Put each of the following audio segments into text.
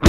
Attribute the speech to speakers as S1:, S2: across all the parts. S1: 我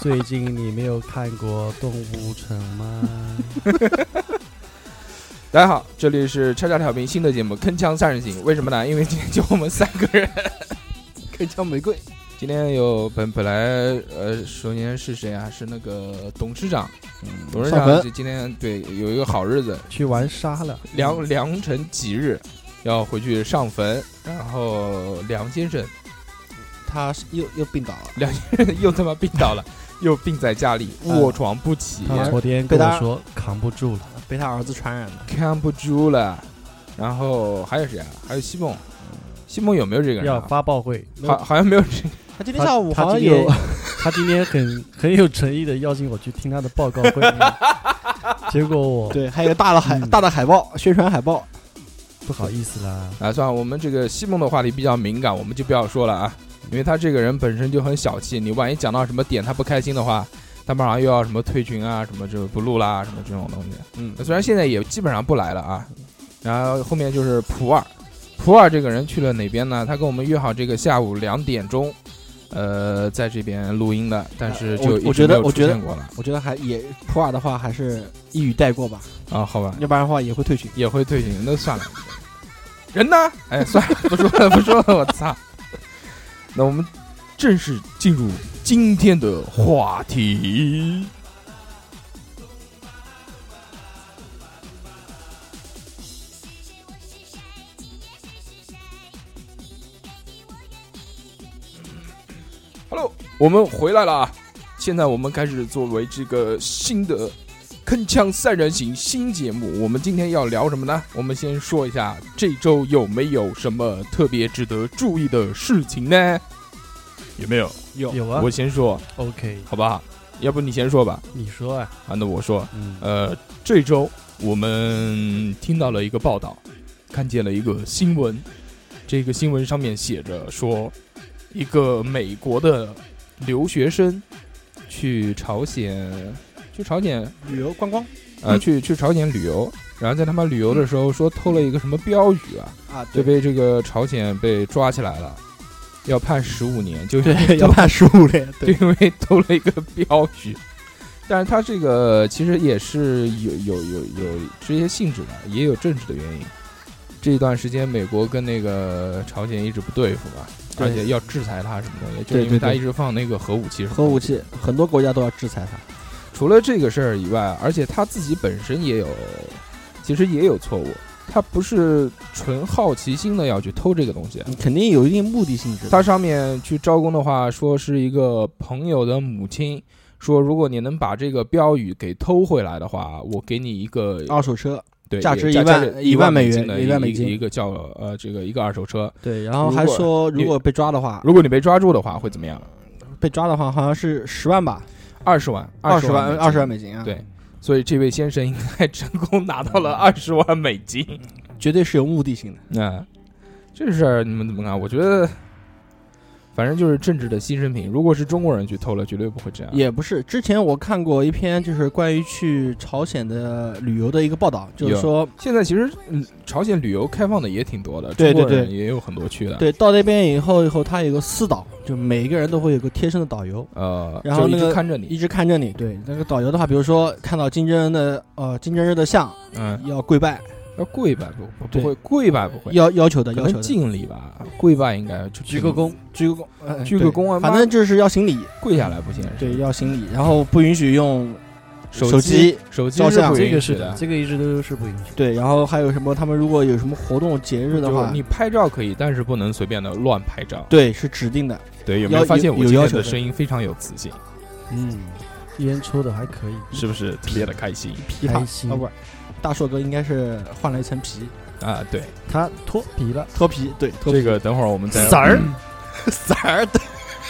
S2: 最近你没有看过《动物城》 吗？
S3: 大家好，这里是叉叉调频新的节目《铿锵三人行》，为什么呢？因为今天就我们三个人。
S4: 铿锵玫瑰，
S3: 今天有本本来呃，首先是谁啊？是那个董事长，嗯董事
S4: 上
S3: 长
S4: 坟
S3: 今今天对有一个好日子，
S2: 去玩沙了，
S3: 良
S4: 嗯
S3: 良辰吉日，要回去上坟。然后梁先生，
S4: 他是又又病倒了，
S3: 梁先生又他妈病倒了，又病在家里
S4: 嗯
S3: 卧床不起。
S2: 他昨天跟我说扛不住了，
S4: 被他儿子传染了。
S3: 看不住了。然后还有谁啊？还有西蒙，西蒙有没有这个人
S2: 要
S3: 啊？
S2: 发报会。
S3: 好，好像没有这个。
S4: 他今天
S2: 他
S4: 下午好
S2: 他
S4: 像
S2: 今天
S4: 有，
S2: 他今天很很有诚意的邀请我去听他的报告会， 结果我
S4: 对，还有大的海
S2: 嗯
S4: 大的海报，宣传海报。
S2: 不好意思啦。
S3: 啊，算了，我们这个西蒙的话题比较敏感，我们就不要说了啊，因为他这个人本身就很小气，你万一讲到什么点他不开心的话，他马上又要什么退群啊，什么就不录啦，什么这种东西。
S4: 嗯
S3: 虽然现在也基本上不来了啊，然后后面就是普洱，普洱这个人去了哪边呢？他跟我们约好这个下午两点钟，呃，在这边录音的，但是
S4: 呃
S3: 就
S4: 我
S3: 一
S4: 我
S3: 直
S4: 觉得
S3: 没有
S4: 我
S3: 出
S4: 觉得
S3: 现过了
S4: 我觉得还也普洱的话还是一语带过吧，
S3: 啊，好吧，
S4: 要不然的话也会退群。
S3: 也会退群，那算了。人呢？哎，算了，不说了，不说了，我操！那我们正式进入今天的话题。Hello，我们回来了啊！现在我们开始作为这个新的铿锵三人行新节目，我们今天要聊什么呢？我们先说一下这周有没有什么特别值得注意的事情呢？有没有？
S4: 有
S2: 有啊
S3: 我先说，
S2: ，OK，
S3: 好不好？要不你先说吧。
S2: 你说啊，
S3: 啊，那我说，
S2: 嗯，
S3: 呃，这周我们听到了一个报道，看见了一个新闻，这个新闻上面写着说，一个美国的留学生去朝鲜，去朝鲜
S4: 旅游观光嗯
S3: 啊，去去朝鲜旅游，然后在他妈旅游的时候说偷了一个什么标语啊，
S4: 啊，
S3: 就
S4: 对
S3: 被这个朝鲜被抓起来了，要判十五年， 就
S4: 对，要判十五年。
S3: 就
S4: 对，
S3: 因为偷了一个标语。但是他这个其实也是有有有有这些性质的，也有政治的原因。这一段时间，美国跟那个朝鲜一直不对付吧，
S4: 对
S3: 而且要制裁他什么东西，就
S4: 对
S3: 是因为
S4: 对
S3: 他
S4: 对
S3: 一直放那个核武器什么
S4: 核武
S3: 东西
S4: 器很多国家都要制裁他。
S3: 除了这个事儿以外，而且他自己本身也有，其实也有错误。他不是纯好奇心的要去偷这个东西，
S4: 你嗯肯定有一定目的性质。
S3: 他上面去招工的话，说是一个朋友的母亲说，如果你能把这个标语给偷回来的话，我给你一个
S4: 二手车，
S3: 对
S4: 哦价值
S3: 也
S4: 一
S3: 价
S4: 万
S3: 值
S4: 一
S3: 一
S4: 万
S3: 美
S4: 美元
S3: 金的
S4: 一万美
S3: 个
S4: 金
S3: 一个叫呃这个一个二手车。
S4: 对，然后还
S3: 如果
S4: 说如
S3: 你
S4: 果被抓的话，
S3: 如果你被抓住的话会怎么样？
S4: 被抓的话好像是十万吧，
S3: 二十万，
S4: 二
S3: 十
S4: 十万二
S3: 二
S4: 十万美金啊，
S3: 对，所以这位先生应该成功拿到了
S4: 嗯
S3: 二十万美金。
S4: 绝对是有目的性的。
S3: 那、这事儿你们怎么看？我觉得，反正就是政治的牺牲品。如果是中国人去偷了，绝对不会这样。
S4: 也不是，之前我看过一篇就是关于去朝鲜的旅游的一个报道，就是说，
S3: 现在其实、嗯、朝鲜旅游开放的也挺多的，
S4: 对对
S3: 中国人
S4: 对
S3: 也有很多去的。，
S4: 对，到那边以后以后，他有个私导，就每一个人都会有个贴身的导游，
S3: 呃，
S4: 然后
S3: 就一
S4: 那
S3: 直
S4: 个
S3: 看着
S4: 一
S3: 你，
S4: 直看着你。对，那个导游的话，比如说看到金正恩的呃金正恩的像，
S3: 嗯，
S4: 要跪拜，
S3: 要跪拜不不
S4: 对
S3: 不会跪拜不会，
S4: 要要求的
S3: 可
S4: 要
S3: 能
S4: 求的，
S3: 敬礼吧，跪拜应该就
S2: 鞠个躬，
S4: 鞠个躬，呃
S3: 鞠
S4: 对
S3: 个躬啊
S4: 反
S3: 妈嗯
S4: 正就是要行礼，
S3: 跪下来不行。
S4: 对，要行礼，然后不允许用手机
S3: 手机
S4: 照
S3: 是
S4: 相
S3: 不
S2: 嗯这
S3: 允
S2: 个是
S3: 许
S2: 的，
S3: 的，
S2: 这个一直都是不允许。
S4: 对，然后还有什么？他们如果有什么活动、节日的
S3: 就
S4: 话，
S3: 你拍照可以，但是不能随便的乱拍照。
S4: 对是指定的。
S3: 对，有没有
S4: 要
S3: 发现我
S4: 有
S3: 今
S4: 要
S3: 天
S4: 求
S3: 的
S4: 的
S3: 声音非常有磁性，
S2: 嗯，烟抽的还可以，
S3: 是不是特别的开心
S4: 琵琶
S2: 开心
S4: 啊，不是，大硕哥应该是换了一层皮，
S3: 啊？对，
S2: 他脱皮了，
S4: 脱皮，对，脱皮
S3: 这个等会儿我们再
S2: 色儿。
S4: 色儿的。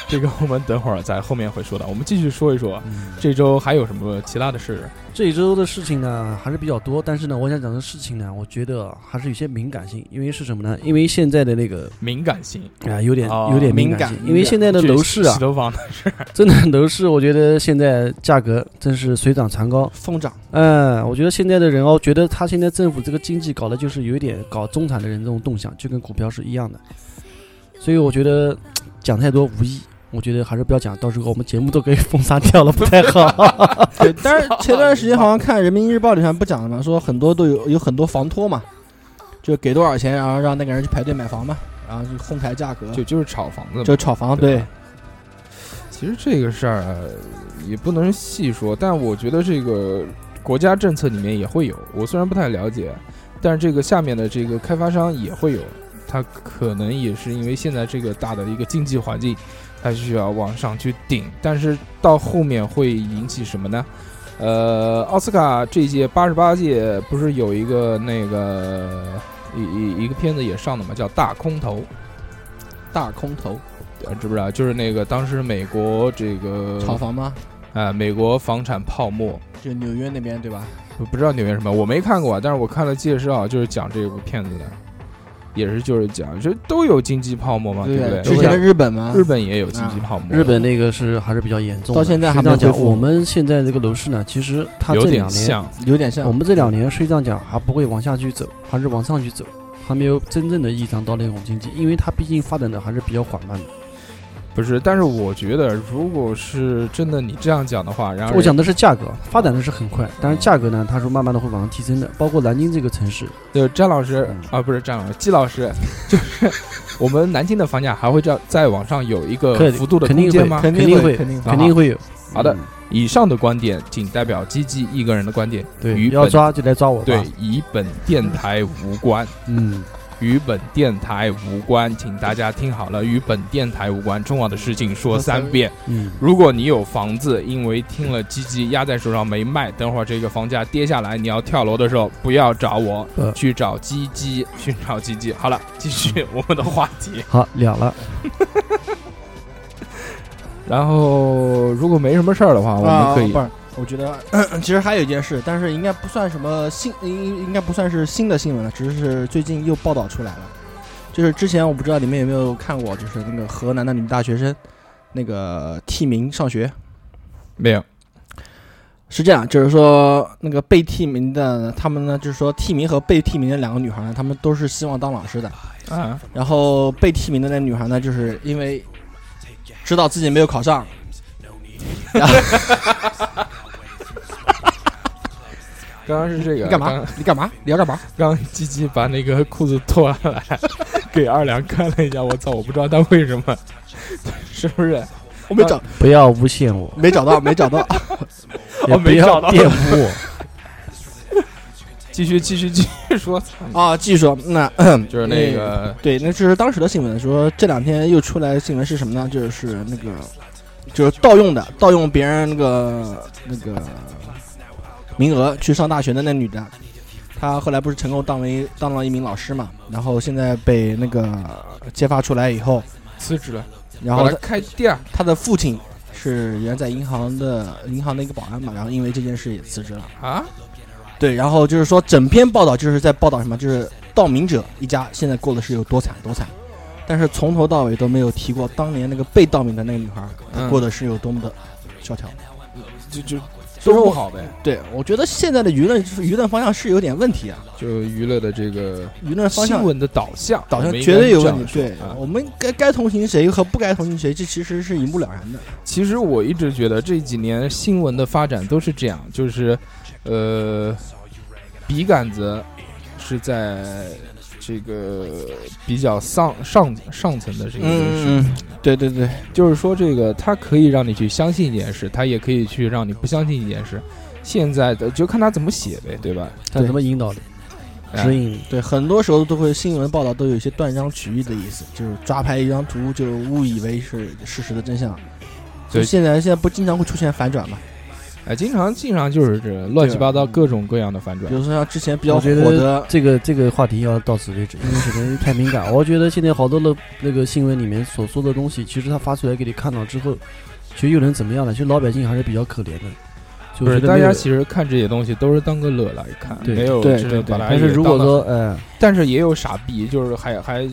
S3: 这个我们等会儿在后面会说到，我们继续说一说
S2: 嗯
S3: 这周还有什么其他的事。
S2: 这一周的事情呢还是比较多，但是呢，我想讲的事情呢，我觉得还是有些敏感性，因为是什么呢？因为现在的那个
S3: 敏感性，
S2: 啊，有点
S3: 哦
S2: 有点
S4: 敏
S2: 感
S4: 感
S2: 性，
S4: 敏
S2: 因为
S4: 感
S2: 现在的
S3: 这
S2: 楼市
S3: 洗
S2: 啊，
S3: 头房的事，
S2: 真的楼市，我觉得现在价格真是水涨船高。
S4: 疯长，
S2: 嗯，我觉得现在的人哦，觉得他现在政府这个经济搞的就是有一点搞中产的人这种动向，就跟股票是一样的。所以我觉得讲太多无益，我觉得还是不要讲，到时候我们节目都给封杀掉了，不太好。
S4: 对，但 是前段时间好像看《人民日报》里面不讲了嘛，说很多都有有很多房托嘛，就给多少钱，然后让那个人去排队买房嘛，然后就哄抬价格，
S3: 就就是炒房子嘛。
S4: 就炒房，
S3: 对
S4: 对
S3: 吧，其实这个事儿呃也不能细说，但我觉得这个国家政策里面也会有。我虽然不太了解，但是这个下面的这个开发商也会有，它可能也是因为现在这个大的一个经济环境，它需要往上去顶。但是到后面会引起什么呢？呃，奥斯卡这届八十八届不是有一个那个一一一个片子也上了嘛，叫《大空头》。
S4: 大空头
S3: 呃，知不知道？就是那个当时美国这个
S4: 炒房吗？
S3: 啊、美国房产泡沫，
S4: 就纽约那边对吧？
S3: 我不知道纽约什么，我没看过啊，但是我看了介绍，就是讲这部片子的，也是就是讲，这都有经济泡沫嘛，对不
S4: 对，
S3: 对？
S4: 之前的日本嘛，
S3: 日本也有经济泡沫，
S2: 啊日本那个是还是比较严重
S4: 嗯
S2: 的，
S4: 到现在还
S2: 实际
S4: 没
S2: 上讲，
S4: 恢复
S2: 我们现在这个楼市呢，其实它
S3: 有
S2: 啊这
S3: 点
S2: 两年，
S3: 像，
S4: 有点像
S2: 我们这两年实际上讲还不会往下去走，还是往上去走，还没有真正的意义上到那种经济，因为它毕竟发展的还是比较缓慢的。
S3: 不是？但是我觉得，如果是真的你这样讲的话，然后
S2: 我讲的是价格，发展的是很快，但是价格呢，它是慢慢的会往上提升的。包括南京这个城市，
S3: 对詹老师
S2: 嗯
S3: 啊，不是詹老师，季老师， 就是我们南京的房价还会再再往上有一个
S2: 肯
S3: 呃幅度的
S2: 肯定
S3: 空间
S2: 会
S3: 吗？
S4: 肯
S2: 定
S4: 定
S2: 会
S4: 肯定会
S2: 肯定会有。
S3: 好的
S2: 嗯，
S3: 以上的观点仅代表鸡鸡一个人的观点，与
S2: 嗯对，
S3: 本
S2: 要抓就来抓我吧。
S3: 对，，与本电台无关，
S2: 嗯，
S3: 与本电台无关，请大家听好了，与本电台无关。重要的事情说三遍。
S2: 嗯，
S3: 如果你有房子，因为听了鸡鸡压在手上没卖，等会儿这个房价跌下来，你要跳楼的时候，不要找我，
S2: 呃
S3: 去找鸡鸡，去找鸡鸡。好了，继续我们的话题。
S2: 好，了了，
S3: 然后，如果没什么事儿的话，我
S4: 啊，
S3: 们可以
S4: 不是，我觉得 其实还有一件事，但是应该不算什么新，应应该不算是新的新闻了，只是最近又报道出来了。就是之前我不知道你们有没有看过，就是那个河南的女大学生，那个替名上学
S3: 没有
S4: 是这样，就是说那个被替名的他们呢，就是说替名和被替名的两个女孩呢，她们都是希望当老师的。
S3: 啊？
S4: 然后被提名的那女孩呢，就是因为知道自己没有考上，然后
S3: 刚刚是这个，
S4: 你干
S3: 刚
S4: 嘛？你干嘛？你要干嘛？
S3: 刚鸡鸡把那个裤子脱下来， 给二两看了一下，我操，我不知道他为什么，是不是？
S4: 我没找，
S2: 不要诬 陷我，
S4: 没找到，没找到。
S2: 也
S3: 哦
S2: 不
S3: 没找
S2: 要
S3: 到
S2: 玷污我。
S3: 继续继续继续说，
S4: 啊，继续说，嗯那
S3: 就是那个
S4: 对，那就是当时的新闻。说这两天又出来的新闻是什么呢？就是那个，就是盗用的，盗用别人那个那个名额去上大学的那女的，她后来不是成功当为当了一名老师嘛？然后现在被那个揭发出来以后，
S3: 辞职了，
S4: 然后
S3: 把他开店儿，
S4: 他的父亲是原在银行的银行的一个保安嘛，然后因为这件事也辞职了。
S3: 啊，
S4: 对，然后就是说整篇报道就是在报道什么，就是盗民者一家现在过得是有多惨多惨，但是从头到尾都没有提过当年那个被盗民的那个女孩
S3: 嗯
S4: 啊过得是有多么的萧条。
S3: 就就
S4: 所
S3: 都
S4: 以说
S3: 不
S4: 我，
S3: 好呗，
S4: 对我觉得现在的舆论舆论方向是有点问题啊，
S3: 就娱乐的这个
S4: 舆论方
S3: 新
S4: 向
S3: 闻的导向，
S4: 导
S3: 我
S4: 向
S3: 们应该
S4: 绝对有
S3: 这样
S4: 问题。
S3: 说
S4: 对
S3: 啊，
S4: 我们该该同情谁和不该同情谁，这其实是一目了然的。
S3: 其实我一直觉得这几年新闻的发展都是这样，就是，呃，笔杆子是在这个比较上上上层的这个认识，
S4: 嗯嗯，对对对，
S3: 就是说这个它可以让你去相信一件事，它也可以去让你不相信一件事。现在的就看他怎么写呗，对吧？
S2: 他怎么引导的？
S3: 哎
S2: 指引你
S4: 对，很多时候都会新闻报道都有一些断章取义的意思，就是抓拍一张图就误以为是事实的真相。所
S3: 对
S4: 以现在现在不经常会出现反转嘛？
S3: 哎，经常经常就是这乱七八糟各种各样的反转
S4: 比。如说像之前比较
S2: 我
S4: 火
S2: 觉得
S4: 的，
S2: 这个这个话题要到此为止，因为可能太敏 感。我觉得现在好多的那个新闻里面所说的东西，其实他发出来给你看到之后，其实又能怎么样呢？其实老百姓还是比较可怜的。就
S3: 不是，
S2: 是
S3: 大家其实看这些东西都是当个乐来看，
S2: 对
S3: 没有
S4: 对
S3: 真的
S4: 对对
S3: 把它
S2: 但是
S3: 也
S2: 如果
S3: 当了
S2: 说，哎，
S3: 但是也有傻逼，就是还还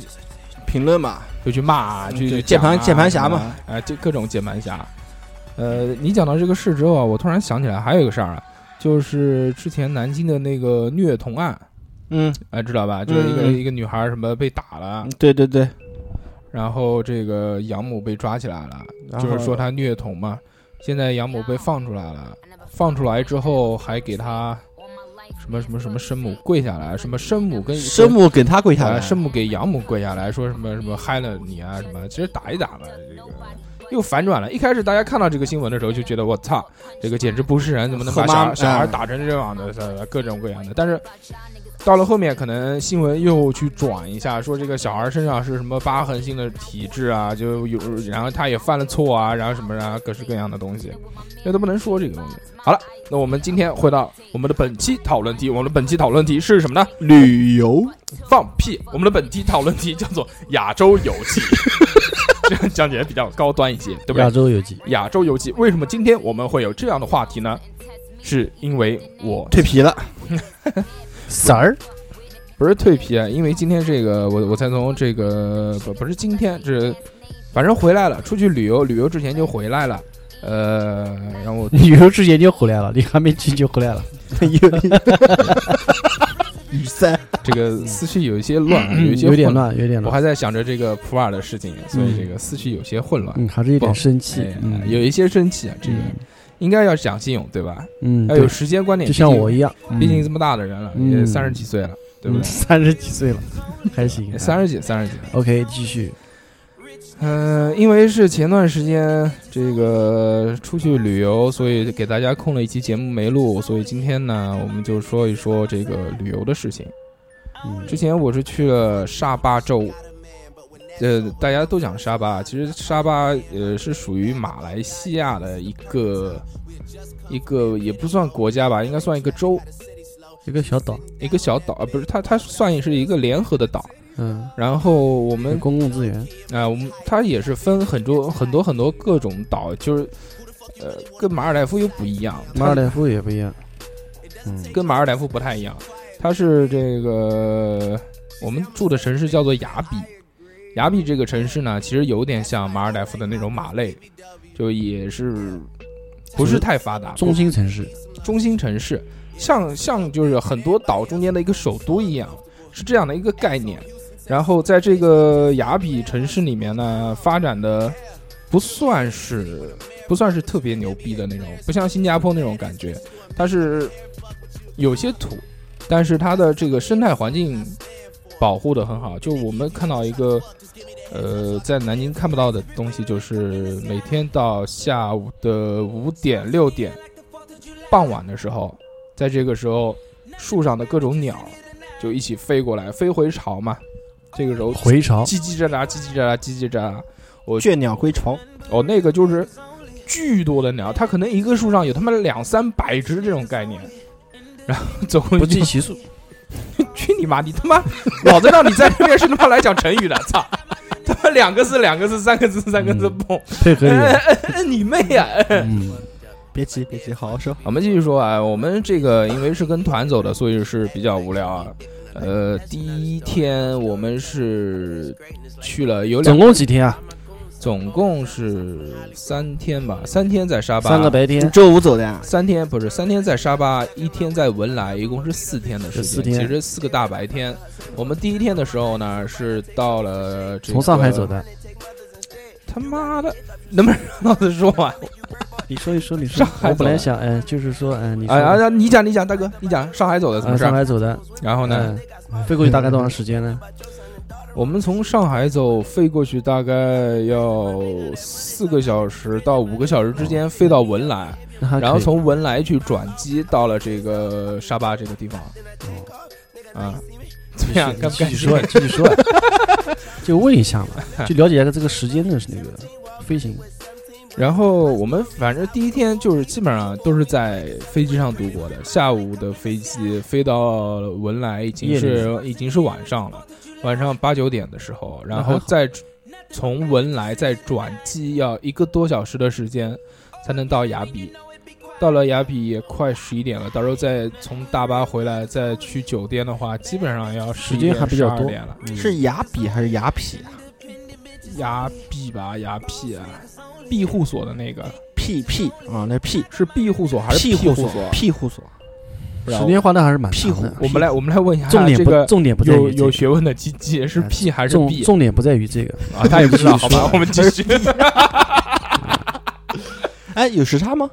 S4: 评论嘛，
S3: 就去骂啊，
S4: 嗯
S3: 就
S4: 对
S3: 去
S4: 键
S3: 讲啊
S4: 盘键盘侠嘛
S3: 什么的，哎，就各种键盘侠。呃，你讲到这个事之后啊，我突然想起来还有一个事儿啊，就是之前南京的那个虐童案，
S4: 嗯，
S3: 哎，知道吧？就是一个
S4: 嗯
S3: 一个女孩儿什么被打了，
S4: 对对对，
S3: 然后这个养母被抓起来了，
S4: 然后
S3: 就是说她虐童嘛。现在养母被放出来了，放出来之后还给她什么什么什么生母跪下来，什么生母跟
S4: 生母给他跪下
S3: 啊，
S4: 来，
S3: 生母给养母跪下来说什么什么害了你啊什么，其实打一打嘛，这个又反转了。一开始大家看到这个新闻的时候就觉得我操，这个简直不是人，怎么能把
S4: 和
S3: 小
S4: 妈
S3: 孩小孩
S4: 嗯
S3: 打成这样的，各种各样的。但是到了后面，可能新闻又去转一下，说这个小孩身上是什么疤痕性的体质啊，就有，然后他也犯了错啊，然后什么啊，各式各样的东西，这都不能说这个东西。好了，那我们今天回到我们的本期讨论题，我们的本期讨论题是什么呢？
S4: 旅游
S3: 放屁！我们的本期讨论题叫做 亚洲游 记，这样讲起来比较高端一些，对不
S2: 亚
S3: 对？
S2: 洲有机，
S3: 亚洲游记为什么今天我们会有这样的话题呢？是因为我
S4: 蜕皮了，
S2: 色 儿
S3: 不是蜕皮啊，因为今天这个我我才从这个不不是今天，这反正回来了，出去旅游，旅游之前就回来了，呃，然后我
S2: 旅游之前就回来
S3: 嗯
S2: 了，你还没去就回来了。
S4: 雨伞
S3: 这个思绪有一些乱啊，有一些
S2: 嗯有点
S3: 混，
S2: 乱，有点
S3: 我
S2: 乱。
S3: 还在想着这个普洱的事情，所以这个思绪有些混乱，
S2: 嗯，还是有点生气
S3: 哎。
S2: 嗯，
S3: 有一些生气啊，这个。哎
S2: 嗯
S3: 应该要讲信用，对吧？
S2: 嗯，
S3: 要
S2: 对
S3: 有，时间观念，
S2: 就像我一
S3: 样，
S2: 样，
S3: 毕竟
S2: 嗯
S3: 这么大的人了，
S2: 嗯
S3: 也三十几岁了，对不
S2: 嗯
S3: 对？
S2: 三十几岁了，还行。啊
S3: 三十几，三十几。
S2: OK，继续。
S3: 嗯，因为是前段时间这个出去旅游，所以给大家空了一期节目没录，所以今天呢，我们就说一说这个旅游的事情。
S2: 嗯，
S3: 之前我是去了沙巴州，呃，大家都讲沙巴，其实沙巴呃是属于马来西亚的一个一个也不算国家吧，应该算一个州。
S2: 一个小岛，
S3: 一个小岛，啊，不是它，它算是一个联合的岛。
S2: 嗯，
S3: 然后我
S2: 有
S3: 们
S2: 公共资源，
S3: 啊、我们它也是分很多很多很多各种岛，就是呃，跟马尔代夫又不一样，它
S2: 马尔代夫也不一样。嗯，
S3: 跟马尔代夫不太一样，它是这个我们住的城市叫做雅比，雅比这个城市呢，其实有点像马尔代夫的那种马累，就也是不是太发达，不
S2: 中心城市，
S3: 中心城市，像像就是很多岛中间的一个首都一样，是这样的一个概念。然后在这个雅比城市里面呢，发展的不算是不算是特别牛逼的那种，不像新加坡那种感觉，它是有些土，但是它的这个生态环境保护的很好。就我们看到一个呃，在南京看不到的东西，就是每天到下午的五点六点，傍晚的时候，在这个时候，树上的各种鸟就一起飞过来，飞回巢嘛。这个时候
S2: 回潮，
S3: 叽叽喳喳，叽叽喳喳，叽叽喳喳。
S4: 倦鸟归巢，
S3: 哦，那个就是巨多的鸟，它可能一个树上有他妈两三百只这种概念。然后总共
S2: 不
S3: 就
S2: 计其 数。
S3: 去你妈！你他妈老子让你在这边是他妈来讲成语的，操！他妈两个字，两个字，三个字，三个字，
S2: 嗯
S3: 蹦！
S2: 配合你
S3: 哎
S2: 们，
S3: 哎哎你妹 呀！
S2: 嗯，
S4: 别急别急，好好说。
S3: 我们继续说啊，我们这个因为是跟团走的，所以是比较无聊啊。呃，第一天我们是去了有两
S2: 总，共几天啊？
S3: 总共是三天吧，三天在沙巴，
S2: 三个白天，
S4: 周五走的呀？
S3: 三天不是三天在沙巴，一天在文莱，一共是四天的时间。
S2: 四天
S3: 其实四个大白天。我们第一天的时候呢，是到了、这个、
S2: 从上海走，的，
S3: 他妈的，能不能让老子说完？
S2: 你说一说，你说
S3: 上。海
S2: 我本来
S3: 走
S2: 想，哎，就是说，哎，你说
S3: 哎啊，你讲你讲，大哥你讲上海走的怎
S2: 啊，
S3: 么事
S2: 上
S3: 儿？
S2: 海走的，
S3: 然后呢，
S2: 嗯，飞过去大概多长时间呢？
S3: 嗯我们从上海走飞过去大概要四个小时到五个小时之间，飞到文莱，
S2: 哦那还可以
S3: 然后从文莱去转机到了这个沙巴这个地方。啊，怎么样？
S2: 你
S3: 干不干
S2: 哦继续
S3: 净？
S2: 说，继续说，就问一下 嘛，就了解一下这个时间的是那个飞行。
S3: 然后我们反正第一天就是基本上都是在飞机上度过的，下午的飞机飞到文莱已经是已经是晚上了，晚上八九点的时候，然后再从文莱再转机要一个多小时的时间才能到雅痞。到了雅痞也快十一点了，到时候再从大巴回来再去酒店的话，基本上要十
S2: 时
S3: 一
S2: 间还
S3: 点
S2: 比
S3: 十
S2: 较
S3: 二
S2: 多
S3: 点了。
S2: 嗯
S4: 是雅痞还是雅痞啊
S3: 雅痞吧，雅痞啊，庇护所的那个
S4: ？P P 啊，那 P
S3: 是庇护所还是
S4: 屁
S3: 庇
S4: 户
S3: 所？
S4: 屁户所，
S3: 然
S2: 时
S3: 后
S2: 间花的还是蛮长的。
S3: 我们来，我们来问一下，
S2: 重点
S3: 这
S2: 不、
S3: 个
S2: 重点不在
S3: 有
S2: 于这
S3: 有
S2: 个
S3: 学问的鸡鸡是
S2: 哎
S3: P 还是
S2: 重
S3: B
S2: 重点不在于这个，
S3: 啊？他也不知 道，好吧
S2: 说，
S3: 我们继续。
S4: 哎，有时差吗？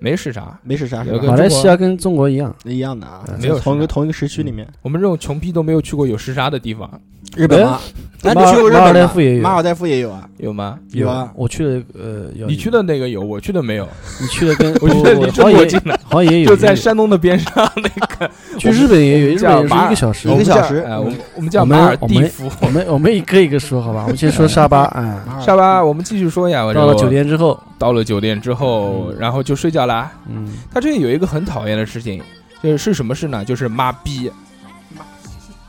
S3: 没时差，
S4: 没时差是
S3: 有
S4: 吧
S3: 跟？
S2: 马来
S3: 中国
S2: 西亚跟中国一样，
S4: 一样的啊，
S3: 没有时
S4: 同一个
S3: 差
S4: 同一个时嗯区里面。
S3: 我们这种穷逼都没有去过有时差的地方，
S4: 日本吗？哎，你
S2: 马
S4: 去过日
S2: 马尔
S4: 本
S2: 代
S4: 吗
S2: 夫也有
S4: 马尔代夫也有啊。
S3: 有吗？
S4: 有啊
S2: 我去了，呃，要
S3: 你去的那个有，我去的没 有，
S2: 你去了 跟
S3: 我去的
S2: 不
S3: 离
S2: 不好
S3: 中国近
S2: 像
S3: 了，
S2: 也好像也有
S3: 就在
S2: 也有
S3: 山东的边上那个。
S2: 去日本也有，日
S3: 叫
S2: 本也是
S3: 马
S2: 一
S3: 尔
S2: 个 小时
S4: 一。个小时
S3: 哎，我们我们
S2: 我
S3: 叫
S2: 们
S3: 马尔
S2: 我
S3: 蒂
S2: 们
S3: 夫。
S2: 我们我们一个一个说 好吧，我们先说沙巴啊，
S3: 沙巴，我们继续说呀。嗯我
S2: 到了
S3: 就
S2: 酒，店之后，
S3: 到了酒店之后，
S2: 嗯
S3: 然后就睡觉啦。
S2: 嗯，
S3: 他这里有一个很讨厌的事情，就是是什么事呢？就是妈逼，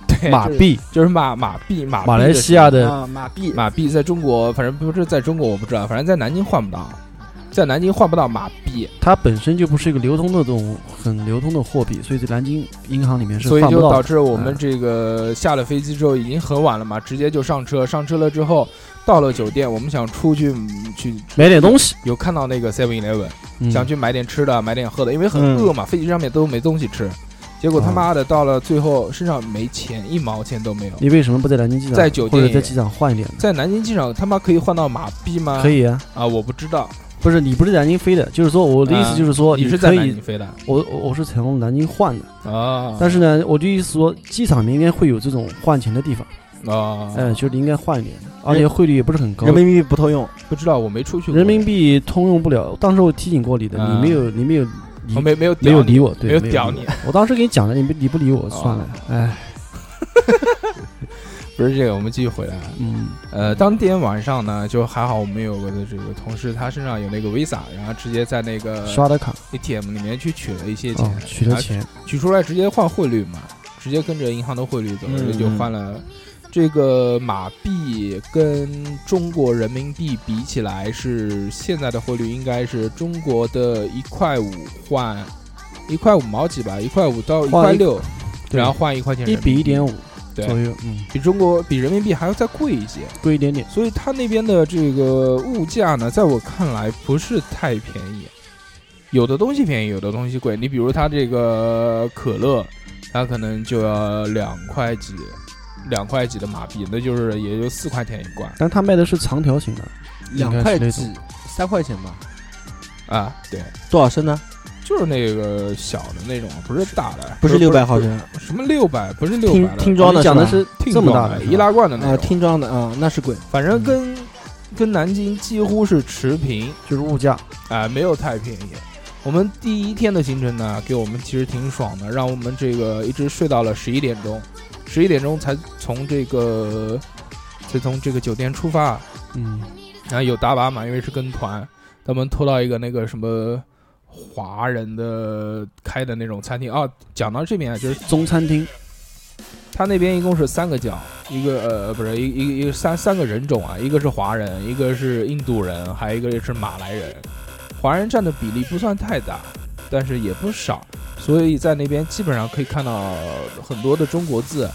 S3: 对，
S2: 马
S3: 就是
S2: 币，
S3: 就是马马币马币
S2: 马来
S3: 的
S2: 西亚的
S4: 啊，马币
S3: 马币在中国，反正不是在中国我不知道，反正在南京换不到，在南京换不到马币，
S2: 它本身就不是一个流通的这种很流通的货币，所以在南京银行里面是
S3: 所以
S2: 放不
S3: 就
S2: 到嗯
S3: 导
S2: 的。
S3: 致我们这个下了飞机之后已经很晚了嘛，直接就上车，上车了之后到了酒店，我们想出去嗯去
S2: 买点东西，
S3: 有看到那个 Seven Eleven，
S2: 嗯
S3: 想去买点吃的，买点喝的，因为很饿嘛，飞机上面都没东西吃，结果
S2: 嗯
S3: 他妈的到了最后身上没钱，一毛钱都没有。
S2: 你为什么不在南京机场，
S3: 在酒店
S2: 或
S3: 也
S2: 者在机场换一点呢？
S3: 在南京机场他妈可以换到马币吗？
S2: 可以啊，
S3: 啊，我不知道，
S2: 不是你不是在南京飞的，就是说我的意思就是说
S3: 啊你是在
S2: 可
S3: 南
S2: 以
S3: 京，飞的啊
S2: 我我我是从南京换的，？但
S3: 哦
S2: 是呢，我的意思说机场里应该会有这种换钱的地方，
S3: 哦，
S2: 哎，就是应该换一点，而且汇率也不是很高
S4: 人。民币不偷用，
S3: 不知道，我没出去过。
S2: 人民币通用不了，当时我提醒过你的，
S3: 啊
S2: 你没有，你没有理，
S3: 我哦没没有屌
S2: 没有
S3: 你
S2: 理我，对，
S3: 没有
S2: 理
S3: 屌
S2: 我
S3: 你。
S2: 我当时给你啊讲了，你不你不理我算了，哎，
S3: 不是这个，我们继续回来。
S2: 嗯，
S3: 呃，当天晚上呢，就还好我们有个这个同事，他身上有那个 Visa，然后直接在那个
S2: 刷的卡，
S3: ATM 里面去取了一些
S2: 哦
S3: 钱，，
S2: 取了
S3: 然后
S2: 钱，
S3: 取出来直接换汇率嘛，直接跟着银行的汇率走，
S4: 嗯
S3: 就换了。这个马币跟中国人民币比起来，是现在的汇率应该是中国的一块五换一块五毛几吧，一块五到一
S2: 换
S3: 块
S2: 一
S3: 六，
S2: 对
S3: 然后换一块钱人
S2: 一
S3: 民币，
S2: 比一点五
S3: 对
S2: 左右，嗯，
S3: 比中国比人民币还要再贵一些，
S2: 贵一点点，
S3: 所以它那边的这个物价呢，在我看来不是太便宜，有的东西便宜，有的东西贵。你比如它这个可乐，它可能就要两块几，两块几的马币，那就是也就四块钱一罐
S2: 但他卖的是长条形的，
S4: 两
S2: 应该
S4: 块
S2: 是那
S4: 几
S2: 种，
S4: 三块钱吧？
S3: 啊。对，
S4: 多少升呢？
S3: 就是那个小的那种，不是大的，
S4: 不是六百毫升，
S3: 不是，什么六百，不是六
S4: 听
S3: 百的，
S4: 听
S2: 哦
S4: 装
S2: 你
S4: 的
S2: 讲的
S4: 吧
S2: 是
S3: 听
S2: 这么
S3: 装
S2: 大
S3: 的
S2: 的
S3: 易拉罐的那
S4: 啊，
S3: 种，
S4: 听装的啊，那是贵。
S3: 反正跟跟南京几乎是持平。
S2: 就是物价，
S3: 啊、没有太便宜。我们第一天的行程呢，给我们其实挺爽的，让我们这个一直睡到了十一点钟，十一点钟才从这个才从这个酒店出发，
S2: 嗯，
S3: 然后有大巴嘛，因为是跟团，他们拖到一个那个什么华人的开的那种餐厅啊。讲到这边啊，就是
S2: 中餐厅，
S3: 他那边一共是三个角，一个呃不是一一一个三三个人种啊，一个是华人，一个是印度人，还有一个是马来人。华人占的比例不算太大，但是也不少，所以在那边基本上可以看到很多的中国字，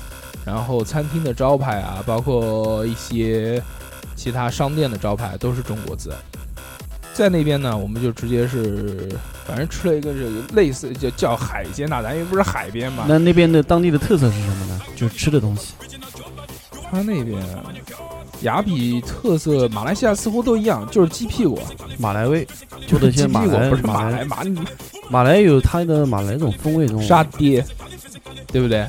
S3: 然后餐厅的招牌啊，包括一些其他商店的招牌都是中国字。在那边呢，我们就直接是，反正吃了一个这个类似就叫海
S2: 啊
S3: 鲜大餐，因为不是海边嘛，
S2: 那那边的当地的特色是什么呢？就是吃的东西，
S3: 他那边雅痞特色，马来西亚似乎都一样，就是鸡屁股，
S2: 马来味做的一些
S3: 鸡屁
S2: 马
S3: 股
S2: 来
S3: 不是马
S2: 马
S3: 来
S2: 来
S3: 马
S2: 马来有它的马来那种风味，那种
S3: 沙爹，对不对？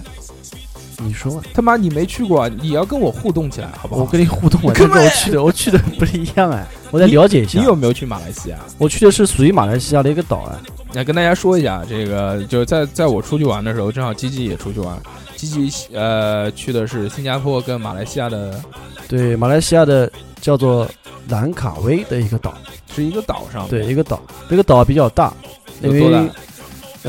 S2: 你说吧，
S3: 他妈你没去过，你要跟我互动起来好不好？
S2: 我跟你互动啊，
S3: 根
S2: 跟
S3: 本
S2: 我 去的我去的不是一样哎，我得了解一下
S3: 你，有没有去马来西亚？
S2: 我去的是属于马来西亚的一个岛啊，
S3: 来跟大家说一下，这个就是在在我出去玩的时候，正好吉吉也出去玩，吉吉呃去的是新加坡跟马来西亚的，
S2: 对，马来西亚的叫做兰卡威的一个岛，
S3: 是一个岛上，
S2: 对，一个岛，这个岛比较大，因
S3: 有多大
S2: 为？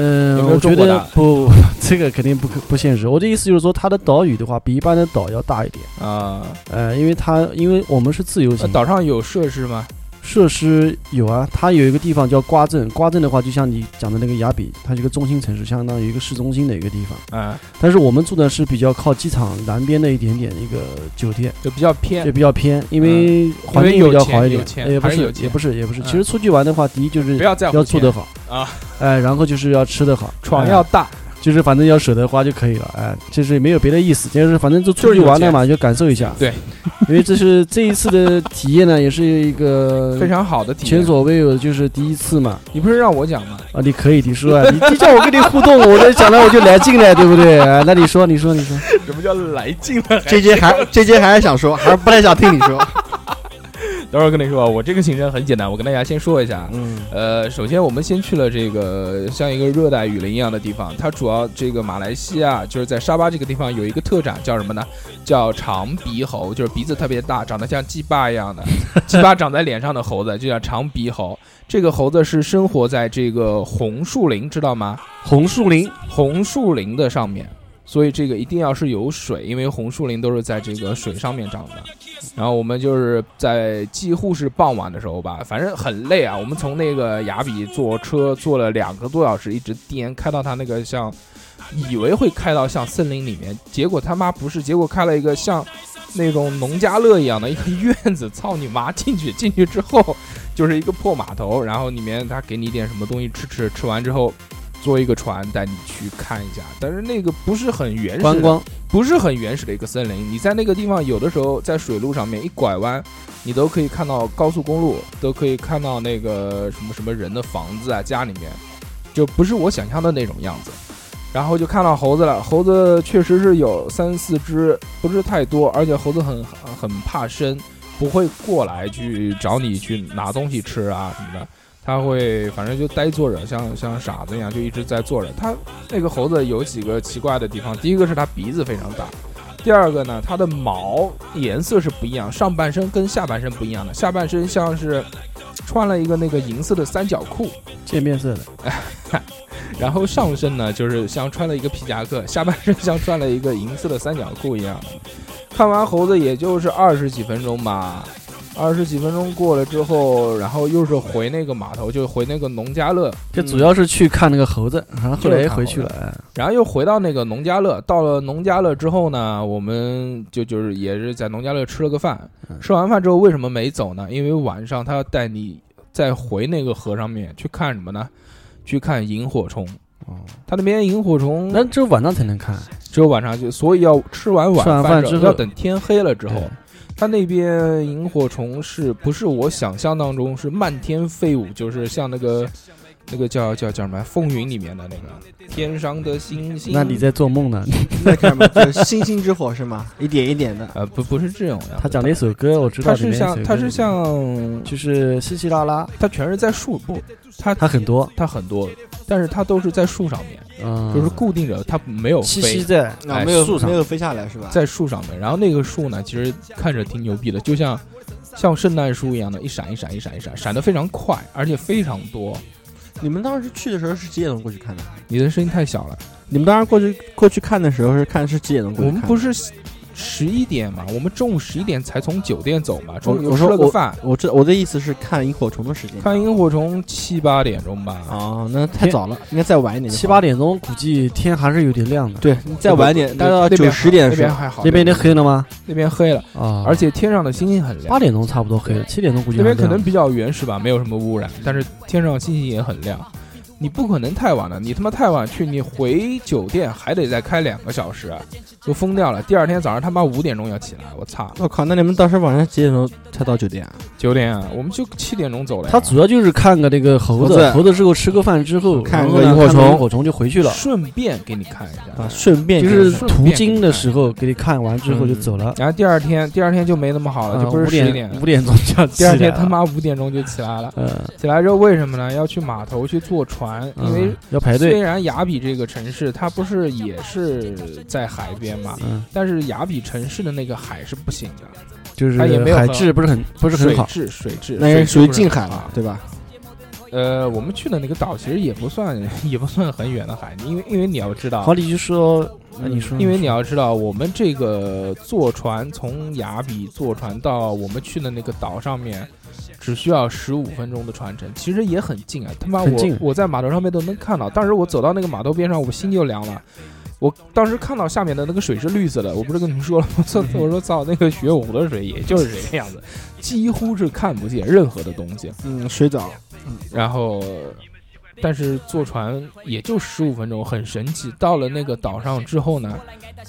S2: 嗯
S3: 有，没有
S2: 我觉
S3: 中国
S2: 得
S3: 大
S2: 不， 这个肯定不可不现实。我的意思就是说，它的岛屿的话，比一般的岛要大一点。
S3: 啊、
S2: 呃，因为它因为我们是自由
S3: 那
S2: 行，
S3: 啊岛上有设施吗？
S2: 设施有啊，它有一个地方叫瓜镇，瓜镇的话，就像你讲的那个雅比，它是一个中心城市，相当于一个市中心的一个地方。
S3: 啊、
S2: 但是我们住的是比较靠机场南边的一点点一个酒店，
S3: 就比较偏
S2: 就，比较偏，因为环境比较好
S3: 嗯有
S2: 一点，
S3: 钱
S2: 呃也不
S3: 还是
S2: 是
S3: 有钱
S2: 也不是也不是。
S3: 嗯
S2: 其实出去玩的话，第一就是
S3: 不要在乎
S2: 要住得好
S3: 啊，
S2: 哎，然后就是要吃得好，
S3: 床
S2: 哎
S3: 要大，
S2: 就是反正要舍得花就可以了，哎，就是没有别的意思，就是反正就出
S3: 就是
S2: 去
S3: 有
S2: 玩了嘛，就感受一下。
S3: 对，
S2: 因为这是这一次的体验呢，也是一个
S3: 非常好的体
S2: 前
S3: 验。
S2: 所未有的，就是第一次嘛。
S3: 你不是让我讲吗？
S2: 啊，你可以，你说啊，你就叫我跟你互动，我这讲了我就来劲了，对不对？啊，那你说，你说，你 说，
S3: 什么叫来劲了？
S4: 这些还这些还是想说，还是不太想听你说。
S3: 等会儿跟你说，我这个行程很简单，我跟大家先说一下啊。
S4: 嗯，
S3: 呃，首先我们先去了这个像一个热带雨林一样的地方，它主要这个马来西亚就是在沙巴这个地方有一个特产叫什么呢？叫长鼻猴，就是鼻子特别大，长得像鸡巴一样 的，鸡巴长在脸上的猴子就叫长鼻猴。这个猴子是生活在这个红树林，知道吗？
S2: 红树林，
S3: 红树林的上面，所以这个一定要是有水，因为红树林都是在这个水上面长的。然后我们就是在几乎是傍晚的时候吧，反正很累啊。我们从那个雅比坐车坐了两个多小时，一直颠开到它那个像，以为会开到像森林里面，结果他妈不是，结果开了一个像那种农家乐一样的一个院子，操你妈！进去进去之后就是一个破码头，然后里面他给你一点什么东西吃吃，吃完之后坐一个船带你去看一下，但是那个不是很原始的
S2: 观光，
S3: 不是很原始的一个森林。你在那个地方，有的时候在水路上面一拐弯，你都可以看到高速公路，都可以看到那个什么什么人的房子啊，家里面，就不是我想象的那种样子。然后就看到猴子了，猴子确实是有三四只，不是太多，而且猴子很很怕生，不会过来去找你去拿东西吃啊什么的。它会反正就呆坐着，像像傻子一样就一直在坐着。它那个猴子有几个奇怪的地方，第一个是它鼻子非常大，第二个呢，它的毛颜色是不一样，上半身跟下半身不一样的，下半身像是穿了一个那个银色的三角裤，
S2: 见面色的，
S3: 然后上身呢就是像穿了一个皮夹克，下半身像穿了一个银色的三角裤一样。看完猴子也就是二十几分钟吧，二十几分钟过了之后，然后又是回那个码头，就回那个农家乐，
S2: 这主要是去看那个猴子，然后后
S3: 嗯就
S2: 来
S3: 是
S2: 又
S3: 看
S2: 回去
S3: 猴
S2: 了
S3: 子，
S2: 哎
S3: 然后又回到那个农家乐，到了农家乐之后呢，我们就就是也是在农家乐吃了个饭。
S2: 嗯
S3: 吃完饭之后为什么没走呢？因为晚上他要带你再回那个河上面去看什么呢？去看萤火虫。
S2: 哦，
S3: 他那边萤火虫
S2: 那只有晚上才能看，
S3: 只有晚上就，所以要吃完晚
S2: 吃完饭之后
S3: 要等天黑了之后
S2: 对，
S3: 他那边萤火虫是不是我想象当中是漫天飞舞，就是像那个那个叫叫叫什么风云里面的那个天上的星星？
S2: 嗯那你在做梦呢？
S3: 嗯
S4: 在看什么？就是星星之火是吗？一点一点的。
S3: 呃，不不是这种样子。
S2: 他讲了一首歌，我知道
S3: 它
S2: 里面
S3: 是
S2: 有一首
S3: 像
S2: 歌
S3: 它是像，
S2: 就是稀稀拉拉，
S3: 它全是在树不，它
S2: 它很多，
S3: 它很多，但是它都是在树上面，
S2: 嗯，
S3: 就是固定着，它没有
S2: 栖息
S3: 飞。
S2: 在
S4: 啊
S3: 哎，
S4: 没有
S2: 树上
S4: 没有飞下来是吧？
S3: 在树上面，然后那个树呢，其实看着挺牛逼的，就像像圣诞树一样的，一闪一闪一闪一闪，闪得非常快，而且非常多。
S4: 你们当时去的时候是几点钟过去看的？
S3: 你的声音太小了，
S4: 你们当时过去过去看的时候是看是几点钟
S3: 我
S4: 过去看
S3: 们
S4: 的？
S3: 不是十一点嘛，我们中午十一点才从酒店走嘛，中
S4: 我
S3: 午
S4: 我
S3: 吃
S4: 说
S3: 了个
S4: 我
S3: 饭，
S4: 我这我的意思是看萤火虫的时间。
S3: 看萤火虫七八点钟吧。
S4: 哦，那太早了，应该再晚一点就好。
S2: 七八点钟，估计天还是有点亮的。
S4: 对，你再晚一点，大概到
S3: 那边
S4: 九十点
S3: 那
S4: 的时
S3: 边
S4: 候，
S3: 还好，
S2: 那边已经黑了吗？
S3: 那边黑了，
S2: 啊，
S3: 而且天上的星星很亮
S2: 八。点钟差不多黑了，七点钟估计
S3: 哦那边
S2: 还
S3: 可
S2: 亮
S3: 能比较原始吧，没有什么污染，但是天上星星也很亮。你不可能太晚了，你他妈太晚去，你回酒店还得再开两个小时，啊就疯掉了。第二天早上他妈五点钟要起来，我操，
S4: 我靠，那你们当时晚上几点钟才到酒店啊？
S3: 九点啊，我们就七点钟走了呀。
S2: 他主要就是看个那个猴
S4: 猴子
S2: 子，猴子之后吃个饭之后，
S4: 看
S2: 然
S4: 个
S2: 后呢
S4: 萤火
S2: 看完
S4: 虫
S2: 萤火虫就回去了，
S3: 顺便给你看一下
S4: 啊，。顺便
S2: 就是
S3: 顺便
S2: 途
S3: 给
S2: 经
S3: 你
S2: 的
S3: 看
S2: 时候给你看完之后就走了。
S3: 然后第二天，第二天就没那么好了，就不是
S2: 啊五
S3: 十一
S2: 点
S3: 啊点，
S2: 五点钟就要起
S3: 第
S2: 来
S3: 二
S2: 了
S3: 天他妈五点钟就起来了。
S2: 呃，
S3: 起来之后为什么呢？要去码头去坐船，因为
S2: 嗯要
S4: 哎
S2: 排
S3: 虽
S2: 队，
S3: 然雅比这个城市它不是也是在海边嘛，
S2: 嗯，
S3: 但是雅比城市的那个海是不行的，
S2: 就是
S3: 他也没有
S2: 海
S3: 很
S2: 质不是很不是很
S3: 水
S2: 好，
S3: 质水质
S4: 那是
S3: 水质
S4: 属于
S3: 不
S4: 近
S3: 很
S4: 海
S3: 好
S4: 了，对吧？
S3: 呃，我们去的那个岛其实也不算 也不算很远的海，因为因为你要知道
S2: 好，，你就说，那你说，
S3: 啊因为你要知道，我们这个坐船从雅比坐船到我们去的那个岛上面，只需要十五分钟的船程，其实也很近啊！他妈
S2: 很
S3: 我
S2: 近
S3: 我在码头上面都能看到，当时我走到那个码头边上，我心就凉了。我当时看到下面的那个水是绿色的，我不是跟你们说了吗？我操！我说操，那个血红的水也就是这个样子，几乎是看不见任何的东西。
S4: 嗯，水藻，
S3: 然后，但是坐船也就十五分钟，很神奇。到了那个岛上之后呢，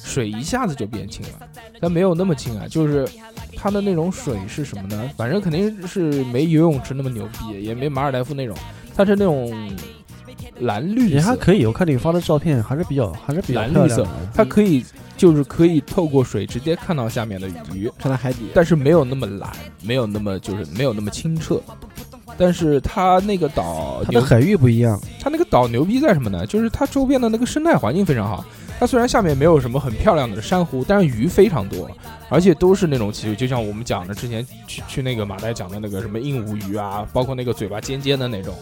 S3: 水一下子就变清了，但没有那么清啊，就是它的那种水是什么呢？反正肯定是没游泳池那么牛逼，也没马尔代夫那种，它是那种蓝绿
S2: 也还
S3: 色，
S2: 可以，我看你发的照片还是比较还是比较
S3: 蓝
S2: 漂
S3: 绿
S2: 亮
S3: 色
S2: 的，
S3: 它可以就是可以透过水直接看到下面的鱼，
S4: 看到海底。
S3: 但是没有那么蓝，没有那么就是没有那么清澈。但是它那个岛
S2: 它
S3: 牛
S2: 的海域不一样，
S3: 它那个岛牛逼在什么呢？就是它周边的那个生态环境非常好。它虽然下面没有什么很漂亮的珊瑚，但是鱼非常多，而且都是那种其实就像我们讲的之前去去那个马代讲的那个什么鹦鹉鱼啊，包括那个嘴巴尖尖的那种，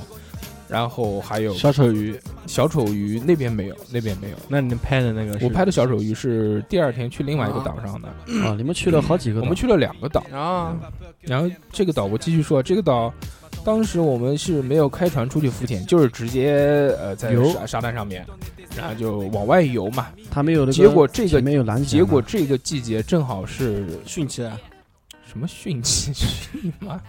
S3: 然后还有
S4: 小丑鱼，
S3: 小丑鱼那边没有，那边没有。
S4: 那你拍的那个
S3: 我拍的小丑鱼是第二天去另外一个岛上的，
S2: 啊，你们去了好几个
S3: 嗯我
S2: 岛，
S3: 们去了两个岛，
S4: 啊，
S3: 然后这个岛我继续说，这个岛当时我们是没有开船出去浮潜，就是直接呃在
S2: 游嗯
S3: 沙沙滩上面，然后就往外游嘛。
S2: 它没有那个，
S3: 结果这个
S2: 前面有蓝翔
S3: 结
S2: 嘛
S3: 果这个季节正好是
S4: 汛期啊，
S3: 什么汛期？ 汛吗？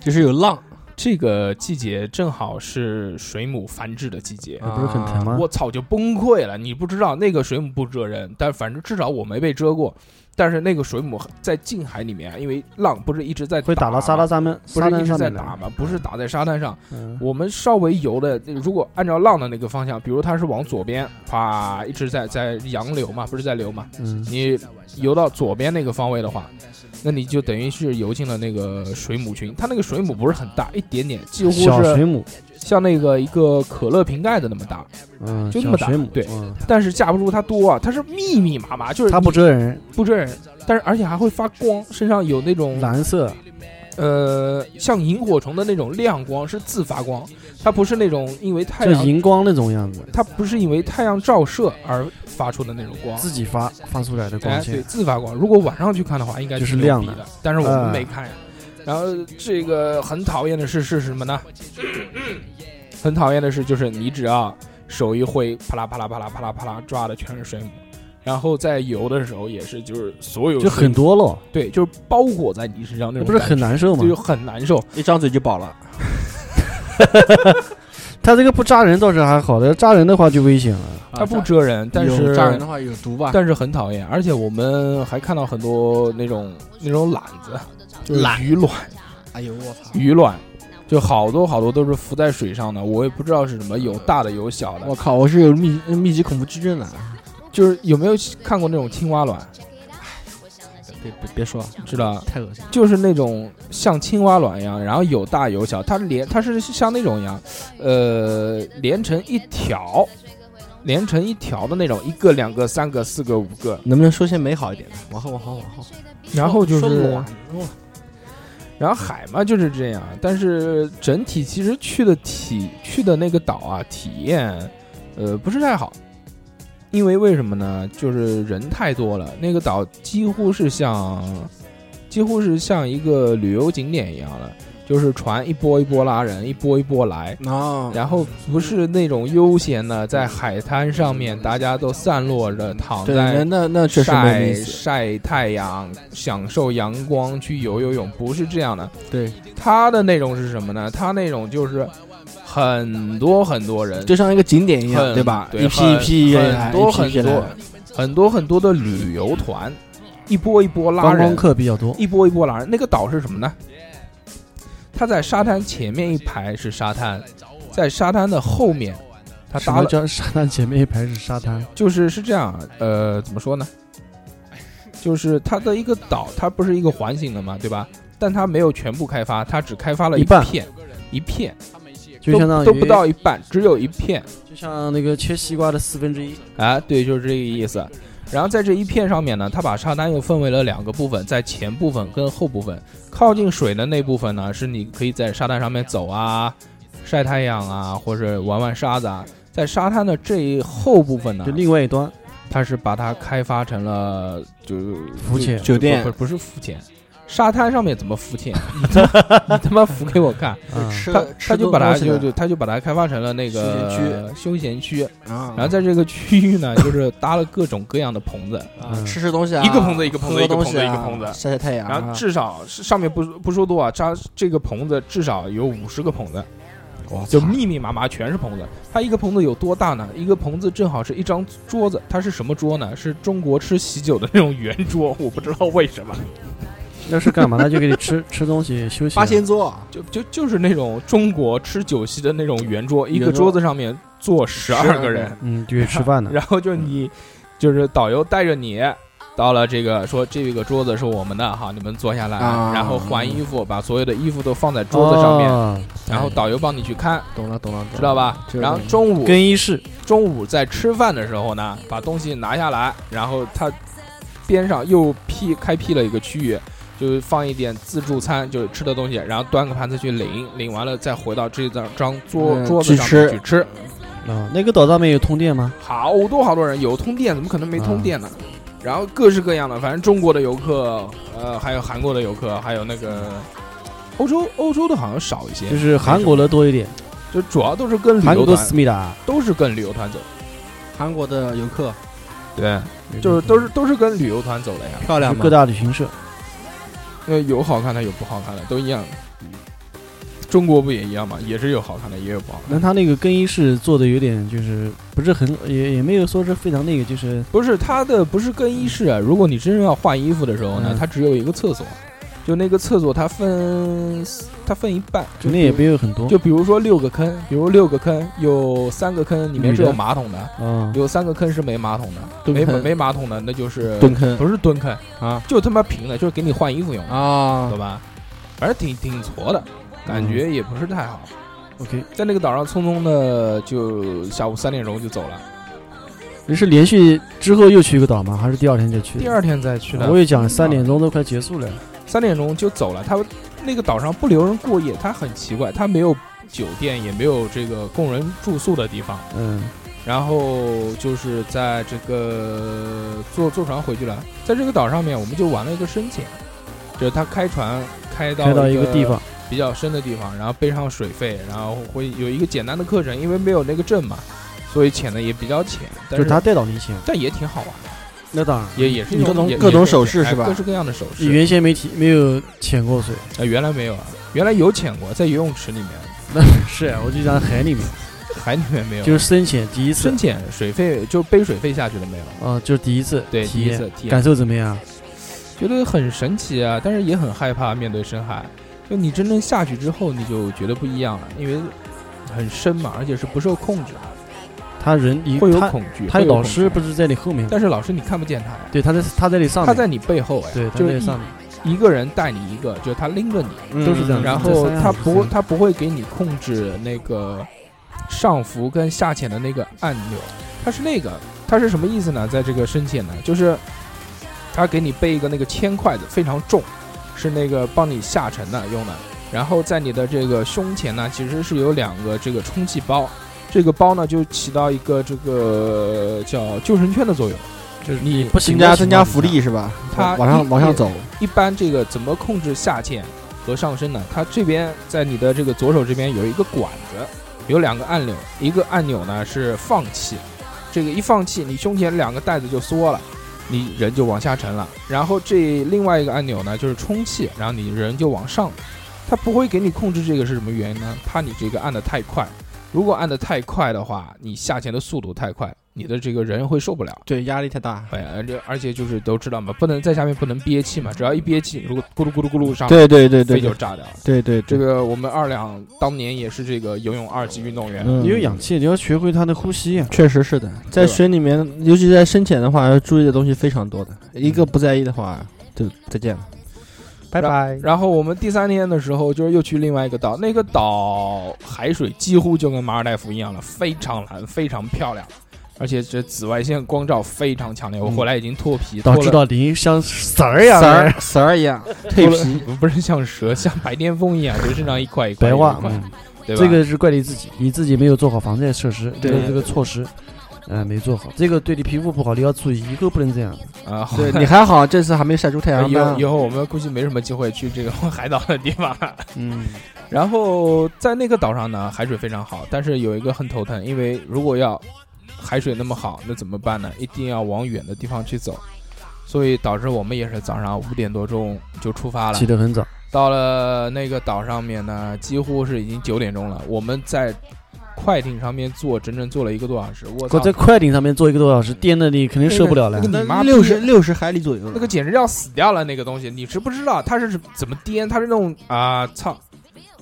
S4: 就是有浪，
S3: 这个季节正好是水母繁殖的季节。
S2: 那不是很疼吗？
S3: 啊我操，就崩溃了！你不知道那个水母不蜇人，但反正至少我没被蜇过。但是那个水母在近海里面啊，因为浪不是一直在
S2: 会打到沙
S3: 吗
S2: 拉上面，
S3: 不
S2: 沙
S3: 是
S2: 滩
S3: 一直
S2: 上
S3: 在
S2: 面
S3: 打
S2: 来，
S3: 吗？不是打在沙滩上，
S2: 嗯，
S3: 我们稍微游的，如果按照浪的那个方向，比如它是往左边，啪，一直在在洋流嘛，不是在流嘛，
S2: 嗯
S3: 你游到左边那个方位的话，那你就等于是游进了那个水母群。它那个水母不是很大，一点点，几乎
S2: 小水
S3: 是
S2: 母，
S3: 像那个一个可乐瓶盖的那么大，
S2: 嗯，
S3: 就那
S2: 小
S3: 么大
S2: 水母，
S3: 对
S2: 嗯
S3: 但是架不住它多啊，它是密密麻麻，就是
S2: 它不蜇人，
S3: 不蜇人，但是而且还会发光，身上有那种
S2: 蓝色，
S3: 呃像萤火虫的那种亮光，是自发光，它不是那种因为太
S2: 就
S3: 阳
S2: 荧光那种样子，
S3: 它不是因为太阳照射而发出的那种光，
S2: 自己发发出来的光
S3: 哎，对，
S2: 线，
S3: 自发光。如果晚上去看的话，应该
S2: 就是
S3: 挺
S2: 亮
S3: 牛逼
S2: 的
S3: 的，但是我们
S2: 嗯
S3: 没看呀。然后这个很讨厌的事是什么 呢？很讨厌的事就是你只要手一挥，啪啦啪啦啪啦啪啦啪啦抓的全是水母，然后在游的时候也是，就是所有
S2: 就
S3: 水
S2: 很多了，
S3: 对，就是包裹在你身上那
S2: 那
S3: 种
S2: 不是
S3: 感觉，
S2: 很难受吗
S3: 就？很难受。
S4: 一张嘴就饱了。
S2: 它这个不扎人倒是还好的，扎人的话就危险了。
S3: 它不蜇人，但
S4: 啊有
S3: 是
S4: 扎人的话有毒吧？
S3: 但是很讨厌，而且我们还看到很多那种那种懒子，就是
S4: 懒
S3: 鱼卵，
S4: 哎呦我操！
S3: 鱼卵，就好多好多都是浮在水上的，我也不知道是什么，有大的有小
S4: 我
S3: 的，
S4: 靠，我是有密密集恐怖症症的。啊
S3: 就是有没有看过那种青蛙卵？
S4: 别别别说了，
S3: 知道，
S4: 太恶心了。
S3: 就是那种像青蛙卵一样，然后有大有小，它连它是像那种一样，呃，连成一条，连成一条的那种，一个、两个、三个、四个、五个，
S4: 能不能说些美好一点的？往后往后往后。
S3: 然后就
S4: 说
S3: 是。
S4: 卵
S3: 然后海嘛就是这样，但是整体其实去的体去的那个岛啊，体验呃不是太好，因为为什么呢？就是人太多了，那个岛几乎是像几乎是像一个旅游景点一样的，就是船一波一波拉人，一波一波来。
S4: 啊，
S3: 然后不是那种悠闲的，在海滩上面大家都散落呃着躺
S4: 对，
S3: 在
S4: 那那那确实没
S3: 晒
S4: 意思。
S3: 晒太阳、享受阳光、去游游泳，不是这样的。
S4: 对，
S3: 他的那种是什么呢？他那种就是很多很多人，
S4: 就像一个景点一样，
S3: 很
S4: 对吧？
S3: 对
S4: 一批一批人来，
S3: 很多
S4: 一批一批
S3: 很多
S4: 来
S3: 很多很多的旅游团，一波一波拉
S2: 观光
S3: 人，
S2: 客比较多，
S3: 一波一波拉人。那个岛是什么呢？它在沙滩前面一排是沙滩，在沙滩的后面，它
S2: 什
S3: 搭
S2: 么
S3: 了，
S2: 叫沙滩前面一排是沙滩？
S3: 就是是这样，呃，怎么说呢？就是它的一个岛，它不是一个环形的嘛，对吧？但它没有全部开发，它只开发了
S2: 一半
S3: 片，一片
S2: 就相当于
S3: 都都不到一半，只有一片。
S2: 就像那个切西瓜的四分之一。
S3: 啊，对，就是这个意思。然后在这一片上面呢，它把沙滩又分为了两个部分，在前部分跟后部分。靠近水的那部分呢，是你可以在沙滩上面走啊、晒太阳啊，或者玩玩沙子啊。在沙滩的这一后部分呢
S2: 就，另外一端
S3: 它是把它开发成了就是
S2: 浮潜
S4: 酒店
S3: 不不不是浮潜，沙滩上面怎 么浮潜？你他妈你他妈浮给我看！
S2: 啊，
S4: 吃
S3: 他他
S4: 吃
S3: 就
S4: 东
S3: 把它
S4: 东西
S3: 就
S4: 的
S3: 就他就把它开发成了那个
S4: 休闲
S3: 休闲区，
S4: 啊，
S3: 然后在这个区 域呢，就是搭了各种各样的棚子，
S2: 嗯
S4: 吃吃东西啊，
S3: 一个棚子一个棚子
S4: 喝喝东西啊
S3: 一个棚子一个棚子
S4: 晒晒太阳啊，
S3: 然后至少是上面不不说多啊，扎这个棚子至少有五十个棚子，就密密麻麻全是棚子。它一个棚子有多大呢？一个棚子正好是一张桌子，它是什么桌呢？是中国吃喜酒的那种圆桌，我不知道为什么，
S2: 那是干嘛？那就给你吃 吃东西休息啊。
S4: 八仙桌啊，
S3: 就就就是那种中国吃酒席的那种圆桌，一
S4: 圆
S3: 个
S4: 桌
S3: 桌子上面坐十二个人，
S2: 嗯，就去吃饭呢。
S3: 然后就是你，就是导游带着你到了这个，说这个桌子是我们的哈，你们坐下来，
S4: 啊
S3: 然后换衣服，把所有的衣服都放在桌子上面，
S2: 面
S3: 然后导游帮你去看，
S4: 懂了懂了，懂了
S3: 知道？吧？
S4: 知道
S3: 然后中午
S2: 更衣室，
S3: 中午在吃饭的时候呢，把东西拿下来，然后它边上又辟开辟了一个区域。就是放一点自助餐，就是吃的东西，然后端个盘子去领，领完了再回到这张张桌
S4: 嗯
S3: 桌
S4: 去
S3: 子上面
S4: 吃
S3: 去吃。
S2: 啊，那个岛上面有通电吗？
S3: 好多好多人有通电，怎么可能没通电呢？然后各式各样的，反正中国的游客，呃，还有韩国的游客，还有那个欧洲欧洲的好像少一些，
S2: 就是韩国的多一点，
S3: 就主要都是跟旅
S2: 韩
S3: 游
S2: 国
S3: 团
S2: 思密达，
S3: 都是跟旅游团走，
S4: 韩国的游客
S3: 对，就是都是都是跟旅游团走的呀。
S4: 漂亮
S2: 就
S4: 吗
S2: 各？大旅行社。
S3: 那有好看的，有不好看的，都一样。嗯中国不也一样吗？也是有好看的，也有不好看的。
S2: 那他那个更衣室做的有点就是不是很也也没有说是非常那个，就是
S3: 不是它的，不是更衣室啊。如果你真正要换衣服的时候呢
S2: 嗯，
S3: 它只有一个厕所，就那个厕所它分它分一半，
S2: 肯定也没有很多。
S3: 就比如说六个坑，比如六个坑，有三个坑里面是
S2: 女的
S3: 有马桶的，
S2: 啊，
S3: 有三个坑是没马桶的，
S4: 蹲
S3: 没
S4: 坑
S3: 没马桶的那就是
S4: 蹲坑
S3: 不是蹲坑
S4: 啊，
S3: 就他妈平的，就是给你换衣服用的，
S4: 啊
S3: 懂，吧？反正挺挺挫的，感觉也不是太好。
S2: OK，
S3: 在那个岛上匆匆的就下午三点钟就走了，
S2: 你是连续之后又去一个岛吗？还是第二天再去？
S3: 第二天再去的。
S2: 我也讲三点钟都快结束了，
S3: 三点钟就走了。他那个岛上不留人过夜，他很奇怪，他没有酒店，也没有这个供人住宿的地方。
S2: 嗯，
S3: 然后就是在这个坐坐船回去了，在这个岛上面，我们就玩了一个深潜，就是他开船开到
S2: 开到一个地方，
S3: 比较深的地方，然后背上水费，然后会有一个简单的课程，因为没有那个证嘛，所以潜的也比较浅，但
S2: 就是他带导你行。
S3: 但也挺好玩的，
S2: 那当然，
S3: 也也是一
S4: 你各种
S3: 也
S4: 各种
S3: 也是
S4: 手势
S3: 哎
S4: 是吧
S3: 各式各样的手
S2: 你
S3: 势。
S2: 原先没提没有潜过水，
S3: 啊，原来没有啊，原来有潜过，在游泳池里面，
S2: 那是啊我就讲海里面，
S3: 海里面没有，
S2: 就是深潜第一次
S3: 嗯深潜水费就背水费下去了没有？
S2: 啊，就是第一次
S3: 对，
S2: 体
S3: 第一
S2: 验，
S3: 次体验
S2: 感受怎么样？
S3: 觉得很神奇啊，但是也很害怕面对深海。就你真正下去之后，你就觉得不一样了，因为很深嘛，而且是不受控制，
S2: 他人离
S3: 会有
S2: 他
S3: 恐惧。
S2: 他
S3: 会有
S2: 老师
S3: 恐
S2: 不
S3: 惧，
S2: 是在你后面吗，
S3: 但是老师你看不见他呀，
S2: 对，他在他在你上
S3: 他
S2: 面，
S3: 在你背后哎，
S2: 对他
S3: 就
S2: 在
S3: 是
S2: 上面，
S3: 一一个人带你一个，就是他拎着你，
S2: 都是这样嗯
S3: 然
S2: 在
S3: 后
S2: 山上
S3: 他
S2: 是
S3: 不
S2: 这样
S3: 他不会给你控制那个上浮跟下潜的那个按钮，它是那个它是什么意思呢？在这个深潜呢，就是他给你备一个那个铅筷子，非常重，是那个帮你下沉的用的。然后在你的这个胸前呢，其实是有两个这个充气包，这个包呢就起到一个这个叫救生圈的作用。
S2: 就是
S3: 你
S2: 不行
S4: 增
S2: 的
S4: 加
S2: 情
S4: 增加
S2: 况
S4: 浮
S2: 下
S4: 力是吧？
S3: 它
S4: 往上
S3: 一
S4: 往上走，
S3: 一般这个怎么控制下潜和上升呢？它这边在你的这个左手这边有一个管子，有两个按钮，一个按钮呢是放气，这个一放气，你胸前两个带子就缩了，你人就往下沉了。然后这另外一个按钮呢就是充气，然后你人就往上。它不会给你控制这个是什么原因呢？怕你这个按的太快，如果按的太快的话，你下潜的速度太快，你的这个人会受不了。
S4: 对，压力太大。
S3: 哎，而且而且就是都知道嘛，不能在下面不能憋气嘛，只要一憋气，如果咕噜咕噜咕噜上来，
S4: 对对对对
S3: 肺
S4: 对
S3: 就炸掉了。
S4: 对对，
S3: 这个我们二两当年也是这个游泳二级运动员，
S4: 嗯
S2: 你有氧气，你要学会它的呼吸呀。
S4: 确实是的，在
S3: 对吧
S4: 水里面，尤其在深潜的话，要注意的东西非常多的，一个不在意的话，就再见了，拜拜。
S3: 然后我们第三天的时候，就是又去另外一个岛，那个岛海水几乎就跟马尔代夫一样了，非常蓝，非常漂亮，而且这紫外线光照非常强烈。我
S4: 嗯
S3: 回来已经脱皮，脱
S2: 导致
S3: 了
S2: 到淋像丝
S3: 哎
S2: 儿一样
S4: 色
S2: 的
S4: 儿色儿一 样，蜕皮。
S3: 不是像蛇，像白癜风一样，就身上一块一块
S2: 白话
S3: 一，块一
S2: 嗯
S3: 块，哎对吧？
S2: 这个是怪你自己，你自己没有做好防晒设施，这
S4: 对
S2: 个这个措施，呃，没做好，这个对你皮肤不好，你要注意，以后不能这样。
S3: 啊，好
S4: 对你还好，这次还没晒出太阳
S3: 以后
S4: 斑啊
S3: 以。后我们估计没什么机会去这个 海岛的地方了。
S2: 嗯，
S3: 然后在那个岛上呢，海水非常好，但是有一个很头疼，因为如果要海水那么好，那怎么办呢？一定要往远的地方去走，所以导致我们也是早上五点多钟就出发了
S2: 起，得很早，
S3: 到了那个岛上面呢，几乎是已经九点钟了。我们在快艇上面坐，整整坐了一个多小时，我
S2: 我
S3: 操
S2: 在，快艇上面坐一个多小时，颠的你肯定受不了了。
S3: 那你妈逼
S4: 六十六十海里左右，
S3: 那个简直要死掉了，那个东西你知不知道？它是怎么颠？它是那种啊，操！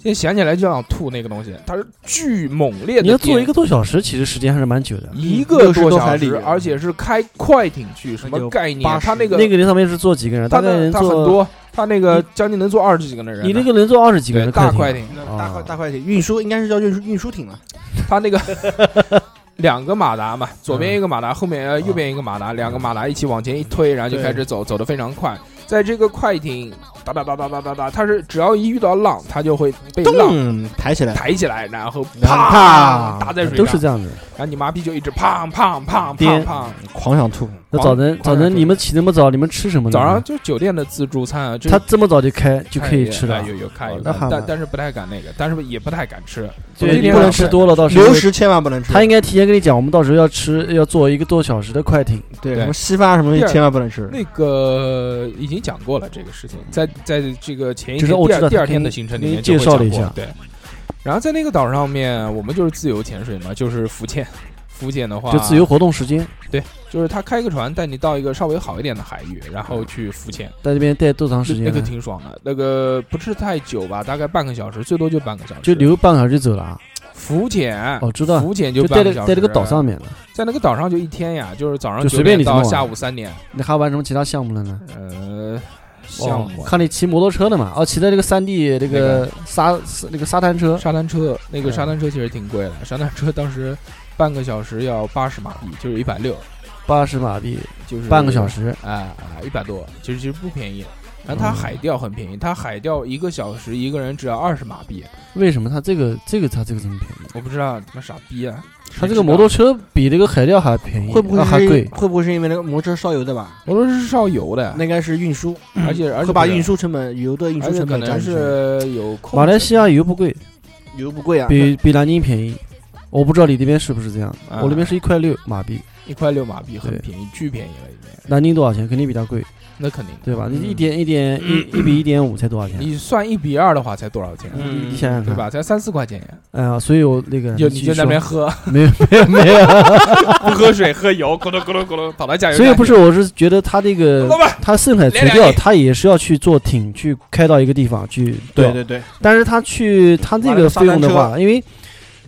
S3: 现在想起来就想吐那个东西，它是巨猛烈的。
S2: 你要坐一个多小时，其实时间还是蛮久的。
S3: 一个
S4: 60
S3: 多
S4: 多
S3: 小
S4: 海里
S3: 时，而且是开快艇去，什
S4: 那
S3: 么
S4: 就
S3: 概念？
S4: 80
S3: 他那个
S2: 那个人上面是坐几个人？
S3: 他
S2: 大概
S3: 的
S2: 能
S3: 他很
S2: 坐，
S3: 多，他那个将近能坐二十几个的人呢。啊
S2: 你那个能坐二十几个人
S3: 对
S2: 的
S3: 大
S2: 快
S3: 快
S2: 艇，啊
S3: 艇，
S4: 大快大快艇运输应该是叫运输运输艇了。
S3: 他那个两个马达嘛，左边一个马达，后面呃右边一个马达，两个马达一起往前一推，然后就
S4: 对
S3: 开始走，走得非常快。在这个快艇哒哒哒哒哒哒哒，它是只要一遇到浪，它就会被浪
S4: 咚，抬起来，
S3: 抬起来，然后
S4: 然后
S3: 啪
S4: 啪
S3: 打在水
S2: 都
S3: 上
S2: 是，这样子。
S3: 然后你妈逼就一直砰砰砰砰
S2: 颠
S3: 砰。
S4: 狂想吐。
S2: 那
S3: 狂
S2: 早晨
S3: 狂
S2: 早
S3: 热
S2: 晨
S3: 度
S2: 你们起那么早，你们吃什么呢？
S3: 早上就酒店的自助餐啊，就是
S2: 他这么早就开就可以吃
S3: 了，
S2: 了
S3: 哎，有有看
S2: 哦
S3: 有
S2: 那
S3: 看，
S2: 还
S3: 但
S2: 好
S3: 但是不太敢那个，但是也不太敢吃。
S2: 对，你
S3: 天
S2: 不能
S3: 晚
S2: 吃
S3: 上
S2: 多了，到时候
S4: 流食千万不能吃，
S2: 他应该提前跟你讲，我们到时候要吃，要坐一个多小时的快艇。
S4: 对
S3: 对
S4: 什么稀饭什么
S3: 第
S4: 东
S3: 二
S4: 西千万不能吃。
S3: 那个已经讲过了这个事情，在在这个前一
S2: 就是
S3: 天、
S2: 我
S3: 第
S2: 知道
S3: 二第
S2: 他
S3: 二天
S2: 给
S3: 的
S2: 你
S3: 行程
S2: 给
S3: 里
S2: 你
S3: 面就会
S2: 介绍了
S3: 讲
S2: 一
S3: 过
S2: 下
S3: 对。然后在那个岛上面，我们就是自由潜水嘛，就是浮潜。浮潜的话，
S2: 就自由活动时间，
S3: 就是他开个船带你到一个稍微好一点的海域，然后去浮潜，
S2: 在这边待多长哦时间啊
S3: 那个
S2: 呢？
S3: 挺爽的。那个不是太久吧，大概半个小时，最多就半个小时。
S2: 就留半个小时就走了啊，
S3: 浮潜，
S2: 哦知道
S3: 浮潜
S2: 就
S3: 半
S2: 待
S3: 个
S2: 在
S3: 小时，啊
S2: 在这个啊岛上面了。
S3: 在那个岛上就一天呀，就是早上9
S2: 就随便
S3: 点
S2: 你怎么
S3: 到
S2: 玩
S3: 下午三点，
S2: 你还玩什么其他项目了呢？
S3: 呃，项目
S2: 哦看你骑摩托车的嘛，哦，骑的这个山地这个沙沙那个沙滩车，
S3: 沙滩车，那个
S2: 嗯
S3: 沙滩车其实挺贵的，沙滩车当时半个小时要八十马币，就是一百六，
S2: 八十马力，
S3: 就是
S2: 半个小，时，
S3: 啊啊，一百多，其实其实不便宜。然后它
S2: 嗯
S3: 海钓很便宜，它海钓一个小时一个人只要二十马币，
S2: 为什么他这个这个他这个这么便宜？
S3: 我不知道他妈傻逼啊！
S2: 他这个摩托车比这个海钓还便宜，
S4: 会不会
S2: 啊
S4: 是
S2: 还贵？
S4: 会不会是因为那个摩托车烧油的吧？
S3: 摩托车是烧油的，
S4: 那应该是运输，
S3: 而且而且
S4: 会把
S3: 不是
S4: 运，输成本、油的运
S3: 而
S4: 输
S3: 且
S4: 成
S3: 可
S4: 本
S3: 能
S4: 加进去。
S3: 是有控
S2: 马来
S3: 制
S2: 西亚油不贵，
S4: 油不贵啊，
S2: 比比南京便宜。我不知道你那边是不是这样，
S3: 啊
S2: 我那边是一块六马币，
S3: 一块六马币，很
S2: 对
S3: 便宜，巨便宜了已经。
S2: 南京多少钱？肯定比它贵，
S3: 那肯定，
S2: 对吧？你
S3: 嗯
S2: 一点 一点一一比一点五才多少钱？
S3: 你算一比二的话才多少钱？啊
S4: 嗯
S2: 你想想
S3: 对
S2: 看，
S3: 吧？才三四块钱呀，
S2: 哎呀，所以我啊那个
S3: 就
S2: 继
S3: 你
S2: 续
S3: 就在那边
S2: 说
S3: 喝，
S2: 没有没有没 有，
S3: 不喝水喝油，咕噜咕噜咕噜跑到加油
S2: 所以
S3: 站
S2: 不
S3: 去
S2: 是，我是觉得他这个
S3: 老板
S2: 他深海垂
S3: 来两
S2: 钓，
S3: 亿
S2: 他也是要去坐艇去开到一个地方去钓，
S4: 对，
S2: 但是他去他这
S4: 玩那
S2: 个
S4: 个沙
S2: 费用的
S4: 滩
S2: 话，因为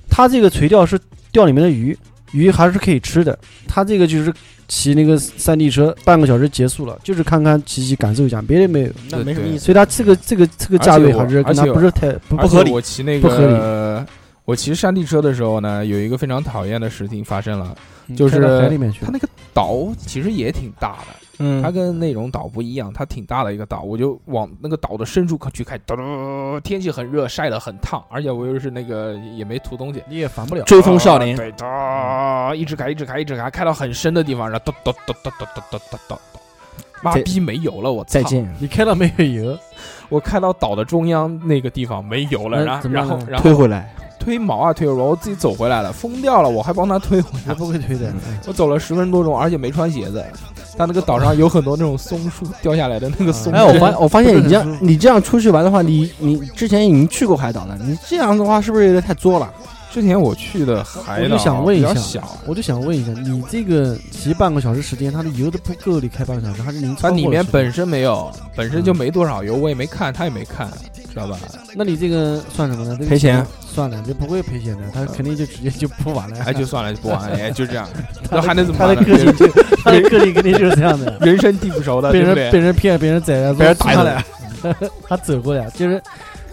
S2: 他这个垂钓是钓里面的鱼，鱼还是可以吃的，他这个就是骑那个山地车半个小时结束了，就是看看骑骑感受一下，别的没有，
S4: 那没什么意思。
S2: 所以他这个这个这个价位还是跟他不是太不
S3: 嗯而
S2: 不
S3: 且
S2: 合理。
S3: 我骑那
S2: 不合
S3: 个，我骑山地车的时候呢，有一个非常讨厌的事情发生了。就是
S2: 开到嗯海里面去
S3: 它，那个岛其实也挺大的，
S4: 嗯
S3: 它跟那种岛不一样，它挺大的一个岛。我就往那个岛的深处去开，嘟嘟嘟嘟天气很热，晒得很烫，而且我又是那个也没涂东西，
S2: 你也烦不了。
S4: 追风少年，
S3: 哦对，哒，一直开，一直开，一直开，开到很深的地方，然后哒哒哒哒哒哒哒哒哒，妈
S4: 再
S3: 逼没油了，我操
S4: 再见，
S2: 你开到没有油，
S3: 我开到岛的中央那个地方没油了，
S2: 那
S3: 然后
S2: 怎么
S3: 然后
S2: 办
S3: 然
S4: 推
S3: 后
S4: 回来。
S3: 推毛啊推油，我自己走回来了，疯掉了，我还帮他推回
S2: 他
S3: 来，
S2: 不会推的。
S3: 我走了十分多钟，而且没穿鞋子。他那个岛上有很多那种松树掉下来的那个松
S4: 哎，我
S3: 针
S4: 发我发现你这
S2: 不是很舒
S4: 样，你这样出去玩的话，你你之前已经去过海岛了，你这样的话是不是有点太作了？
S3: 之前我去的海
S2: 我
S3: 岛
S2: 就想问一
S3: 比较
S2: 下
S3: 小，，
S2: 我就想问一下，你这个骑半个小时时间，它的油都不够你开半个小时，还是您
S3: 它
S2: 超过了
S3: 里面
S2: 时间
S3: 本身没有，本身就没多少油，我也没看，他也没看，知道吧？
S2: 那你这个算什么呢？这个
S4: 赔钱
S2: 算了，这不会赔钱的，他肯定就直接就不 玩了。
S3: 嗯哎，就算了，就不玩了，哎，就这 样，
S2: 他
S3: 那
S2: 的
S3: 还能怎么
S2: 他的
S3: 办呢？
S2: 个性就 他的个性肯定就是这样 的，
S3: 人生地不熟的，
S2: 被
S3: 对不
S2: 人
S3: 对
S2: 被？人骗，被人宰了，
S3: 被人打
S2: 下
S3: 死
S2: 来，他走过来，就是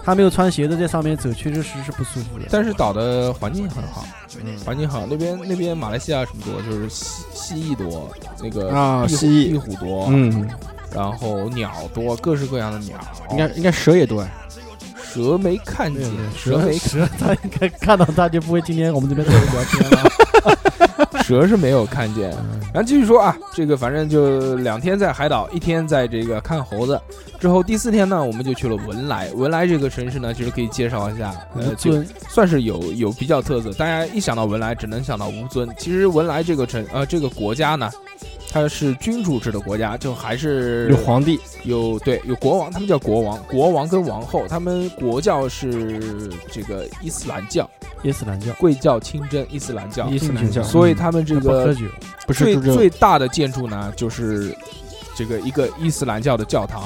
S2: 他没有穿鞋子在上面走，确确实实不舒服的。
S3: 但是岛的环境很好，环境好，那边那边马来西亚什么多，就是蜥蜥蜴多，那个
S4: 啊
S3: 壁虎
S4: 蜥蜴
S3: 壁虎多，
S4: 嗯，
S3: 然后鸟多，各式各样的鸟。
S4: 应该应该蛇也多哎，
S3: 蛇没看
S2: 对
S3: 见
S2: 对，，
S3: 蛇没
S2: 蛇，他应该看到他就不会今天我们这边在这聊天了。
S3: 蛇是没有看见。
S4: 嗯
S3: 然后继续说啊，这个反正就两天在海岛，一天在这个看猴子。之后第四天呢，我们就去了文莱。文莱这个城市呢，其实可以介绍一下，呃
S2: 吴，
S3: 这个
S2: 尊，
S3: 算是有有比较特色。大家一想到文莱，只能想到吴尊。其实文莱这个城，呃，这个国家呢，它是君主制的国家，就还是
S4: 有皇帝，
S3: 有对有国王，他们叫国王，国王跟王后，他们国教是这个伊斯兰教，
S2: 伊斯兰教，
S3: 贵教清真伊斯兰教，
S2: 伊斯兰教，
S3: 所以他们这
S2: 嗯不喝
S3: 个
S2: 酒，
S4: 嗯不是
S3: 最
S4: 猪肉
S3: 最大的建筑呢，就是这个一个伊斯兰教的教堂，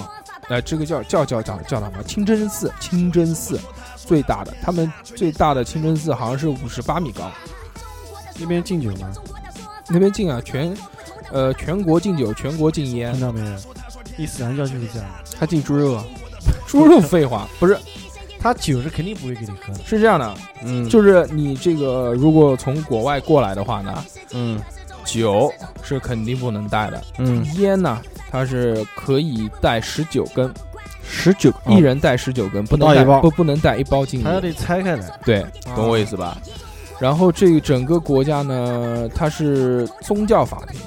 S3: 呃，这个叫叫教堂教堂吧，清真寺，清真寺最大的，他们最大的清真寺好像是五十八米高，
S2: 那边敬酒吗？
S3: 那边禁啊，全呃全国禁酒，全国禁
S4: 嗯
S3: 烟
S2: 看，到没啊有？伊斯兰教就是这样，
S4: 他进猪肉啊，
S3: 猪肉废话不是
S2: 他酒是肯定不会给你喝的。
S3: 是这样的，
S4: 嗯就
S3: 就是你这个如果从国外过来的话呢，
S4: 嗯
S3: 酒是肯定不能带的，
S4: 嗯，
S3: 烟呢它是可以带十九根，
S4: 十九
S3: 一人带十九根，不
S4: 不
S3: 能
S4: 到
S3: 带
S4: 哦一包
S3: 不不能带一包进
S2: 他要
S3: 去，
S2: 得拆开来，
S3: 对，懂我意思吧？然后这个整个国家呢，它是宗教法庭，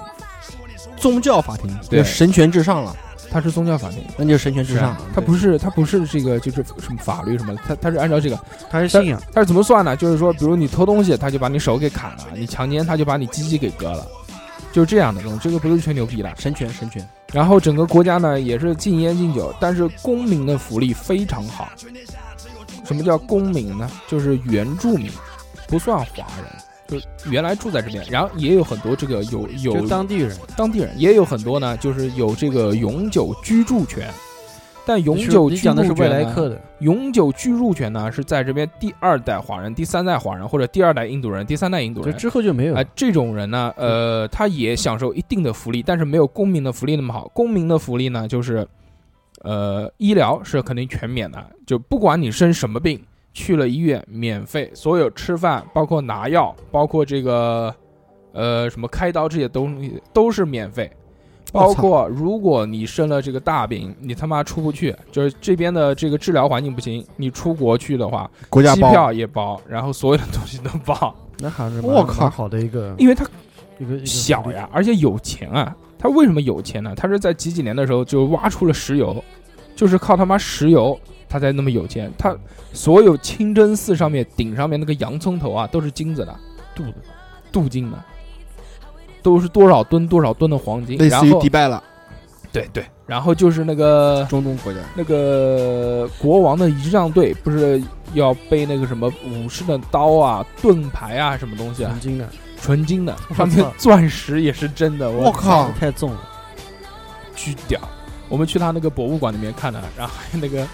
S4: 宗教法庭，
S3: 对
S4: 就神权至上了，
S3: 它是宗教法庭，
S4: 那就是神权至上
S3: 啊，它不是它不是这个就是什么法律什么的，它它是按照这个。
S2: 他是信仰，
S3: 但是怎么算呢？就是说，比如你偷东西，他就把你手给砍了；你强奸，他就把你鸡鸡给割了，就是这样的东西。这个不是吹牛逼的。
S4: 神权神权，
S3: 然后整个国家呢也是禁烟禁酒，但是公民的福利非常好。什么叫公民呢？就是原住民，不算华人，就原来住在这边，然后也有很多这个有有
S2: 就当地人，
S3: 当地人，也有很多呢，就是有这个永久居住权。但永久
S2: 你
S3: 居
S2: 讲的是
S3: 住啊
S2: 未
S3: 权
S2: 来
S3: 呢
S2: 客的，
S3: 永久居住权呢是在这边第二代华人、第三代华人或者第二代印度人、第三代印度
S2: 就
S3: 人。
S2: 之后就没有
S3: 啊、
S2: 了。
S3: 这种人呢，呃，他也享受一定的福利，但是没有公民的福利那么好。公民的福利呢，就是，呃，医疗是肯定全免的，就不管你生什么病，去了医院免费，所有吃饭，包括拿药，包括这个，呃，什么开刀这些东西都是免费。包
S4: 我操
S3: 括如果你生了这个大病，你他妈出不去，就是这边的这个治疗环境不行，你出国去的话，
S4: 国家
S3: 机
S4: 包
S3: 票也包，然后所有的东西都包，
S2: 那还是蛮
S4: 我靠
S2: 蛮好的一个
S3: 因为他
S2: 一个一个
S3: 小呀，而且有钱啊。他为什么有钱呢？他是在几几年的时候就挖出了石油，就是靠他妈石油，他才那么有钱。他所有清真寺上面顶上面那个洋葱头啊，都是金子的，镀的，镀金的，都是多少吨多少吨的黄金。
S4: 类
S3: 然
S4: 似于
S3: 后
S4: 迪拜了，
S3: 对对，然后就是那个
S4: 中东国家，
S3: 那个国王的仪仗队，不是要背那个什么武士的刀啊、盾牌啊什么东西啊
S2: 黄，金的，
S3: 纯金的，
S2: 我
S3: 上面
S2: 操
S3: 钻石也是真的。我
S4: 我靠，
S2: 太重了，
S3: 巨屌！我们去他那个博物馆里面看的，然后还有那个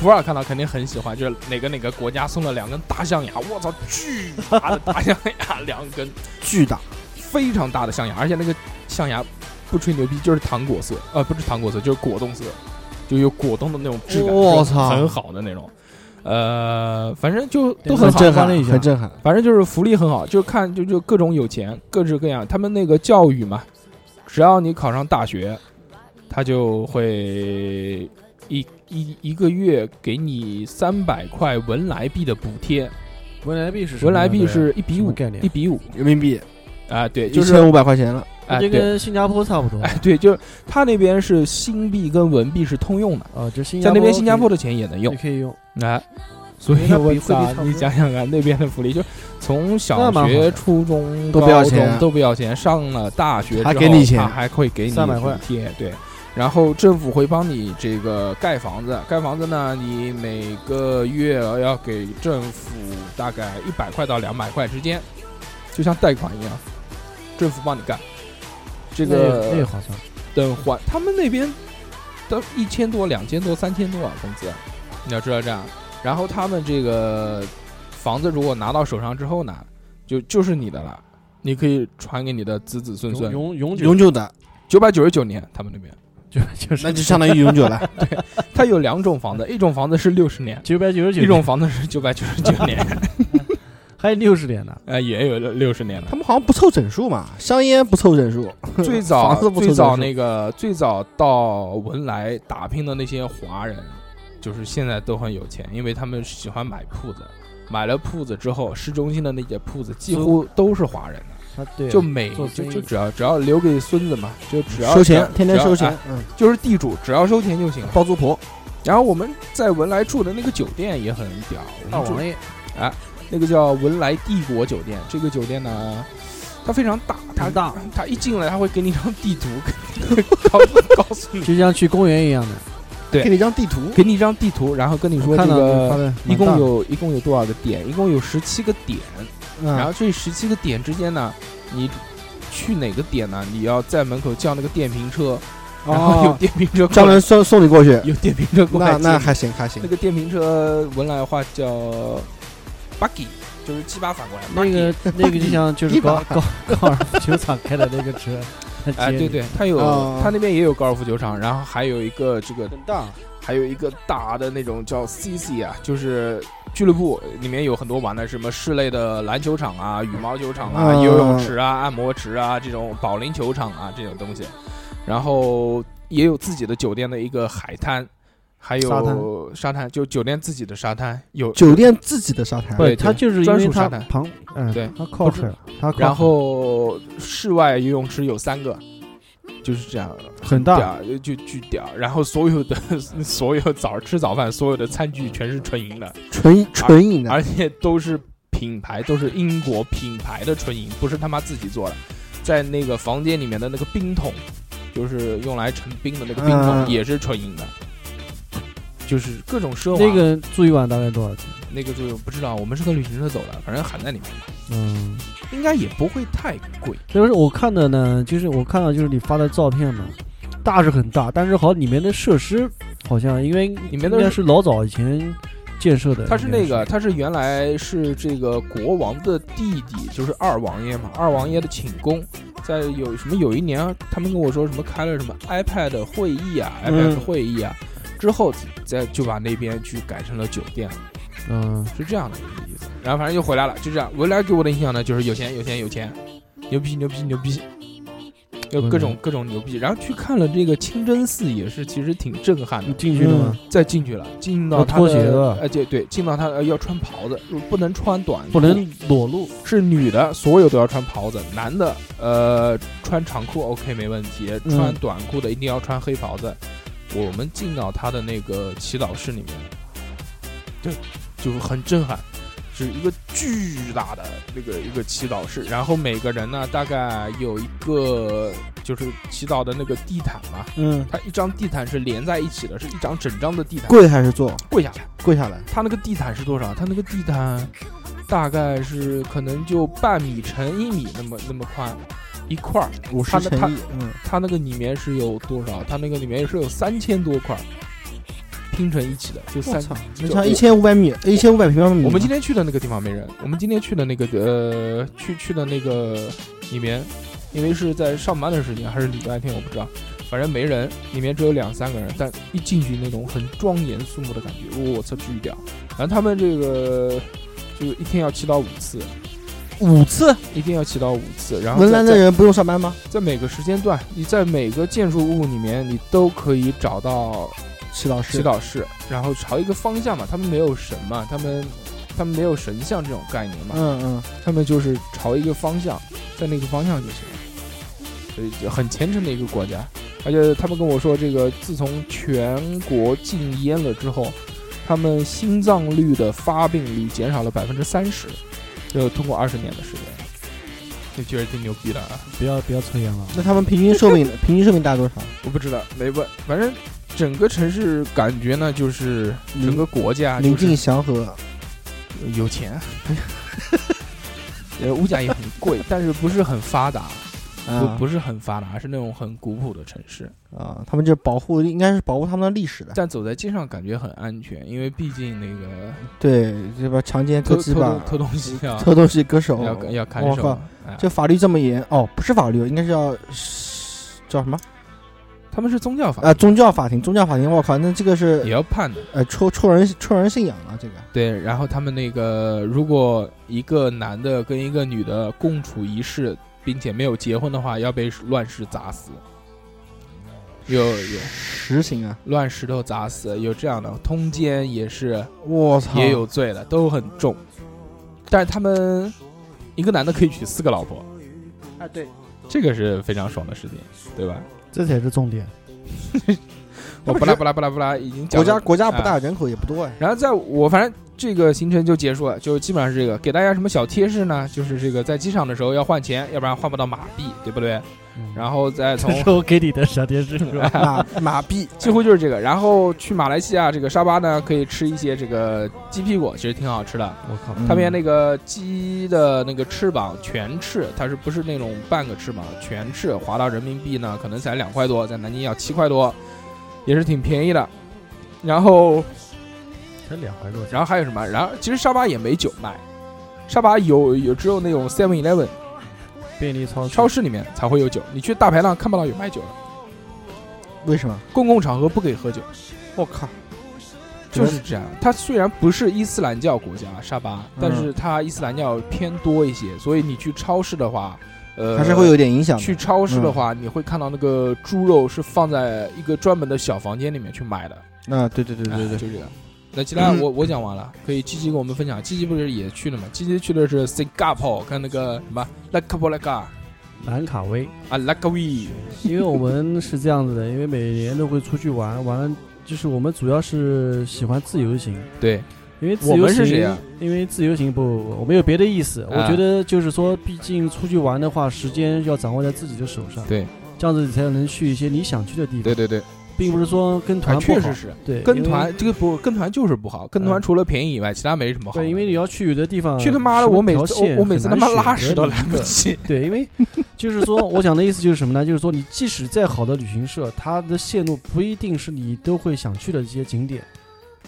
S3: 普洱看到肯定很喜欢，就是哪个哪个国家送了两根大象牙，我操，巨大的大象牙，两根
S4: 巨大，
S3: 非常大的象牙，而且那个象牙不吹牛逼，就是糖果色，呃，不是糖果色，就是果冻色，就有果冻的那种质感，
S4: 我
S3: 就是
S4: 操
S3: 很好的那种。呃，反正就都
S2: 很
S3: 很好，
S2: 震
S4: 震撼
S2: 撼了一，下
S4: 很震撼，
S3: 反正就是福利很好，就看就就各种有钱，各式各样。他们那个教育嘛，只要你考上大学，他就会一一一个月给你三百块文莱币的补贴，
S2: 文莱币是什么
S3: 文莱币
S2: 样的呀
S3: 是一比
S2: 什么
S3: 五
S2: 概念
S3: 一比五
S4: 人民币
S3: 啊，对，
S4: 一
S3: 就是
S4: 千五百块钱了，
S3: 哎
S2: 就
S3: 对
S2: 跟新加坡差不多
S3: 哎对，就是他那边是新币跟文币是通用的，
S2: 啊，就新
S3: 在那边新加坡的
S2: 的
S3: 钱也能用
S2: 也可以用，
S3: 哎。所以
S2: 因为它
S3: 我
S2: 比汇率
S3: 操
S2: 差不，多
S3: 你想想看，那边的福利就从
S2: 那
S3: 小
S2: 蛮好
S3: 学、
S2: 的
S3: 初中
S4: 都不要
S3: 高中
S4: 钱
S3: 都不要钱，上了大学之后
S4: 还给你钱
S3: 他还会给你
S2: 300块
S3: 补贴，对。然后政府会帮你这个盖房子，盖房子呢，你每个月要给政府大概一百块到两百块之间，就像贷款一样，政府帮你盖。这
S2: 那
S3: 个
S2: 个那个好像
S3: 等还他们那边都一千多、两千多、三千多啊，工资，你要知道这样。然后他们这个房子如果拿到手上之后呢，就就是你的了，你可以传给你的子子孙
S2: 永
S3: 孙。
S2: 永永久
S4: 永久的，
S3: 九百九十九年，他们那 边
S2: 就就是
S4: 那就相当于永久了。
S3: 它有两种房子，一种房子是六十年，
S2: 九百九十九，
S3: 一种房子是九百九十九年，
S2: 还有六十年呢。
S3: 呃，也有六十年的
S4: 他。们好像不凑整数嘛，香烟不凑整数，
S3: 最早
S4: 房子不凑
S3: 最早
S4: 整
S3: 那
S4: 数。
S3: 个最早到文莱打拼的那些华人，就是现在都很有钱，因为他们喜欢买铺子，买了铺子之后，市中心的那些铺子几乎都是华人的，
S2: 啊，对，
S3: 就每
S2: 做
S3: 就
S2: 生意
S3: 就只要只要留给孙子嘛，就只要
S4: 收钱，
S3: 只
S4: 天天
S3: 只要
S4: 收钱
S3: 哎，
S4: 嗯，
S3: 就是地主只要收钱就行了。
S4: 包租婆，
S3: 然后我们在文莱住的那个酒店也很屌，我
S2: 大
S3: 们住哎
S2: 王爷
S3: 那个叫文莱帝国酒店。这个酒店呢，它非常大，它
S2: 很大，
S3: 它一进来，它会给你一张地 图，告诉告诉你，
S2: 就像去公园一样的，
S3: 对
S4: 给你一张地图，
S3: 给你一张地图，然后跟你
S2: 我
S3: 说这
S2: 看到那发
S3: 个
S2: 的
S3: 一
S2: 蛮
S3: 共
S2: 大的
S3: 有一共有多少个点，一共有十七个点，然
S4: 嗯，
S3: 后这十七个点之间呢，你。去哪个点呢？你要在门口叫那个电瓶车，然后有
S4: 哦，
S3: 电瓶车过
S4: 专门
S3: 来，
S4: 送送你过去，
S3: 有电瓶车过来
S4: 那
S3: 接你。
S4: 那还行还行
S3: 那，个电瓶车文莱话叫 buggy，就是鸡巴反过来。
S2: 那
S3: buggy
S2: 个那个就 像就是高高高尔夫球场开的那个 车，
S3: 哎，对对，它有，
S4: 哦
S3: 它那边也有高尔夫球场，然后还有一个这个，
S4: 很大，
S3: 还有一个大的那种叫 CC 啊，就是俱乐部里面有很多玩的什么室内的篮球场啊、羽毛球场啊、
S4: 嗯
S2: 哦
S3: 游泳池啊、按摩池啊这种保龄球场啊这种东西，然后也有自己的酒店的一个海滩，还有
S2: 沙滩
S3: 沙滩就酒店自己的沙滩有，
S4: 酒店自己的沙滩，
S2: 不
S3: 对，
S2: 他
S3: 对
S2: 就是因
S3: 专
S2: 为
S3: 属沙
S2: 他
S3: 滩
S2: 旁，嗯，
S3: 对
S2: 他靠海，他 靠海
S3: 然后 室外游泳池有三个，就是这样。
S2: 很大，
S3: 屌，就巨屌。然后所有的 所有早吃早饭，所有的餐具全是纯银的，
S4: 纯纯饮啊的，
S3: 而且都是品牌，都是英国品牌的纯银，不是他妈自己做的。在那个房间里面的那个冰桶，就是用来盛冰的那个冰桶，
S4: 嗯
S3: 也是纯银的。就是各种奢华，
S2: 那个住一晚大概多少钱？
S3: 那个就不知道，我们是跟旅行社走的，反正含在里面，
S2: 嗯，
S3: 应该也不会太贵。
S2: 就是我看的呢，就是我看到就是你发的照片嘛，大是很大，但是好像里面的设施好像因为
S3: 里面
S2: 应
S3: 都
S2: 该
S3: 是
S2: 是老早以前建设的，
S3: 他是那
S2: 应该
S3: 个，
S2: 是
S3: 他是原来是这个国王的弟弟，就是二王爷嘛。二王爷的寝宫，在有什么有一年啊，他们跟我说什么开了什么 iPad 会议啊、i p a d
S4: 嗯
S3: 会议啊，之后再就把那边去改成了酒店，
S2: 嗯，
S3: 是这样的一个意思。然后反正就回来了，就这样。文莱给我的印象呢，就是有钱有钱有钱，牛逼牛逼牛逼，有各种各种牛逼。然后去看了这个清真寺，也是其实挺震撼的
S2: 你。进去了吗？
S3: 再进去了，进到
S2: 要
S3: 他
S2: 脱鞋
S3: 的
S2: 了
S3: 呃，对对，进到他的、呃要穿袍子，不能穿短裤，
S2: 不能裸露，
S3: 是女的，所有都要穿袍子，男的呃穿长裤 OK 没问题，
S2: 嗯
S3: 穿短裤的一定要穿黑袍子。我们进到他的那个祈祷室里面，对，就是很震撼，是一个巨大的那个一个祈祷室，然后每个人呢大概有一个就是祈祷的那个地毯嘛，
S4: 嗯，
S3: 它一张地毯是连在一起的，是一张整张的地毯，
S4: 跪还是坐？
S3: 跪下来。
S4: 跪下来，
S3: 它那个地毯是多少？它那个地毯大概是可能就半米乘一米那么那么宽，一块儿。
S4: 五十
S3: 他的他
S4: 乘以，嗯，
S3: 它那个里面是有多少？它那个里面是有三千多块儿拼成一起的，就三
S4: 我。操，
S3: 就
S4: 那像
S3: 我
S4: 一千五百米，一千五百平方米吗。
S3: 我们今天去的那个地方没人，我们今天去的那个呃，去去的那个里面，因为是在上班的时间还是礼拜天，我不知道，反正没人，里面只有两三个人，但一进去那种很庄严肃穆的感觉，我操，巨屌！然后他们这个就是一天要祈祷五次，
S4: 五次，
S3: 一定要祈祷五次，然后
S4: 文
S3: 在
S4: 莱的人不用上班吗？
S3: 在每个时间段，你在每个建筑物里面，你都可以找到
S4: 祈祷室，
S3: 祈，祷室，然后朝一个方向嘛，他们没有神嘛，他们他们没有神像这种概念嘛，
S4: 嗯嗯，
S3: 他们就是朝一个方向，在那个方向就行了。所以就很虔诚的一个国家，而且他们跟我说，这个自从全国禁烟了之后，他们心脏率的发病率减少了百分之三十，就通过二十年的时间。这确实挺牛逼的啊！
S2: 不要不要抽烟了。
S4: 那他们平均寿 命，平均寿命大概多少？
S3: 我不知道，没问，反正整个城市感觉呢，就是
S4: 宁
S3: 整个国家
S4: 宁
S3: 就是
S4: 静祥和，啊
S3: 有钱， 呃，物价也很贵，但是不是很发达，不
S4: 啊
S3: 不是很发达，是那种很古朴的城市。
S4: 啊，他们就保护，应该是保护他们的历史的。
S3: 但走在街上感觉很安全，因为毕竟那个
S4: 对，这边强奸
S3: 偷
S4: 嗯割鸡
S3: 偷
S4: 巴
S3: 东、偷东 西啊，
S4: 偷东西、割手，
S3: 要要看
S4: 我
S3: 守
S4: 靠
S3: 啊。哎
S4: 这法律这么严哦，不是法律，应该是要叫什么
S3: 他们是宗教法
S4: 啊？宗教法庭，宗教法庭，我靠，那这个
S3: 也
S4: 是
S3: 要判的。
S4: 呃戳戳人戳人信仰了，这个
S3: 对，然后他们那个，如果一个男的跟一个女的共处一室，并且没有结婚的话，要被乱石砸死。有有
S4: 实行啊！
S3: 乱石头砸死，有这样的通奸也是
S4: 我操，
S3: 也有罪的，都很重。但是他们一个男的可以娶四个老婆，
S4: 啊，对，
S3: 这个是非常爽的事情，对吧？
S2: 这才是重点。
S3: 我
S4: 不
S3: 不拉
S4: 是
S3: 不拉不拉不拉，已经讲
S4: 国家
S3: 了
S4: 国家不
S3: 啊
S4: 大，人口也不多哎。
S3: 然后在我反正这个行程就结束了，就基本上是这个。给大家什么小贴士呢？就是这个在机场的时候要换钱，要不然换不到马币，对不对？然后 再从
S2: 这是我给你的小电视是吧？
S4: 马马币，
S3: 几乎就是这个。然后去马来西亚这个沙巴呢，可以吃一些这个鸡屁股，其实挺好吃的。
S2: 我靠，
S3: 他们家
S4: 嗯
S3: 那个鸡的那个翅膀全翅，它是不是那种半个翅膀全翅？划到人民币呢，可能才两块多，在南京要七块多，也是挺便宜的。然后
S2: 才两块多
S3: 然后还有什么？然后其实沙巴也没酒卖，沙巴有有只有那种 Seven Eleven
S2: 便利超市
S3: 超市里面才会有酒，你去大排档看不到有卖酒的，
S4: 为什么？
S3: 公共场合不可以喝酒，
S4: 我靠，
S3: 就是这样。它虽然不是伊斯兰教国家沙巴，
S4: 嗯
S3: 但是它伊斯兰教偏多一些，所以你去超市的话，呃，
S4: 还是会有点影响的嗯
S3: 去。超市的话，你会看到那个猪肉是放在一个专门的小房间里面去买的，
S4: 啊，对对对对
S3: 哎
S4: 对，
S3: 就这个。那其 他我我讲完了，可以积极跟我们分享。积极不是也去了吗？积极去的是 Singapore 跟那个什么 l a k a b o l a k a
S2: 兰卡威，
S3: 啊 l a k a w i
S2: 因为我们是这样子的，因为每年都会出去玩，完了就是我们主要是喜欢自由行，
S3: 对，
S2: 因为自
S3: 我
S2: 由
S3: 们是
S2: 行，
S3: 谁呀
S2: 因为自由行不不，不我没有别的意思，我
S3: 啊
S2: 觉得就是说，毕竟出去玩的话，时间要掌握在自己的手
S4: 啊
S2: 上，
S3: 对，
S2: 这样子你才能去一些你想去的地方，
S3: 对对，
S2: 并不是说跟
S3: 啊，
S2: 团不
S3: 确
S2: 好
S3: 实，是
S2: 对，
S3: 跟
S2: 因为
S3: 团，这个不跟团就是不好，跟团
S2: 嗯
S3: 除了便宜以外，其他没什么好的。
S2: 对，因为你要去有的地方，
S3: 去他妈的，
S2: 什么
S3: 我每
S2: 条
S3: 次
S2: 线
S3: 我我每次他
S2: 很
S3: 妈
S2: 难
S3: 拉屎
S2: 选择
S3: 都
S2: 你
S3: 来
S2: 一
S3: 不
S2: 个
S3: 及。
S2: 对，因为就是说，我讲的意思就是什么呢？就是说，你即使再好的旅行社，它的线路不一定是你都会想去的一些景点，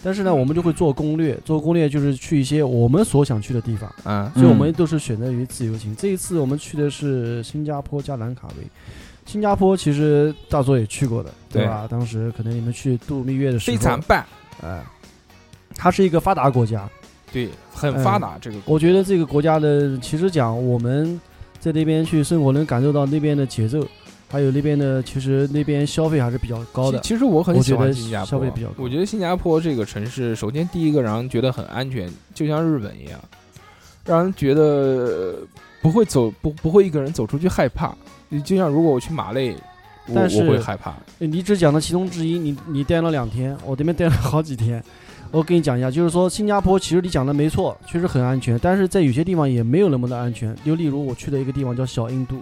S2: 但是呢，
S3: 嗯
S2: 我们就会做攻略，做攻略就是去一些我们所想去的地方，
S3: 嗯
S2: 所以我们都是选择于自由行。这一次我们去的是新加坡加兰卡威。新加坡其实大佐也去过的，对
S3: 对
S2: 吧？当时可能你们去度蜜月的时
S3: 非
S2: 候，
S3: 常棒，
S2: 呃，它是一个发达国家，
S3: 对，很
S2: 嗯
S3: 发达这个。
S2: 我觉得这个国家的，其实讲我们在那边去生活，能感受到那边的节奏，还有那边的，其实那边消费还是比较高的
S3: 其。其实我很喜
S2: 我觉
S3: 欢
S2: 得
S3: 新加坡，
S2: 消费比较高
S3: 我觉得新加坡这个城市，首先第一个让人觉得很安全，就像日本一样，让人觉得呃不会走不不会一个人走出去害怕。你就像如果我去马累，我
S2: 但是
S3: 我会害怕。
S2: 你只讲了其中之一，你你待了两天，我这边待了好几天。我跟你讲一下，就是说新加坡其实你讲的没错，确实很安全，但是在有些地方也没有那么的安全。就例如我去的一个地方叫小印度，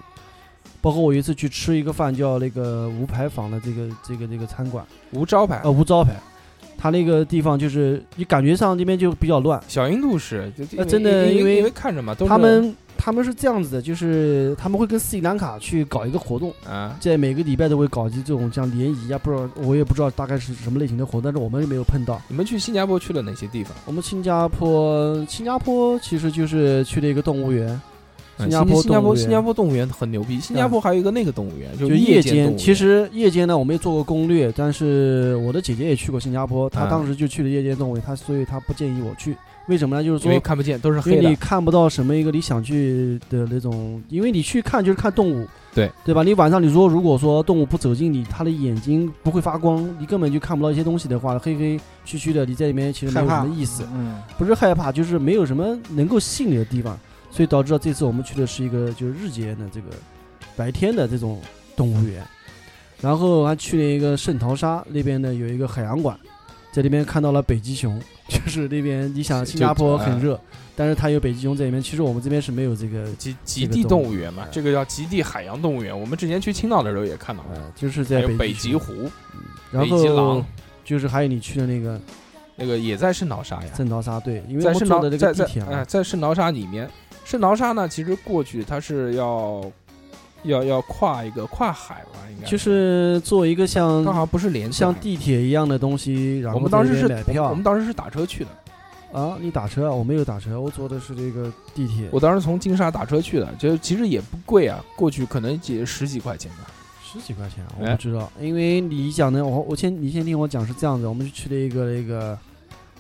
S2: 包括我有一次去吃一个饭叫那个无牌坊的这个这个这个餐馆，
S3: 无招牌，
S2: 呃无招牌，它那个地方就是你感觉上那边就比较乱。
S3: 小印度是，就因为
S2: 呃真的
S3: 因
S2: 因为
S3: 因为看着嘛，都是
S2: 他们他们是这样子的，就是他们会跟斯里兰卡去搞一个活动，
S3: 啊，
S2: 在每个礼拜都会搞一些这种像联谊啊，不知道我也不知道大概是什么类型的活动，但是我们也没有碰到。
S3: 你们去新加坡去了哪些地方？
S2: 我们新加坡，新加坡其实就是去了一个动物园，
S3: 嗯
S2: 新加坡
S3: 新加
S2: 动
S3: 坡
S2: 物园啊
S3: 新加坡动物园很牛逼，新加坡还有一个那个动物园，就
S2: 就是夜
S3: 间动物园。
S2: 其实夜间呢，我们也做过攻略，但是我的姐姐也去过新加坡，她
S3: 嗯
S2: 当时就去了夜间动物园，她所以她不建议我去，为什么呢？就是
S3: 因
S2: 说
S3: 为看不见，都是
S2: 因
S3: 黑
S2: 为
S3: 的。
S2: 你看不到什么一个你想去的那种，因为你去看就是看动物，
S3: 对
S2: 对吧？你晚上你说如果说动物不走近你，它的眼睛不会发光，你根本就看不到一些东西的话，黑黑黢黢的，你在里面其实没有
S4: 害
S2: 什
S4: 怕
S2: 么意思，
S4: 嗯，
S2: 不是害怕，就是没有什么能够吸引你的地方，所以导致了这次我们去的是一个就是日间的这个白天的这种动物园，然后还去了一个圣淘沙那边呢有一个海洋馆，在那边看到了北极熊， 就是那边你想
S3: 就
S2: 新加坡
S3: 哎
S2: 很热，但是它有北极熊在里面。其实我们这边是没有这个，
S3: 极极
S2: 这个
S3: 地
S2: 动
S3: 动
S2: 物
S3: 物园嘛
S2: 哎，
S3: 这个叫极地海洋动物园。我们之前去青岛的时候也看到了，
S2: 呃，就是
S3: 还
S2: 在
S3: 有北
S2: 极
S3: 极
S2: 熊，
S3: 湖，
S2: 然
S3: 北极
S2: 后
S3: 狼
S2: 就是还有你去的那个
S3: 那个也在圣淘沙呀，
S2: 圣淘沙，对，因为
S3: 在
S2: 我
S3: 圣
S2: 坐
S3: 淘
S2: 的这
S3: 在
S2: 个
S3: 在
S2: 地铁
S3: 哎
S2: 啊，
S3: 在圣淘沙里面，圣淘沙呢，其实过去它是要要要跨一个跨海吧，应该
S2: 就是做一个
S3: 它好
S2: 像
S3: 像不是连起来
S2: 像
S3: 的
S2: 地铁一啊样的东西，然
S3: 我
S2: 后
S3: 们
S2: 在
S3: 当
S2: 那
S3: 时是
S2: 边买票
S3: 我们当时是打车去的，
S2: 啊。你打车啊？我没有打车，我坐的是这个地铁，
S3: 我当时从金沙打车去的，就其实也不贵啊，过去可能也十几块钱吧。
S2: 十几块钱啊，我
S3: 哎
S2: 不知道，因为你讲的，我我先你先听我讲是这样子，我们去了一个那个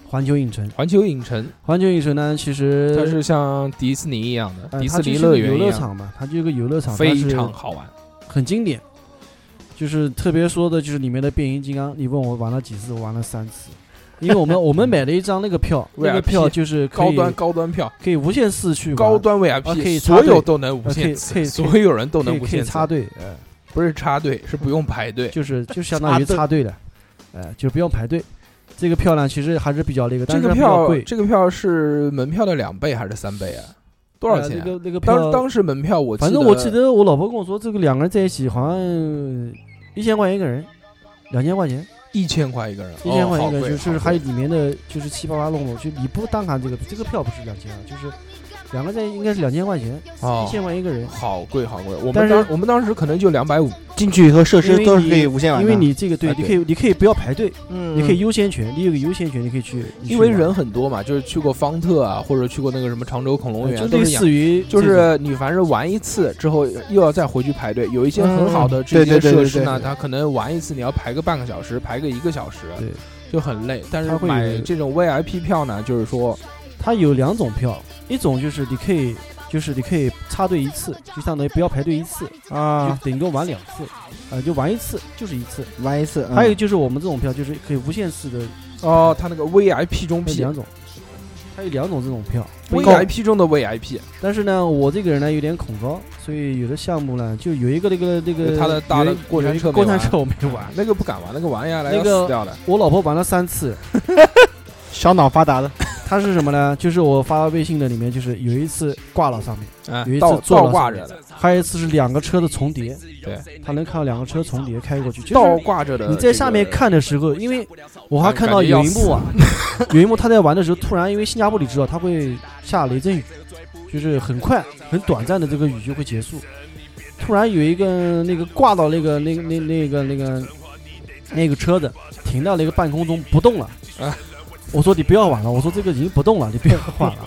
S2: 环球影城，
S3: 环球影城
S2: 环球影城呢，其实
S3: 它是像迪士尼一样的，
S2: 呃
S3: 迪
S2: 它
S3: 士
S2: 就
S3: 尼
S2: 是个
S3: 乐园
S2: 游
S3: 一
S2: 乐
S3: 样，
S2: 场嘛，它就有个游乐场，
S3: 非
S2: 它是
S3: 常好玩。
S2: 很经典。就是特别说的，就是里面的变形金刚，你问我玩了几次，我玩了三次，因为我们我们买了一张那个 票，那个
S3: VIP
S2: 票就是可
S3: 高
S2: 以
S3: 端高端票，
S2: 可以无限次去玩
S3: 高端
S2: 啊可
S3: VIP，
S2: 以插
S3: 所
S2: 队
S3: 有都能无
S2: 呃可
S3: 限
S2: 以可以
S3: 次，
S2: 可以
S3: 所有人都
S2: 可
S3: 能
S2: 以
S3: 无
S2: 可以
S3: 限
S2: 插
S3: 次，
S2: 队，呃，
S3: 不是插队，是不用排队。
S2: 就是就相当于
S3: 插队
S2: 插队的，呃，就不用排队。这个票呢，其实还是比较那个，但
S3: 这
S2: 是
S3: 个
S2: 它比较
S3: 票
S2: 贵，
S3: 这个票是门票的两倍还是三倍啊？多少钱
S2: 呃
S3: 啊
S2: 那？个那个票
S3: 当当时门票我
S2: 反正我记得我老婆跟我说，这个两个人在一起好像一千块钱一个人，两千块钱，
S3: 一千块一个人，
S2: 一千块钱
S3: 哦
S2: 一
S3: 好
S2: 个
S3: 贵
S2: 人，就是
S3: 好贵
S2: 还有里面的就是七八八弄弄，就你不单看这个这个票不是两千啊，就是两个人应该是两千块钱，一
S3: 哦
S2: 千块钱一个人。
S3: 好贵好贵，我们
S2: 但是
S3: 当我们当时可能就两百五，
S4: 进去以后设
S2: 因
S4: 施
S2: 为
S4: 都是
S2: 你
S4: 可以无限玩
S2: 因
S4: 的，
S2: 为你这个对
S3: 哎，
S2: 你
S3: 对
S2: 可以，你可以不要排队，
S4: 嗯
S2: 你可以优先权，你有个优先权，你可以去，你去
S3: 因为
S2: 玩
S3: 人很多嘛，就是去过方特啊，或者去过那个什么常州恐龙园，
S2: 哎就
S3: 都
S2: 类
S3: 是一样
S2: 似于
S3: 就
S2: 这种
S3: 是你凡是玩一次之后，又要再回去排队。有一些很好的
S4: 嗯对
S3: 这些
S4: 对对
S3: 设施
S4: 对对，
S3: 呢
S4: 对
S3: 它可能玩一次你要排个半个小时，排个一个小时，
S2: 对，
S3: 就很累。但是
S2: 它会有
S3: 买这种 VIP 票呢，就是说
S2: 它有两种票，一种就是你可以，就是你可以插队一次，就相当于不要排队一次，就
S4: 啊
S2: 顶多玩两次，呃，就玩一次就是一次。
S4: 玩一次，嗯
S2: 还有就是我们这种票，就是可以无限次的
S3: 哦，它那个 VIP 中
S2: 有
S3: P
S2: 两种，它有两种这种票。
S3: VIP 中的 VIP，
S2: 但是呢，我这个人呢有点恐高，所以有的项目呢，就有一个那个那个
S3: 他的搭的
S2: 有一
S3: 过山车
S2: 有一个
S3: 没
S2: 过
S3: 玩
S2: 山车我没玩
S3: 哇，，那个不敢玩，那个玩下来要
S2: 那个
S3: 死掉的。
S2: 我老婆玩了三次。
S4: 小脑发达的，
S2: 她是什么呢？就是我发微信的里面，就是有一次挂了上面，
S3: 啊
S2: 有一，次
S3: 倒
S2: 坐
S3: 倒
S2: 了
S3: 挂
S2: 上
S3: 着
S2: 面
S3: 的，
S2: 还有一次是两个车的重叠，
S3: 对，
S2: 她能看到两个车重叠开过去，就是
S3: 倒挂着的。
S2: 你在下面，看的时候，因为我还看到
S3: 感觉
S2: 有
S3: 要
S2: 一幕啊， 有一幕他在玩的时候，突然因为新加坡你知道它会下雷阵雨，就是很快很短暂的这个雨就会结束。突然有一个那个挂到那个那那那个那个那个车子停到那个半空中不动 了
S3: 啊，
S2: 我说你不要玩了，我说这个已经不动了，你不要玩了。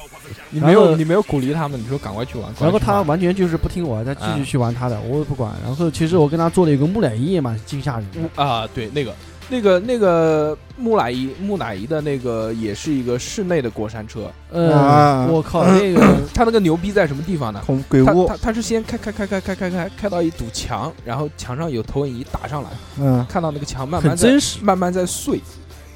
S3: 你没
S2: 然后
S3: 有你没有鼓励他们，你说赶快去玩。赶
S2: 然后
S3: 快去
S2: 他
S3: 玩
S2: 完全就是不听我，他继
S3: 啊
S2: 续去玩他的，我也不管。然后其实我跟他做了一个木乃伊，也蛮惊吓人的。
S3: 啊，对，那个那个那个木乃伊木乃伊的那个也是一个室内的过山车，
S2: 呃
S4: 啊，
S2: 我靠，那 个
S3: 它那个牛逼在什么地方呢？
S4: 恐鬼
S3: 它
S4: 屋
S3: 它，它是先开开开开开开开开到一堵墙，然后墙上有投影仪打上来，
S4: 嗯，
S3: 看到那个墙慢慢
S2: 很
S3: 在
S2: 真实。
S3: 慢慢在碎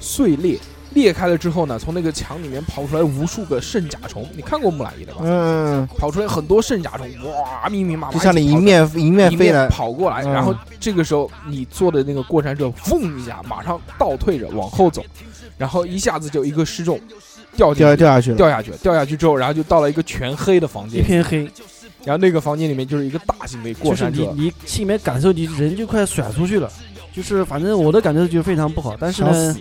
S3: 碎裂。裂开了之后呢，从那个墙里面跑出来无数个圣甲虫。你看过木乃伊的吧？
S4: 嗯，
S3: 跑出来很多圣甲虫，哇，密密麻麻，
S4: 就像你
S3: 一
S4: 迎
S3: 直跑
S4: 面迎面
S3: 迎
S4: 飞来，
S3: 跑过来，
S4: 嗯
S3: 然后这个时候你坐的那个过山车，嗡一下，马上倒退着往后走，然后一下子就一个失重，掉进
S4: 掉
S3: 去
S4: 掉下去了，
S3: 掉下去，掉下去之后，然后就到了一个全黑的房
S2: 一
S3: 间，
S2: 片黑，
S3: 然后那个房间里面就是一个大型的过
S2: 就是
S3: 山
S2: 你
S3: 车，
S2: 你心里面感受，你人就快甩出去了，就是反正我的感觉就非常不好。但是
S4: 想
S2: 呢
S4: 死，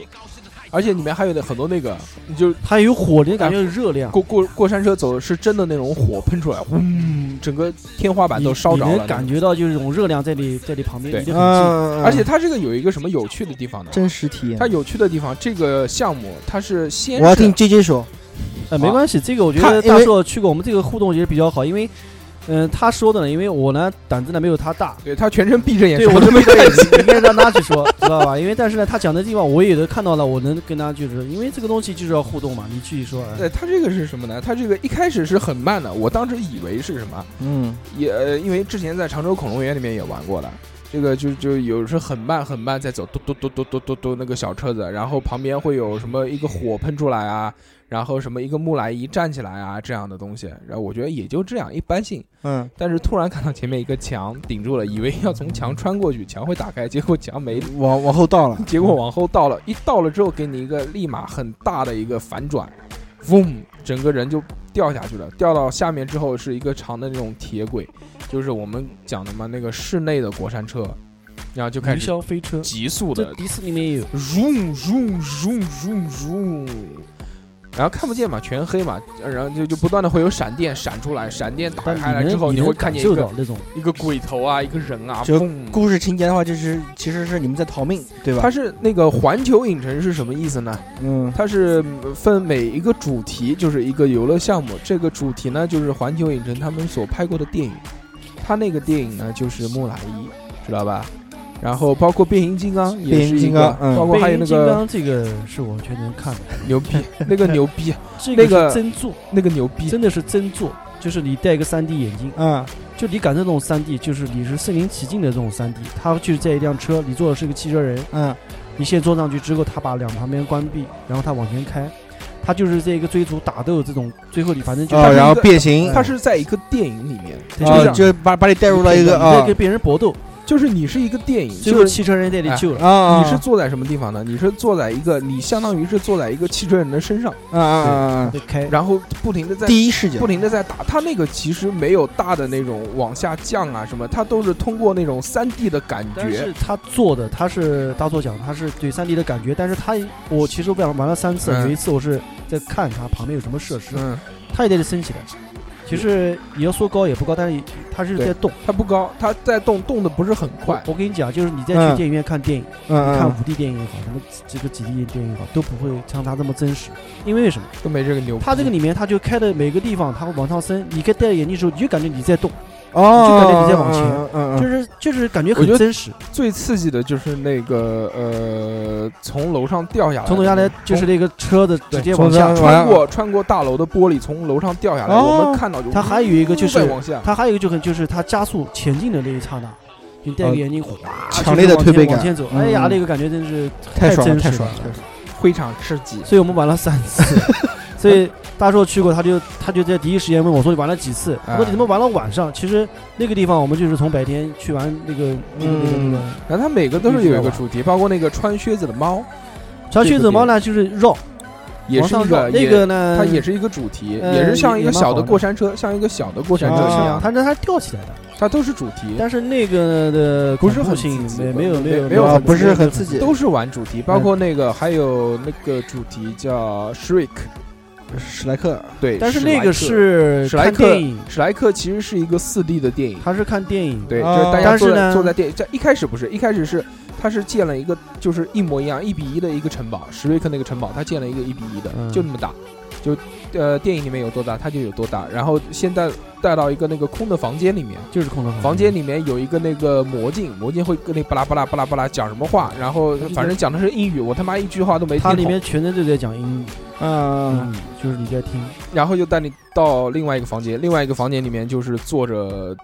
S3: 而且里面还有很多那个，你就
S2: 它有火，你感觉有热量，
S3: 过过过山车走的是真的那种火喷出来，嗡，整个天花板
S2: 你
S3: 都烧着
S2: 你
S3: 了
S2: 能，感觉到就是这种热量在你在你旁边
S3: 对
S2: 离得很
S4: 嗯，
S3: 而且它这个有一个什么有趣的地方呢？
S4: 真实体验
S3: 它，有趣的地方，这个项目它是先
S4: 我要
S3: 是
S4: 听 J J 说，
S2: 近。呃，没关系，这个我觉
S4: 看
S2: 得
S4: 因为
S2: 大硕去过，我们这个互动也比较好，因为，嗯，他说的呢，因为我呢胆子呢没有他大，
S3: 对它全程闭着眼，
S2: 对
S3: 什么
S2: 我
S3: 都没
S2: 对，你应该让他去说，知道吧？因为但是呢，他讲的地方我也都看到了，我能跟他就是，因为这个东西就是要互动嘛，你去说。哎
S3: 对，它这个是什么呢？它这个一开始是很慢的，我当时以为是什么，
S4: 嗯，
S3: 也呃因为之前在常州恐龙园里面也玩过的，这个就就有时候很慢很慢在走，嘟嘟嘟嘟嘟嘟嘟那个小车子，然后旁边会有什么一个火喷出来啊，然后什么一个木乃伊站起来啊这样的东西，然后我觉得也就这样一般性。
S4: 嗯，
S3: 但是突然看到前面一个墙顶住了，以为要从墙穿过去，墙会打开，结果墙没，
S4: 往往后倒了，
S3: 结果往后倒了，一倒了之后给你一个立马很大的一个反转，嗡，整个人就掉下去了，掉到下面之后是一个长的那种铁轨，就是我们讲的嘛那个室内的过山车，然后就开
S2: 云
S3: 始
S2: 霄飞车，
S3: 急速
S2: 这
S3: 的
S2: 迪士尼里面也有。
S3: 嗡嗡嗡嗡嗡，然后看不见嘛，全黑嘛，然后就就不断的会有闪电闪出来，闪电打
S2: 但
S3: 开来
S2: 你
S3: 之后，
S2: 能
S3: 你
S2: 能
S3: 会看
S2: 感
S3: 见一
S2: 受
S3: 个
S2: 到那种，
S3: 一个鬼头啊，一个人啊，
S4: 就
S3: 嘣
S4: 故事情节的话，就是其实是你们在逃命，对吧
S3: 它？是那个环球影城是什么意思呢？
S4: 嗯，
S3: 它是嗯分每一个主题，就是一个游乐项目。这个主题呢，就是环球影城他们所拍过的电影。它那个电影呢，就是木乃伊，知道吧？然后包括变形金刚也
S4: 变
S3: 是
S4: 形
S3: 一
S4: 金
S3: 个
S4: 刚，嗯
S3: 包括还有那
S2: 金
S3: 个
S2: 刚这个是我全能看的，
S3: 牛逼， 那个牛逼，
S2: 这
S3: 那个
S2: 是真做，
S3: 那个牛 逼，
S2: 真的是真做，就是你戴一个 3D 眼镜，
S4: 啊，
S2: 就你感受那种 3D，就是你是身临其境的这种 3D。他就是在一辆车，你坐的是个汽车人，
S4: 嗯，
S2: 你先坐上去之后，他把两旁边关闭，然后他往前开，他就是这一个追逐打斗这种，最后你反正就
S3: 它
S4: 哦，
S3: 是
S4: 然后
S3: 一个
S4: 变形，
S3: 它是在一个电影里面，
S2: 对
S3: 就
S4: 哦，
S3: 是
S4: 就把把你带入了一个
S2: 你在
S4: 啊
S2: 跟别人搏斗，
S3: 就是你是一个电影，
S2: 最
S3: 就
S2: 后
S3: 是
S2: 汽车人带你救了。
S4: 啊啊，
S3: 你是坐在什么地方呢？你是坐在一个，你相当于是坐在一个汽车人的身上，
S4: 啊啊啊，
S2: 就开，
S3: 然后不停的在
S4: 嗯第一视角
S3: 不，停的在打。它那个其实没有大的那种往下降啊什么，它都是通过那种三 D 的感
S2: 但
S3: 觉
S2: 是。他做的，他是大作奖，他是对3 D 的感觉，但是他我其实玩玩了三次，
S3: 嗯
S2: 有一次我是在看他旁边有什么设施，
S3: 嗯，
S2: 他也在这升起来。其实你要说高也不高，但是他是
S3: 对
S2: 在动。
S3: 它不高，它在动，动的不是很快。
S2: 我跟你讲，就是你再
S4: 嗯
S2: 去电影院看电影，
S4: 嗯
S2: 看
S4: 嗯，
S2: 五 D 电影也好，什么这个几 D 电影也好，都不会像他这么真实。因为为什么？
S3: 都没这个牛逼。
S2: 他这个里面，他就开的每个地方，他会往上升。你戴着眼镜的时候，你就感觉你在动，
S4: 哦，
S2: 就感觉你在往前
S4: 嗯嗯
S2: 就
S4: 嗯
S2: 是就是感觉
S3: 我
S2: 很
S3: 觉得
S2: 真实。
S3: 最刺激的就是那个呃，从楼上掉下来，
S2: 啊从楼下来就是那个车子直接往下
S4: 从。
S3: 穿过穿过大楼的玻璃，从楼上掉下来，
S4: 哦
S3: 我们看到就
S2: 它还有一个就是
S3: 呜再往下，
S2: 他还有一个就很就是他加速前进的那一刹那，你戴个眼镜，哗，
S4: 强烈的推背感
S2: 往前走。
S4: 嗯
S2: 哎呀，那个感觉真是
S4: 嗯太爽了，
S2: 真实
S4: 太爽
S2: 了
S4: 了，太爽了
S3: 非常刺激。
S2: 所以我们玩了三次。 所以大硕去过，他就他就在第一时间问我说：“你玩了几次？”
S3: 哎
S2: 我说：“你怎么玩了晚上？”其实那个地方我们就是从白天去玩那个那个那个那个。
S3: 然后它每个都是有一个主题，包括那个穿靴子的猫
S2: 小靴子猫呢，就是绕，
S3: 也
S2: 往
S3: 是
S2: 上
S3: 一
S2: 绕。
S3: 个
S2: 那
S3: 也
S2: 个呢，
S3: 它也是一个主题，
S2: 呃
S3: 也是像一个
S2: 嗯也蛮
S3: 小
S2: 好
S3: 的
S2: 的
S3: 过山车，像一个小的过山车
S4: 啊
S3: 是一样
S2: 它
S3: 的，
S2: 让它吊起来的，
S3: 它都是主题，
S2: 但是那个的
S3: 嗯不是
S2: 恐
S3: 很
S2: 怖性
S3: 刺激
S2: 没没有
S3: 没
S2: 没有
S3: 没有
S4: 啊
S3: 很
S4: 不是很刺激，
S3: 都是玩主题，包括那个还有那个主题叫 Shriek，
S4: 史莱克，
S3: 对，
S2: 但是
S3: 史莱
S2: 那
S3: 克
S2: 个是
S3: 史莱
S2: 看
S3: 克
S2: 电影，
S3: 史莱克其实是一个四 D 的电影，
S2: 它是看电影，
S3: 对，
S4: 啊
S3: 就是大家
S2: 但是
S3: 坐在
S2: 呢
S3: 坐在电，这一开始不是，一开始是他是建了一个就是一模一样一比一的一个城堡，史瑞克那个城堡，他建了一个一比一的，
S2: 嗯
S3: 就那么大，就呃电影里面有多大他就有多大，然后现在带到一个那个空的房间里面。
S2: 就是恐龙
S3: 房间里面有一个那个魔镜，魔镜会跟那巴拉巴拉巴拉巴拉讲什么话，然后反正讲的是英语，我他妈一句话都没听
S2: 它里
S3: 懂。
S2: 面全都在讲英语，
S4: 嗯
S2: 英语就是你在听，
S3: 然后又带你到另外一个房间，另外一个房间里面就是坐着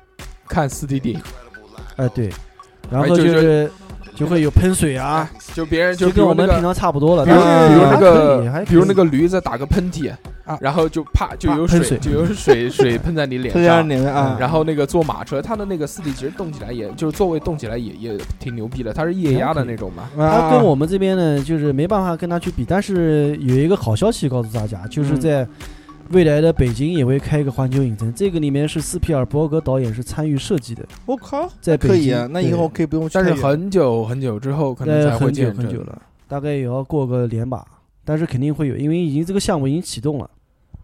S3: 看四 D 电 影
S2: 哎对，然
S3: 哎
S2: 后
S3: 就
S2: 就是就会有喷水啊，，
S3: 就别人就
S2: 就
S3: 比
S2: 跟
S3: 如
S2: 我
S3: 那
S2: 们
S3: 个
S2: 平常差不多了，
S3: 比如
S2: 但
S3: 比如那
S2: 是哎还可以
S3: 个，
S2: 还可
S3: 比如
S2: 以
S3: 那个驴子打个喷嚏
S4: 啊，
S3: 然后就啪就有
S2: 啊喷
S3: 水，
S2: 水
S3: 就有水水喷在你 脸
S4: 特别让
S3: 上。
S4: 你们啊，
S3: 然后那个坐马车，它的那个四 D 其实动起来也，就是座位动起来也也挺牛逼的，它是液压的那种嘛。
S4: 嗯
S2: 他跟我们这边呢，就是没办法跟他去比，但是有一个好消息告诉大家，
S3: 嗯
S2: 就是在未来的北京也会开一个环球影城，这个里面是斯皮尔伯格导演是参与设计的，
S4: 我靠，
S2: 在北
S4: 可
S2: 京
S4: 以啊，那以后
S2: 对
S4: 可以不用去
S3: 但
S4: 太
S3: 是
S4: 远，
S3: 很久很久之后可能才
S2: 呃
S3: 会
S2: 很久
S3: 见
S2: 很久
S3: 证。
S2: 了，大概也要过个年吧，但是肯定会有，因为已经这个项目已经启动了。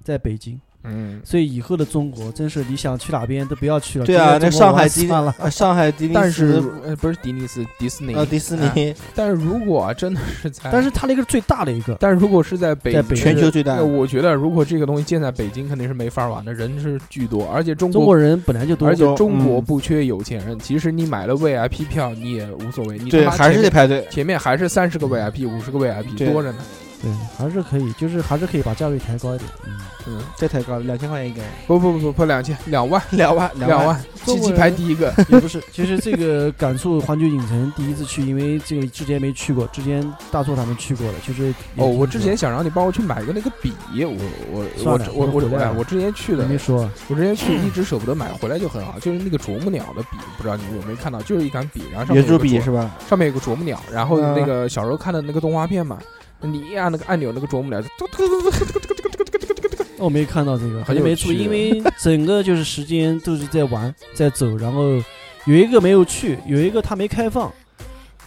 S2: 在北京，
S3: 嗯，
S2: 所以以后的中国真是你想去哪边都不要去了。
S4: 对啊，
S2: 就
S4: 那
S2: 在中国
S4: 上海
S2: 玩
S4: 迪
S2: 算了，
S4: 啊，上海迪尼斯，
S3: 但是呃不是迪尼斯，迪士尼
S4: 啊，。迪士尼
S3: 但是如果啊真的是在，
S2: 但是它那个是最大的一个，
S3: 但是如果是在北
S2: 在北
S4: 全球最大
S3: 那，我觉得如果这个东西建在北京，肯定是没法玩的，人是巨多，而且中
S2: 中
S3: 国
S2: 国人本来就多
S3: 而，且中国
S4: 嗯
S3: 不缺有钱人，其实你买了 VIP 票你也无所谓，你
S4: 对，
S3: 他妈
S4: 还是
S3: 前
S4: 得
S3: 面
S4: 排队。
S3: 前面还是三十个 VIP、五十个 VIP
S4: 对
S3: 多着呢，
S2: 对，还是可以，就是还是可以把价位抬高一 点。嗯，
S4: 嗯，这太高了，两千块钱一根，
S3: 不不不不不，两千两万
S4: 两万
S3: 两，万，
S2: 中
S3: 奇
S2: 国
S3: 迹
S2: 人
S3: 排第一个。
S2: 也不是，其实这个感触环球影城第一次去，因为这个之前没去过，之前大硕他们去过了，就是也
S3: 哦，我之
S2: 听说
S3: 前想让你帮我去买个那个笔，我我
S2: 算了
S3: 我我
S2: 我回
S3: 我
S2: 来
S3: 哎
S2: 了
S3: 我之前去
S2: 还
S3: 的，
S2: 没说，啊
S3: 我之前去
S2: 嗯
S3: 一直舍不得买，回来就很好，就是那个啄木鸟的笔，不知道你们有没有看到，就是一杆笔，然后上面
S4: 圆
S3: 有
S4: 珠
S3: 个
S4: 笔
S3: 啄
S4: 是吧？
S3: 上面有个啄木鸟，然后
S4: 嗯
S3: 那个小时候看的那个动画片嘛，你一按那个按钮，那个啄木鸟就嘟嘟嘟嘟嘟嘟嘟嘟嘟嘟嘟嘟嘟，
S2: 我没看到这个，好像没注
S3: 有趣
S2: 意，因为整个就是时间都是在玩，在走，然后有一个没有去，有一个它没开放，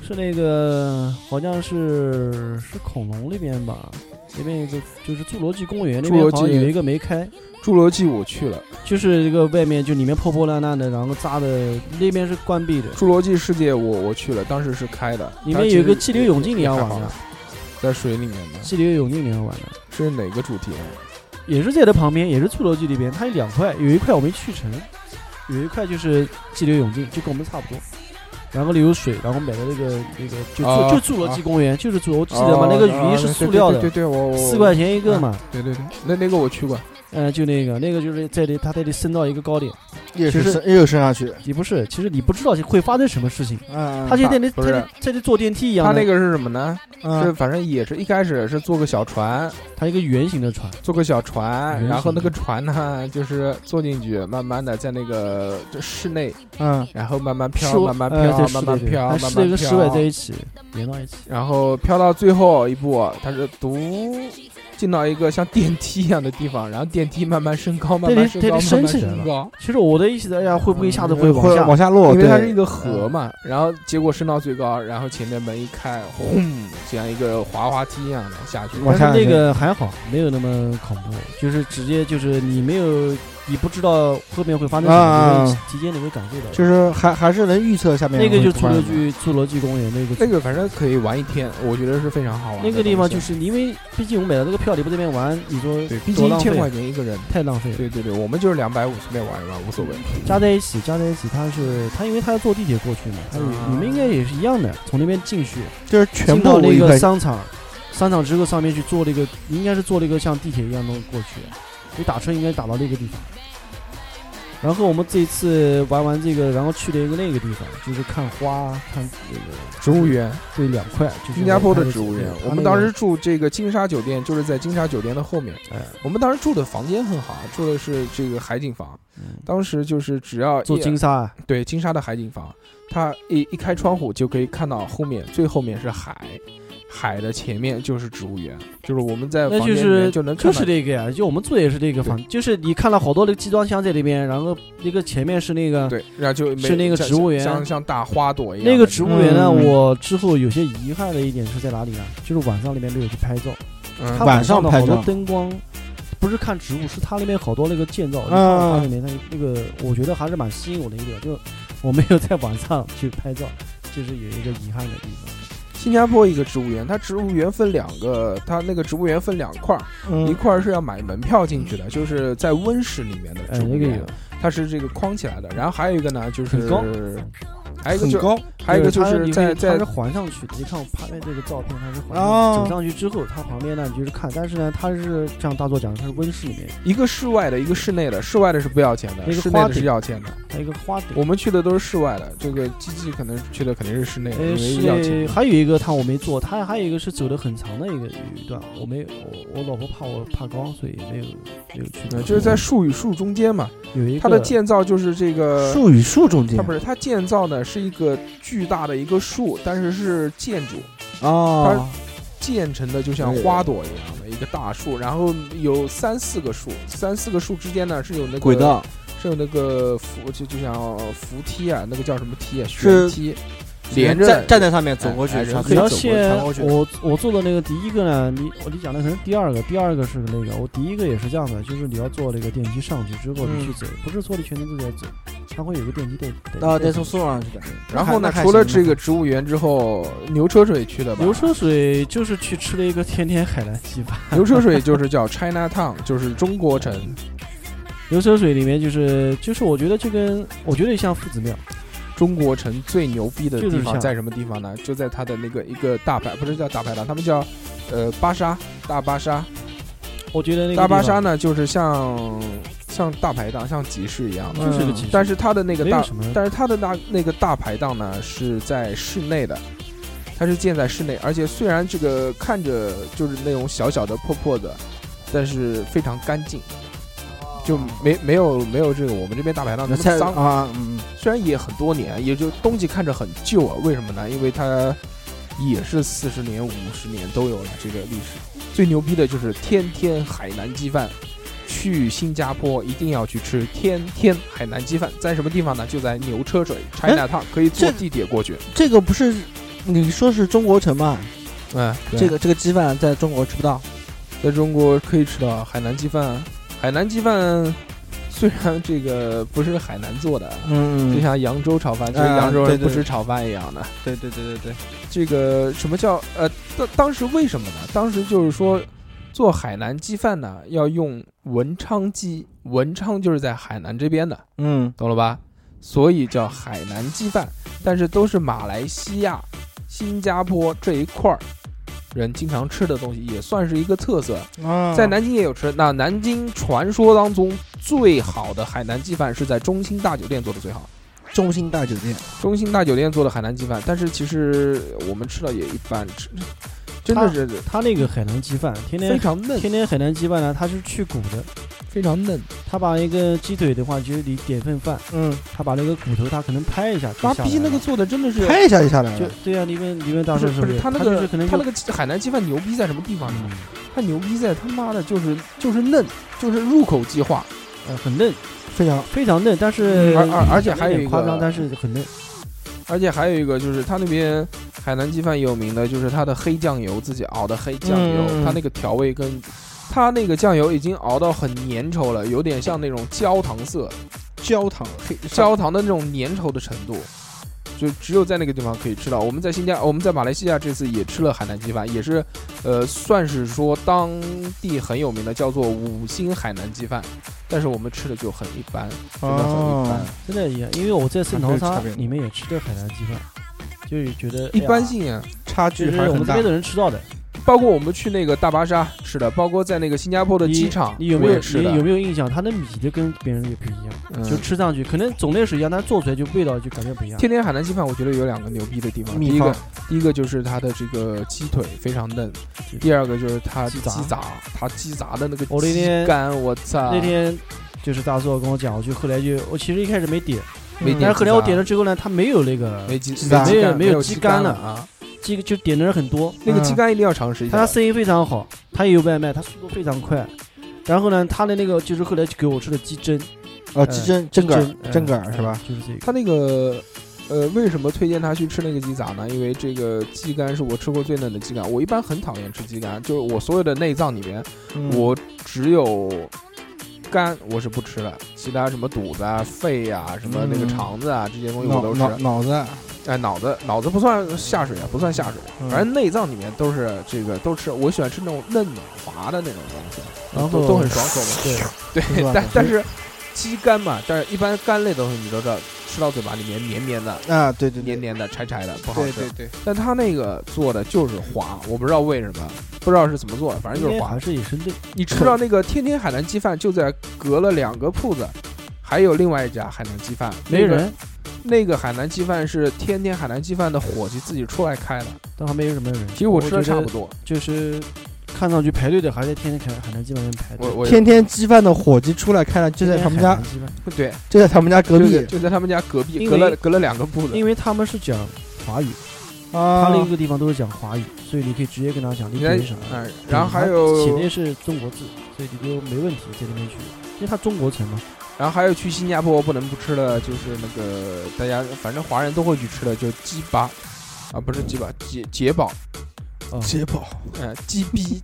S2: 是那个好像是是恐龙那边吧，那边有个就是侏罗纪公园那边
S3: 侏罗纪
S2: 好像有一个没开，
S3: 侏罗纪我去了，
S2: 就是这个外面就里面破破烂烂的，然后扎的那边是关闭的，
S3: 侏罗纪世界我我去了，当时是开的，
S2: 里
S3: 它
S2: 面
S3: 其
S2: 有一个
S3: 实
S2: 激流勇进你要玩
S3: 也还
S2: 的
S3: 好，在水里面的，
S2: 激流勇进你要玩的，
S3: 是哪个主题啊？
S2: 也是在它旁边，也是侏罗纪里边，它有两块，有一块我没去成，有一块就是激流勇进，就跟我们差不多。然后里有水，然后买的那个那个就
S3: 哦
S2: 侏就侏罗纪公园，就是侏罗纪的嘛，那个
S3: 哦
S2: 鱼是
S3: 对
S2: 塑料
S3: 对对
S2: 的，
S3: 对，嗯我我
S2: 四块，钱一个嘛，
S3: 对对对，那那个我去过，
S2: 呃，就那个那个就是在这它在这升到一个高点，
S4: 又
S2: 其实
S4: 升又升上去，
S2: 也不是，其实你不知道会发生什么事情，
S4: 嗯，
S2: 它就在那
S3: 不
S2: 在
S3: 是
S2: 那在那坐电梯一样
S3: 它
S2: 的，
S3: 那个是什么呢？是
S4: 嗯
S3: 反正也是一开始是坐个小船，
S2: 它一个圆形的船，
S3: 坐个小船，
S2: 嗯
S3: 然后那个船呢就是坐进去，慢慢的在那个这室内，
S4: 嗯，
S3: 然后慢慢
S2: 是
S3: 飘，
S2: 我
S3: 慢慢
S2: 呃
S3: 飘，
S2: 对是
S3: 慢
S2: 的
S3: 慢
S2: 对
S3: 飘，
S2: 它
S3: 慢
S2: 室内
S3: 慢
S2: 跟室外在
S3: 飘，
S2: 一起连到一起，
S3: 然后飘到最后一步，它是独进到一个像电梯一样的地方，然后电梯慢慢升高，慢慢升
S2: 电
S3: 高，
S2: 梯
S3: 慢慢
S2: 升起来
S3: 升
S2: 了
S3: 高，
S2: 其实我的意思，哎呀，会不会一下子
S3: 嗯
S4: 会
S2: 会往下？
S4: 往下落，
S3: 因为它
S4: 哦对
S3: 是一个河嘛，
S2: 嗯
S3: 然后结果升到最高，然后前面门一开，轰，像一个滑滑梯一样的下去。
S4: 往
S2: 但
S4: 下
S2: 是那个还好，没有那么恐怖，就是直接就是你没有，你不知道后面会发生什么，就是
S4: 啊
S2: 提前你会感受到。
S4: 就是还还是能预测下面
S2: 那个
S4: 会
S2: 就是
S4: 怎
S2: 侏
S4: 么
S2: 罗
S4: 样
S2: 纪侏罗纪公园那个
S4: 哎
S3: 那个反正可以玩一天，我觉得是非常好玩的东西。
S2: 那个地方，就是因为毕竟我买了这个票，你不这边玩，你说
S3: 对，毕
S2: 多
S3: 竟一
S2: 浪费
S3: 千
S2: 啊
S3: 块钱一个人。
S2: 太浪费了。
S3: 对对对，我们就是两百五随便玩一玩，无所谓。
S2: 加在一起，加在一起，它是它因为它要坐地铁过去嘛，它有
S3: 啊
S2: 你们应该也是一样的，从那边进去，
S4: 就是全
S2: 进
S4: 部
S2: 到那
S4: 一
S2: 个
S4: 块
S2: 商场，商场之后上面去坐了一个，应该是坐了一个像地铁一样的东西过去，你打车应该打到那个地方。然后我们这一次玩完这个，然后去了一个那个地方，就是看花，看那个
S3: 植物园，
S2: 对两块，就是
S3: 新加坡的
S2: 我看
S3: 植物园
S2: 这。个
S3: 我们当时，住这个金沙酒店，就是在金沙酒店的后面。
S2: 它那个哎，
S3: 我们当时住的房间很好，啊住的是这个海景房。当时就是只要一
S2: 嗯做金沙啊，
S3: 对金沙的海景房，它一一开窗户就可以看到后面，最后面是海，海的前面就是植物园，就是我们在
S2: 那
S3: 房间
S2: 就
S3: 里
S2: 是
S3: 面就能看
S2: 就
S3: 到
S2: 是。这个呀，就我们住也是这个房，就是你看了好多的集装箱在里面，然后那个前面是那个
S3: 对，然后就没
S2: 是那个
S3: 像
S2: 植物园
S3: 像像大花朵一样的。
S2: 那个植物园呢，
S4: 嗯
S2: 我之后有些遗憾的一点是在哪里啊？就是晚上里面没有去拍照，
S3: 嗯
S2: 它
S4: 晚
S2: 上
S4: 上
S2: 的
S4: 拍
S2: 好多
S4: 照
S2: 灯光，不是看植物，是它那边好多那个建造，
S4: 啊
S2: 你看了它里面它那个，我觉得还是蛮吸引我的一点，就我没有在晚上去拍照，就是有一个遗憾的地方。
S3: 新加坡一个植物园，它植物园分两个，它那个植物园分两块儿，一
S4: 嗯
S3: 块儿是要买门票进去的，就是在温室里面的
S2: 嗯哎，
S3: 植
S2: 那
S3: 物
S2: 个
S3: 园
S2: 有，，
S3: 它是这个框起来的。然后还有一个呢，就是
S2: 很高
S3: 还有一个
S4: 很
S3: 就
S4: 高，
S3: 还有一个就
S2: 它
S3: 是
S2: 你
S3: 在
S2: 会它
S3: 在
S2: 是环上去的，你看我拍的这个照片，它是环
S4: 哦
S2: 上走上去之后，它旁边呢你就是看，但是呢它是像大作讲的，它是温室里面，
S3: 一个室外的，一个室内的，室外的是不要钱的，
S2: 那个
S3: 室内
S2: 花
S3: 的
S2: 顶
S3: 是要钱的。
S2: 它一个花顶。
S3: 我们去的都是室外的，这个机器可能去的肯定是室内的，
S2: 呃，
S3: 因为要
S2: 是
S3: 钱。
S2: 还有一个他我没做，他还有一个是走的很长的一个有一段，我没我我老婆怕我怕高，所以没有没有去做。
S3: 呃就是在树与树中间嘛，
S2: 有一个
S3: 它的建造就是这个
S4: 树与树中间
S3: 它不是它建造呢是一个巨大的一个树，但是是建筑
S4: 哦，
S3: 建成的，就像花朵一样的一个大树，然后有三四个树，三四个树之间呢是有那个
S4: 轨，道
S3: 是有那个扶就就像扶梯啊，那个叫什么梯啊，
S4: 是
S3: 旋梯，连着
S4: 站站在上面走
S3: 哎
S4: 过去
S3: 哎，
S4: 是
S3: 人
S4: 吧
S3: 可
S2: 你
S3: 以
S2: 要
S3: 走过去
S2: 先
S3: 穿过去
S2: 我我做的那个第一个呢，你我你讲的可能是第二个，第二个是那个，我第一个也是这样的，就是你要坐那个电梯上去之后
S4: 嗯
S2: 你去走，不是说你全程都在走，它会有个电梯带带
S3: 哦
S4: 啊，
S2: 带
S4: 再
S2: 走
S4: 从树上去的。
S3: 然后呢
S4: 那，还
S3: 除了
S4: 行
S3: 这个植物园之后，牛车水去的吧？
S2: 牛车水就是去吃了一个天天海南鸡 吧，
S3: 牛车水就是叫 China Town，就是中国城。
S2: 牛车水里面就是就是我觉得就跟我觉得像夫子庙。
S3: 中国城最牛逼的地
S2: 就是
S3: 方
S2: 像
S3: 在什么地方呢？就在它的那个一个大排，不是叫大排档，他们叫呃巴沙大巴沙，
S2: 我觉得那个
S3: 大巴
S2: 地
S3: 沙
S2: 方
S3: 呢就是像像大排档像集市一样的，
S2: 就是个
S4: 嗯
S2: 集市，
S3: 但是它的那个
S2: 没
S3: 大
S2: 有什么
S3: 但是它的大那个大排档呢是在室内的，它是建在室内，而且虽然这个看着就是那种小小的破破的，但是非常干净，就没没有没有这个我们这边大排档那
S4: 那
S3: 么
S4: 菜
S3: 脏。
S4: 啊，嗯，
S3: 虽然也很多年，也就东西看着很旧啊，为什么呢？因为它也是四十年、五十年都有了这个历史。最牛逼的就是天天海南鸡饭，去新加坡一定要去吃天天海南鸡饭，在什么地方呢？就在牛车水 China Town，可以坐
S4: 这
S3: 地铁过去。
S4: 这个不是你说是中国城吧？
S3: 嗯，
S4: 这个这个鸡饭在中国吃不到，
S3: 在中国可以吃到海南鸡饭啊，海南鸡饭虽然这个不是海南做的啊，就
S4: 嗯，
S3: 像扬州炒饭，其实
S4: 啊
S3: 扬州
S4: 对
S3: 人
S4: 对
S3: 不吃炒饭一样的。
S4: 对对对对对，
S3: 这个什么叫呃，当当时为什么呢？当时就是说，做海南鸡饭呢，要用文昌鸡，文昌就是在海南这边的，
S4: 嗯，
S3: 懂了吧？所以叫海南鸡饭，但是都是马来西亚、新加坡这一块儿人经常吃的东西，也算是一个特色。
S4: 啊
S3: 在南京也有吃。那南京传说当中最好的海南鸡饭是在中心大酒店做的最好。
S4: 中心大酒店，
S3: 中心大酒店做的海南鸡饭，但是其实我们吃了也一般，吃真的是
S2: 他那个海南鸡饭，天
S3: 非
S2: 天
S3: 常嫩，
S2: 天天海南鸡饭呢，它是去骨的，
S3: 非常嫩，
S2: 他把一个鸡腿的话，就是你点份饭，
S4: 嗯，
S2: 他把那个骨头他可能拍一下，
S3: 妈逼那个做的真的是。
S4: 拍一下就下来
S2: 就
S4: 了，
S2: 对啊，你们你们
S3: 不
S2: 当
S3: 是
S2: 时
S3: 不
S2: 是
S3: 是，他那
S2: 就
S3: 个
S2: 是可能
S3: 他
S2: 就
S3: 那个鸡海南鸡饭牛逼在什么地方呢？
S2: 嗯
S3: 他牛逼在他妈的就是就是嫩，就是入口即化，
S2: 呃很嫩，
S4: 非常
S2: 非常嫩，但是
S3: 嗯而而而且还有一
S2: 点夸
S3: 个
S2: 张，但是很嫩。
S3: 而且还有一个就是他那边海南鸡饭有名的就是它的黑酱油，自己熬的黑酱油，
S4: 嗯
S3: 它那个调味跟它那个酱油已经熬到很粘稠了，有点像那种焦糖色，
S4: 焦糖黑
S3: 焦糖的那种粘稠的程度，就只有在那个地方可以吃到。我们在新加，我们在马来西亚这次也吃了海南鸡饭，也是，呃，算是说当地很有名的，叫做五星海南鸡饭，但是我们吃的就很一般，真的很一般。
S4: 哦
S2: 真的也，因为我在圣淘
S4: 还
S2: 沙
S4: 是有差别的
S2: 里面也吃的海南鸡饭，就是觉得
S3: 一般，
S2: 哎呀
S3: 性啊，
S4: 差
S2: 就
S4: 距
S2: 是
S4: 还是
S2: 我
S4: 很
S2: 们这
S4: 大
S2: 边。的人吃到的。
S3: 包括我们去那个大巴沙吃的，包括在那个新加坡的
S2: 你
S3: 机场，
S2: 你有没
S3: 我
S2: 有
S3: 也吃
S2: 你
S3: 的？
S2: 有没有印象？它的米的跟别人也不一样，
S3: 嗯
S2: 就吃上去可能种类是一样，但是做出来就味道就感觉不一样。
S3: 天天海南鸡饭，我觉得有两个牛逼的地方。第
S4: 秘
S3: 一
S4: 方
S3: 个，第一个就是它的这个鸡腿非常嫩；第二个就是它
S2: 鸡
S3: 鸡
S2: 杂
S3: 杂，它鸡杂的那个
S2: 我那
S3: 鸡
S2: 天
S3: 肝，我操！
S2: 那天就是大硕跟我讲，我就后来就我其实一开始没点，
S3: 没
S4: 嗯
S2: 但是
S3: 点
S2: 后来我点了之后呢，它没有那个
S3: 没鸡
S4: 鸡杂
S3: 鸡
S2: 没有
S3: 肝
S2: 没有
S3: 有
S2: 鸡
S3: 肝
S2: 肝了嗯
S3: 啊！
S2: 这个就点的人很多，
S3: 那个鸡肝一定要尝试一
S2: 但他
S3: 下。
S2: 生意非常好，他也有外卖，他速度非常快。然后呢，他的那个就是后来就给我吃的鸡胗，
S4: 哦，鸡胗真
S2: 胗
S4: 梗真梗是吧？？
S2: 嗯就是这个。
S3: 它那个呃，为什么推荐他去吃那个鸡杂呢？因为这个鸡肝是我吃过最嫩的鸡肝。我一般很讨厌吃鸡肝，就是我所有的内脏里面，
S4: 嗯
S3: 我只有肝我是不吃的，其他什么肚子啊、肺啊、什么那个
S4: 嗯
S3: 肠子啊这些东西我
S4: 脑
S3: 都
S4: 脑
S3: 吃。
S4: 脑子
S3: 哎，脑子脑子不算下水啊，不算下水，
S4: 嗯
S3: 反正内脏里面都是这个都吃。我喜欢吃那种嫩的、滑的那种东西，
S2: 然
S3: 都
S2: 后
S3: 都很爽口嘛。对
S2: 对，
S4: 是吧，
S3: 但但是鸡肝嘛，但是一般肝类的东西你都知道，吃到嘴巴里面绵绵的、
S4: 啊，对对
S3: 黏
S4: 对，
S3: 黏的、柴柴的，不好
S4: 对对
S3: 吃。
S4: 对，
S3: 但他那个做的就是滑，我不知道为什么，不知道是怎么做的，反正就是
S2: 应该
S3: 滑
S2: 还。是也是嫩，
S3: 你吃到那个天天海南鸡饭，就在隔了两个铺子，还有另外一家海南鸡饭，
S2: 没
S3: 那个。
S2: 人，
S3: 那个海南鸡饭是天天海南鸡饭的伙计自己出来开的，
S2: 但还没有什么人。
S3: 其实我吃的
S2: 觉
S3: 差
S2: 得
S3: 不多。
S2: 就是看上去排队的还在天天看海南鸡饭上排队
S3: 我。我
S4: 天天鸡饭的伙计出来开了，就在他们
S2: 天天海
S4: 家
S2: 南，鸡饭，
S3: 对，
S4: 就在他们家隔
S3: 就
S4: 壁
S3: 在就在他们家隔壁，
S2: 因
S3: 隔
S2: 为
S3: 了隔了两个铺子。
S2: 因为他们是讲华语，他
S4: 啊
S2: 那个地方都是讲华语，所以你可以直接跟他讲你
S3: 你
S2: 点
S3: 在
S2: 啥。
S3: 嗯，然后还
S2: 写
S3: 有
S2: 的是中国字，所以你就没问题在那边去，因为它中国城嘛。
S3: 然后还有去新加坡不能不吃的，就是那个大家反正华人都会去吃的，就是鸡巴啊，不是鸡巴，捷捷宝，
S2: 啊，
S4: 捷宝，
S3: 嗯，鸡逼，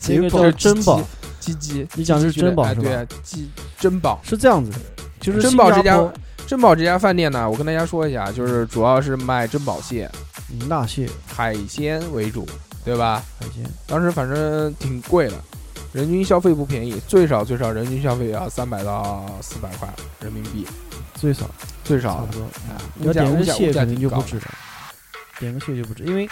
S2: 这个
S3: 宝
S2: 叫珍宝，
S3: 鸡鸡，
S2: 你讲的是珍宝
S3: 哎
S2: 是
S3: 对
S2: 吧？
S3: 啊，鸡珍宝。
S2: 是这样子的，就是
S3: 珍
S2: 新
S3: 宝
S2: 加
S3: 这家
S2: 坡
S3: 珍宝这家饭店呢，我跟大家说一下，就是主要是卖珍宝蟹、
S2: 嗯那蟹
S3: 海鲜为主，对吧？
S2: 海鲜，
S3: 当时反正挺贵的，人均消费不便宜，最少最少人均消费要三百到四百块人民币，
S2: 最少
S3: 最
S2: 差
S3: 少
S2: 不多。
S3: 啊，
S2: 要
S3: 物价
S2: 点
S3: 物
S2: 个
S3: 价物
S2: 蟹
S3: 价
S2: 肯定
S3: 挺
S2: 就
S3: 高
S2: 不
S3: 的。
S2: 止了，点个蟹就不止，因为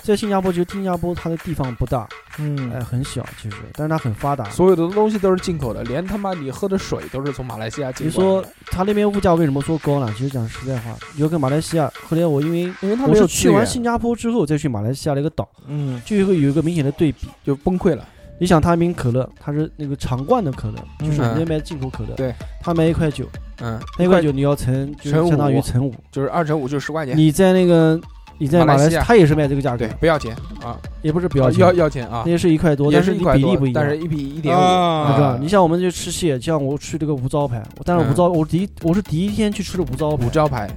S2: 在新加坡，其实新加坡它的地方不大，哎，
S4: 嗯，
S2: 很小其实，但是它很发达。
S3: 所有的东西都是进口的，连他妈你喝的水都是从马来西亚进
S2: 你
S3: 口的。
S2: 说它那边物价为什么说高呢？其实讲实在话，有个马来西亚，后来我因为
S4: 因为他
S2: 我
S4: 没有
S2: 是
S4: 去
S2: 去
S4: 完
S2: 完新加坡之后再去马来西亚的一个岛，
S4: 嗯
S2: 就会有一个明显的对比。
S3: 就崩溃了，
S2: 你想，他一瓶可乐，它是那个长罐的可乐，就是
S3: 嗯
S2: 人家卖进口可乐，
S3: 对，
S2: 他卖一块九，
S3: 嗯，
S2: 那一块九你要乘，就是
S3: 乘五
S2: 相当于乘五。
S3: 就是二乘五就是十块钱，
S2: 你在那个你在
S3: 马
S2: 马
S3: 来
S2: 来
S3: 西
S2: 西
S3: 亚
S2: 亚，他也是卖这个价格
S3: 对，，不要钱啊，
S2: 也不是不
S3: 要
S2: 要
S3: 要
S2: 钱，
S3: 要钱啊
S2: 那，也是一块多，
S3: 也
S2: 但是你
S3: 一块
S2: 比
S3: 多
S2: 例不一，样。
S3: 但是一呃比一点五
S2: 啊，
S4: 啊
S2: 对吧？你像我们去吃蟹，像我去这个无糟排，我但
S3: 嗯
S2: 是无糟，我第一我是第一天去吃的无糟
S3: 五
S2: 排，
S3: 招牌，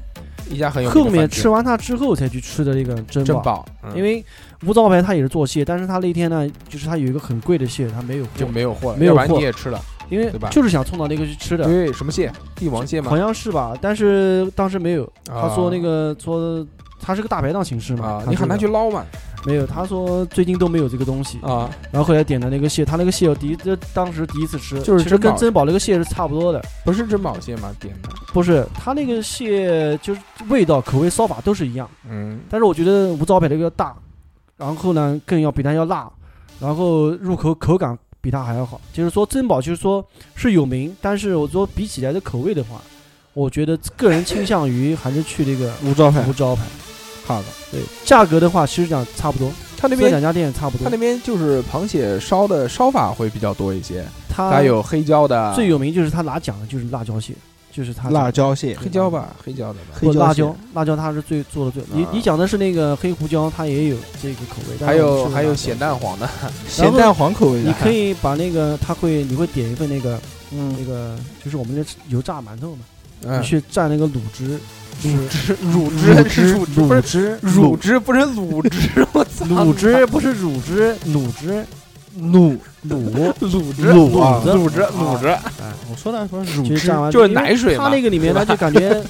S3: 一家很有名
S2: 后
S3: 的
S2: 面
S3: 饭
S2: 吃
S3: 店
S2: 完它之后才去吃的那个珍
S3: 珍
S2: 宝，
S3: 宝，嗯
S2: 因为无糟排它也是做蟹，但是它那天呢，就是它有一个很贵的蟹，它没有
S3: 就
S2: 货
S3: 没有货了，
S2: 没
S3: 要
S2: 有
S3: 不然
S2: 货
S3: 你也吃了，
S2: 因为
S3: 对吧
S2: 就是啊想冲到那个去吃的，
S3: 对，什么蟹？帝王蟹吗
S2: 好？像是吧？但是当时没有，
S3: 啊
S2: 他说那个说他是个大排档形式嘛
S3: 啊，，你喊他
S2: 他
S3: 去
S2: 这个
S3: 捞嘛
S2: 没有，他说最近都没有这个东西，
S3: 啊，
S2: 然后后来点的那个蟹，他那个蟹我第一这当时第一次吃，
S3: 就是
S2: 其实
S3: 珍
S2: 跟
S3: 宝
S2: 珍宝那个蟹是差不多的。
S3: 不是珍宝蟹吗？点的，
S2: 不是，它那个蟹就是味道、口味、烧法都是一样，
S3: 嗯，
S2: 但是我觉得无招牌的要大，然后呢更要比它要辣，然后入口口感比它还要好。就是说珍宝就是说是有名，但是我说比起来的口味的话，我觉得个人倾向于还是去这个
S4: 无招
S3: 嗯
S4: 牌
S2: 无招牌。
S4: 好的，
S2: 对，价格的话其实讲差不多，
S3: 他那
S2: 这
S3: 边
S2: 两家店差不
S3: 他
S2: 多
S3: 那。边就是螃蟹烧的烧法会比较多一些，
S2: 它
S3: 它有黑椒的，
S2: 啊最有名就是它拿奖的就是辣椒蟹，就是它
S4: 辣椒蟹，
S3: 黑椒吧，黑椒的吧，
S4: 黑
S2: 不
S4: 椒
S2: 辣
S4: 蟹
S2: 椒，辣椒它是最做的最。你
S3: 啊
S2: 你讲的是那个黑胡椒，它也有这个口味，但
S3: 还
S2: 是
S3: 有
S2: 我吃
S3: 还有
S2: 辣椒
S3: 咸。蛋黄的，
S4: 咸蛋黄口味的，
S2: 你可以把那个，它会你会点一份那个那
S4: 嗯，
S2: 个，就是我们的油炸馒头嘛，
S3: 嗯
S2: 你，去蘸那个卤汁，
S3: 乳
S2: 汁
S3: 汁 乳
S4: 卤
S3: 汁是乳汁，不
S4: 卤
S3: 是
S4: 汁
S3: 乳汁，不是卤汁，我操，
S2: 卤汁不是乳汁，卤汁
S4: 卤
S2: 卤
S3: 卤汁
S4: 卤啊
S2: 卤
S3: 卤汁卤汁
S4: 我说的说乳
S2: 汁，
S4: 汁
S2: 蘸完
S3: 就是奶水
S2: 它
S3: 嘛
S2: 那，个里面呢就感觉，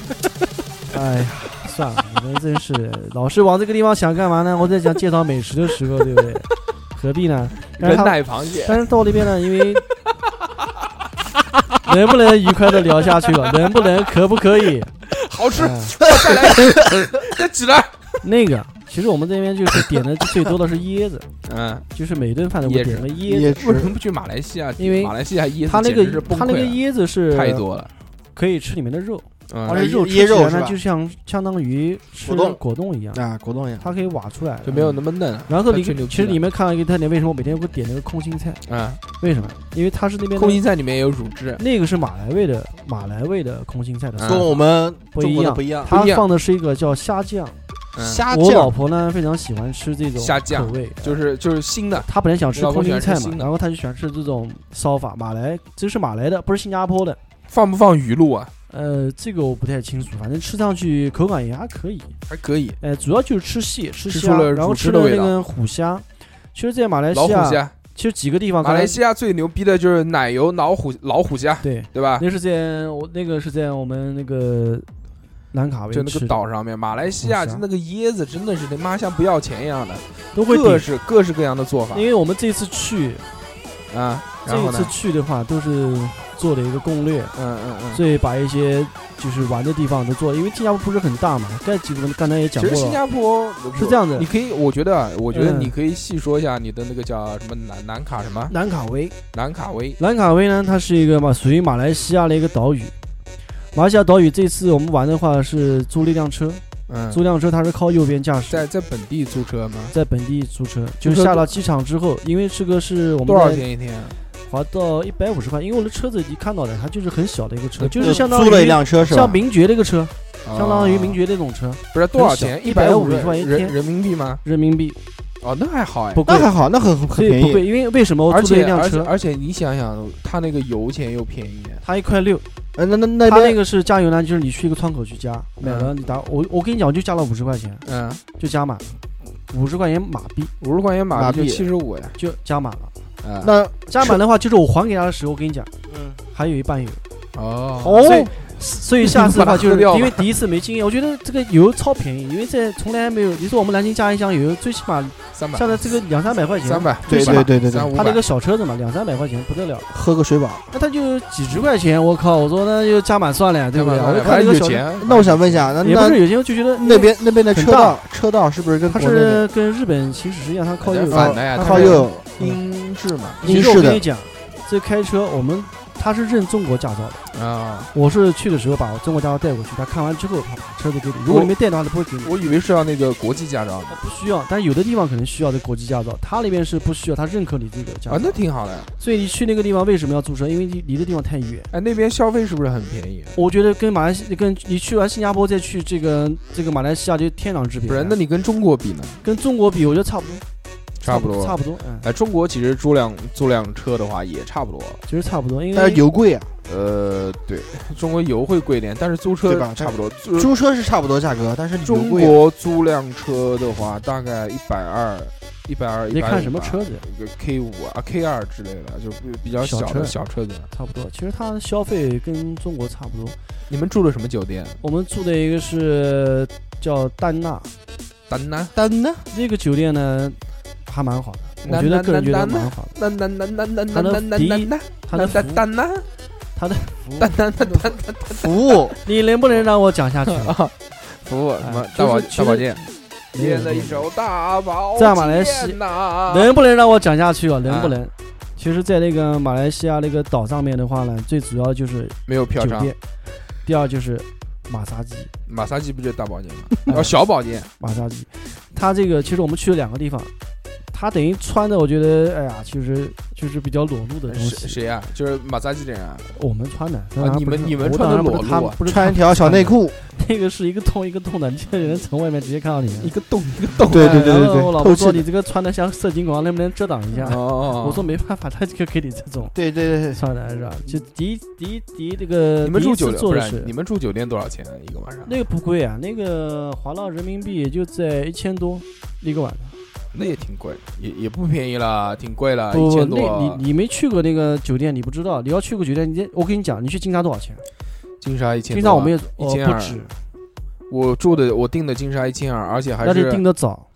S2: 哎呀，算了，你们真是的，老是往这个地方想干嘛呢？我在讲介绍美食的时候，对不对？何必呢？但
S3: 人
S2: 是它
S3: 奶螃 蟹，
S2: 但是到那边呢，因为 能不能愉快的聊下 去了？能不能？可不可以？
S3: 好吃，
S2: 哎
S3: 再来，再起来，
S2: 那个，其实我们这边就是点的最多的是椰子，
S3: 嗯，
S2: 就是每顿饭都会
S3: 椰子
S2: 点个椰
S4: 也
S2: 子。
S3: 为什
S4: 汁
S3: 么不去马来西亚？
S2: 因为
S3: 马来西亚椰
S2: 它
S3: 子简
S2: 那个
S3: 直是崩
S2: 它那个
S3: 溃
S2: 椰子是
S3: 了，太多了，
S2: 可以吃里面的肉，而
S3: 嗯，
S2: 且
S4: 椰
S2: 肉吃起
S4: 椰肉
S2: 来
S4: 是吧
S2: 呢，就像相当于吃
S4: 果冻
S2: 果冻一样，
S4: 啊，果冻呀，
S2: 它可以挖出来。
S3: 就没有那么嫩，
S2: 嗯然后
S3: 它
S2: 你
S3: 吹牛
S2: 其实
S3: 逼啊
S2: 你们看到一个特点，为什么我每天会点那个空心菜？
S3: 嗯，
S2: 为什么？因为它是那边的
S3: 空心菜里面也有乳汁，
S2: 那个是马来味的马来味的空心菜的
S3: 嗯
S2: 酸
S4: 跟
S2: 味，
S4: 我们
S2: 不
S4: 中
S2: 一
S4: 国的
S2: 样
S4: 不一样，
S2: 它
S3: 不一样
S2: 放的是一个叫虾酱。
S3: 嗯
S4: 虾
S2: 我老
S4: 酱
S2: 婆呢非常喜欢吃这种
S3: 虾酱
S2: 口味，啊
S3: 就是就是新的，
S2: 她本来想吃空心菜
S3: 老婆喜欢吃
S2: 嘛
S3: 腥，的
S2: 然后她就喜欢吃这种烧法，马来这是马来的，不是新加坡的。
S3: 放不放鱼露啊？
S2: 呃，这个我不太清楚，反正吃上去口感也还可以。
S3: 还可以，
S2: 呃，主要就是吃蟹、吃
S3: 吃
S2: 虾
S3: 出了，
S2: 然后
S3: 乳汁
S2: 吃
S3: 的
S2: 了
S3: 味
S2: 那
S3: 道
S2: 个虎虾。其实，在马来
S3: 老
S2: 西
S3: 虎
S2: 亚，
S3: 虾，
S2: 其实几个地方，
S3: 马来西亚最牛逼的就是奶油老虎老虎虾，
S2: 对，
S3: 对吧？
S2: 那是在我那个是在我们那个兰卡威
S3: 就那
S2: 吃
S3: 个
S2: 的
S3: 岛上面，马来西亚
S2: 虎虾
S3: 那个椰子真的是他妈像不要钱一样的，
S2: 都会
S3: 各
S2: 点，
S3: 式各式各样的做法
S2: 因为我们这次去，
S3: 啊。然
S2: 这
S3: 后
S2: 一
S3: 呢
S2: 次，去的话都是做了一个攻略，
S3: 嗯嗯嗯，
S2: 所以把一些就是玩的地方都做，因为新加坡不是很大嘛，该几个刚才也讲
S3: 其实新
S2: 过了，
S3: 加坡
S2: 是这样的
S3: 你可以，我觉得啊，我觉得
S2: 嗯
S3: 你可以细说一下你的那个叫什么南南卡什么
S2: 兰卡威，
S3: 南卡威，
S2: 兰卡威呢，它是一个嘛属于马来西亚的一个岛屿。马来西亚岛屿这次我们玩的话是租了一辆车，
S3: 嗯，
S2: 租辆车它是靠右边驾驶，
S3: 在在本地租车吗？
S2: 在本地租车，就
S3: 租车
S2: 下了机场之后，因为这个是我们
S3: 多少
S2: 在
S3: 钱一天啊？
S2: 花到一百五十块，因为我的车子你看到的，它就是很小的一个车，就是相当于
S4: 租了一辆车是吧
S2: 像？名爵那个车，
S3: 哦
S2: 相当于名
S3: 爵
S2: 爵那种车，
S3: 不是多少
S2: 很小
S3: 钱？
S2: 150
S3: 百五
S2: 块一
S3: 人
S2: 天
S3: 人民币吗？
S2: 人民币
S3: 哦，那还好哎，
S2: 不贵
S4: 那，还好，那很很
S2: 所
S4: 很
S2: 以
S4: 便
S2: 不
S4: 宜，
S2: 贵，因为为什么我
S3: 而
S2: 租了一
S3: 且
S2: 辆
S3: 而且
S2: 车，
S3: 而且你想想，他那个油钱又便宜，啊
S2: 它一块六，
S4: 呃，那那那
S2: 它那
S4: 边
S2: 个是加油呢，就是你去一个窗口去加，买了你打我我跟你讲，我就加了五十块钱，
S3: 嗯，
S2: 就加满，五十块钱马币
S3: 五十块钱马
S4: 马
S3: 币就
S4: 币
S3: 七十五呀，
S2: 就加满了，
S3: 啊，
S4: 那
S2: 加满的话就是我还给他的时候，我跟你讲，
S4: 嗯
S2: 还有一半有，
S3: 哦，
S2: 所以所以下次的
S3: 把它
S2: 话就
S3: 喝
S2: 是
S3: 掉吧
S2: 因为第一次没经验，我觉得这个油超便宜，因为在从来没有，你说我们南京加一箱油，最起码
S3: 三百
S2: 下来这个两三百块钱，
S3: 三百，
S4: 对
S3: 三百
S4: 对对对对
S3: 三五
S2: 他那
S3: 百嗯
S2: 个，小车子嘛，两三百块钱不得了，
S4: 喝个水饱。
S2: 那他就几十块钱，我靠，我说那就加满算了呀，对不对？
S3: 加
S2: 我
S3: 满
S2: 就
S3: 算了
S2: 看
S3: 反
S2: 那个
S3: 正有
S2: 小车，
S3: 钱，
S4: 那我想问一下，那
S2: 也不
S4: 那
S2: 是有钱，我就觉得
S4: 那边那边的
S2: 很
S4: 车
S2: 大
S4: 道车道是不是跟
S2: 他
S4: 国内的
S2: 是跟日本行驶是一样，他靠右
S3: 人，反的呀
S4: 啊
S3: 他
S4: 靠
S3: 是
S4: 右
S3: 英制嘛
S4: 英
S2: 其实我
S4: 式
S2: 跟
S4: 的？
S2: 你讲，这开车我们他是认中国驾照的，
S3: 啊，
S2: 我是去的时候把我中国驾照带过去，他看完之后把车子给你，如果你没带的话，他不会给你。
S3: 我以为是要那个国际驾照的
S2: 不需要，但有的地方可能需要的国际驾照，他那边是不需要，他认可你这个驾
S3: 啊，
S2: 照。
S3: 那挺好的。
S2: 所以你去那个地方为什么要租车？因为你离的地方太远。
S3: 哎，那边消费是不是很便宜？
S2: 我觉得跟马来西跟你去完新加坡再去这个这个马来西亚就天壤之别。
S3: 不是，那你跟中国比呢？
S2: 跟中国比，我觉得差不多，
S3: 差不
S2: 不
S3: 多，
S2: 差不多，嗯，
S3: 哎，中国其实租辆租辆车的话也差不多，
S2: 其实差不多，因
S3: 哎
S4: 但
S2: 为
S4: 是油贵啊，
S3: 呃，对，中国油会贵一点，但是租车
S4: 对吧
S3: 差不多。租
S4: 租车是差不多价格，但是油
S3: 中
S4: 贵啊。
S3: 国租辆车的话，大概一百二、一百二、一
S2: 你
S3: 百
S2: 看什么车子，
S3: 一个 K 五啊、K 二之类的，就比比较
S2: 小
S3: 小的
S2: 车
S3: 小车子。
S2: 差不多。其实它的消费跟中国差不多。
S3: 你们住的什么酒店？
S2: 我们住的一个是叫丹娜，
S3: 丹南。
S4: 单呢？
S2: 这个酒店呢还蛮好的，我觉得个人觉得蛮好的。
S3: 丹南南南南
S2: 它的
S3: 南
S2: 第
S3: 南
S2: 一
S3: 南南，
S2: 它的服
S3: 丹
S2: 务，
S3: 丹南，
S2: 它的
S3: 丹南丹丹丹丹
S4: 服务
S2: 你能不能让我讲下去？
S3: 啊，服务什么
S2: 哎
S3: 大保
S2: 就是其
S3: 大保
S2: 实
S3: 健，
S2: 没有
S3: 练了一手大保
S2: 在马来西
S3: 健呐
S2: 能不能让我讲下去啊？能不能？其实，在那个马来西亚那个岛上面的话呢，最主要就是
S3: 没有票
S2: 酒
S3: 商，
S2: 店，第二就是马杀鸡，
S3: 马杀鸡不就是大保健吗？
S2: 嗯
S3: 哦，小保健，
S2: 马杀鸡。它这个其实我们去了两个地方，它等于穿的，我觉得，哎呀，其实就是比较裸露的东
S3: 谁
S2: 西。
S3: 谁啊？就是马杀鸡的人啊？
S2: 我们穿的，当
S3: 啊
S2: 然
S3: 你
S2: 不
S3: 们
S2: 是
S3: 你们
S2: 我
S3: 穿
S2: 当
S3: 的
S2: 然不是
S3: 裸
S2: 他
S3: 露
S2: 们
S3: 啊
S2: 不是
S4: 穿一
S2: 他
S4: 条小内裤，
S2: 们，那个是一个洞一个洞的，你这个人从外面直接看到里面。
S3: 个洞一个洞
S4: 对对对对
S2: 然后
S4: 对
S2: 我老
S4: 透
S2: 婆
S4: 气
S2: 说
S4: 的
S2: 你这个穿的像色情广告，能不能遮挡一下？
S3: 哦，
S2: 我说没办法，他就给你这种。
S4: 对对对对，
S2: 算的是吧？就第一第一第一这个
S3: 你们
S2: 第
S3: 住
S2: 一次
S3: 酒店
S2: 做
S3: 不
S2: 的
S3: 是
S2: 是？
S3: 你们住酒店多少钱啊一个晚上？
S2: 那个不贵啊，那个划到人民币也就在一千多一个晚上。
S3: 那也挺贵，也也不便宜啦，挺贵啦，啊一
S2: 不不，
S3: 千
S2: 那
S3: 多。
S2: 你你没去过那个酒店，你不知道。你要去过酒店，你这我跟你讲，你去金沙多少钱？
S3: 金沙一千，啊
S2: 金沙我们也
S3: 一
S2: 哦
S3: 千
S2: 不
S3: 二
S2: 止，
S3: 我住的我订的金沙一千二，而且还
S2: 那得订
S3: 是
S2: 的早。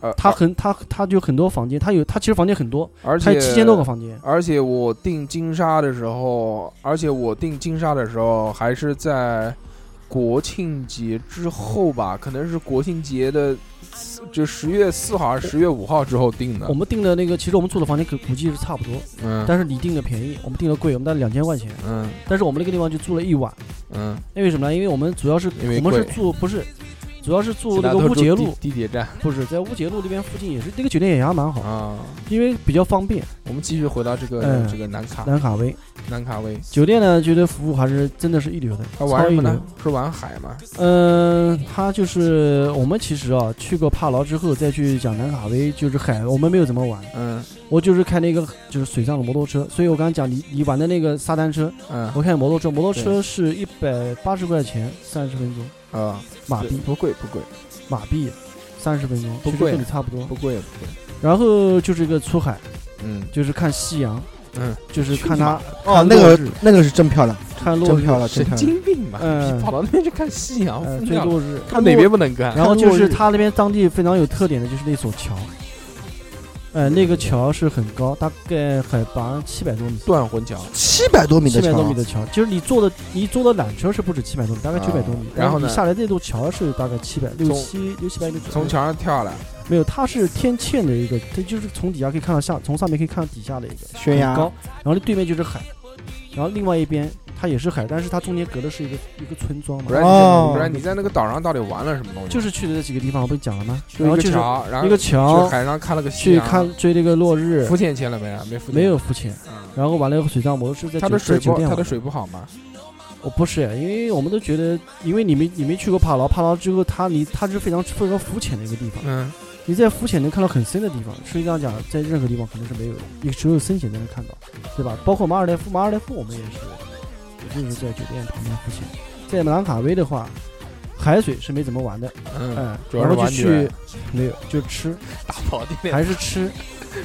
S3: 呃，
S2: 他
S3: 而
S2: 很他他就很多房间，他有他其实房间很多，
S3: 而
S2: 他
S3: 且
S2: 有七千多个房间。
S3: 而且我订金沙的时候，而且我订金沙的时候还是在国庆节之后吧，可能是国庆节的四，就十月四号还是十月五号之后订的
S2: 我。们订的那个，其实我们住的房间可估计是差不多，
S3: 嗯
S2: 但是你订的便宜，我们订的贵，我们大概两千块钱。
S3: 嗯
S2: 但是我们那个地方就住了一晚，
S3: 嗯，
S2: 因为什么呢？因为我们主要是
S3: 因为
S2: 我们是
S3: 贵
S2: 住不是，主要是住
S3: 其
S2: 那
S3: 他
S2: 个
S3: 都
S2: 乌
S3: 住
S2: 节
S3: 地
S2: 路，
S3: 地铁站
S2: 不是在乌节路那边附近也是那个酒店也还蛮好，
S3: 啊。
S2: 因为比较方便。
S3: 我们继续回到这个
S2: 嗯
S3: 这个南卡
S2: 兰卡威
S3: 南卡威，
S2: 酒店呢，觉得服务还是真的是一流的，
S3: 他玩
S2: 超
S3: 什
S2: 一
S3: 么
S2: 流
S3: 呢？？是玩海吗？
S2: 嗯、他就是我们其实啊去过帕劳之后再去讲兰卡威，就是海，我们没有怎么玩，
S3: 嗯
S2: 我就是开那个就是水上的摩托车，所以我刚刚讲你你玩的那个沙滩车，
S3: 嗯
S2: 我看摩托车，摩托车是一百八十块钱三十分钟，
S3: 啊，
S2: 马币
S3: 不贵不贵
S2: 马币三十分钟，
S3: 不
S2: 其实
S3: 贵
S2: 跟你差不多
S3: 不。贵不贵，
S2: 然后就是一个出海，
S3: 嗯
S2: 就是看夕阳，
S3: 嗯，
S2: 就是
S3: 去
S2: 看
S3: 你妈的
S2: 它
S4: 哦，
S2: 看
S4: 那
S2: 落
S4: 个
S2: 日
S4: 那个是真漂亮，
S2: 看落
S4: 真
S2: 日，
S4: 漂亮，真
S3: 神
S4: 漂亮。
S3: 经病吧？
S2: 嗯
S3: 你跑到那边去看夕阳，
S4: 哦
S2: 呃，
S3: 疯
S2: 最
S3: 掉了
S2: 落日。
S3: 看哪边不能看？
S2: 然后
S4: 看
S2: 就
S4: 落
S2: 是
S4: 日
S2: 它那边当地非常有特点的就是那座桥，呃，那个桥是很高，大概海拔七百多米，
S3: 断魂桥，
S4: 七百多米
S2: 七
S4: 的啊
S2: 百
S4: 桥
S2: 多米，的桥，就是你坐的你坐的缆车是不止七百多米，大概九百多米
S3: 啊，然后呢
S2: 你下来那座桥是大概七百六
S3: 从
S2: 七六七百米左右。
S3: 从桥上跳下来，
S2: 没有，它是天堑的一个，它就是从底下可以看到下，从上面可以看到底下的一个
S4: 悬崖
S2: 很高，然后对面就是海，然后另外一边它也是海，但是它中间隔的是一个一个村庄
S3: 不
S2: 嘛，
S3: 然
S4: 哦
S3: 你不然你在那个岛上到底玩了什么东西？
S2: 就是去的这几个地方，我不是讲了吗？
S3: 就一
S2: 然后
S3: 个
S2: 就是
S3: 桥，然后
S2: 一个
S3: 去
S2: 桥，
S3: 海上看了个夕
S2: 去
S3: 阳，
S2: 看追那个落日，
S3: 浮潜去了没啊？没浮潜，
S2: 没有。浮潜，
S3: 嗯
S2: 然后玩了个水上摩托车，在
S3: 它
S2: 酒
S3: 的水
S2: 在酒
S3: 不
S2: 店
S3: 它的
S2: 玩
S3: 水不好吗？
S2: 我哦不是，因为我们都觉得，因为你没你没去过帕劳，帕劳之后它离它是非常非常浮潜的一个地方，
S3: 嗯，
S2: 你在浮潜能看到很深的地方，实际上讲，在任何地方可能是没有的，你只有深潜才能看到，对吧？包括马尔代夫，马尔代夫我们也是，也就是在酒店旁边浮潜。在马兰卡威的话，海水是没怎么玩的，
S3: 嗯，
S2: 哎，
S3: 主要
S2: 然
S3: 是
S2: 后就
S3: 玩女
S2: 去
S3: 人
S2: 没有就吃，
S3: 打跑店
S2: 还是吃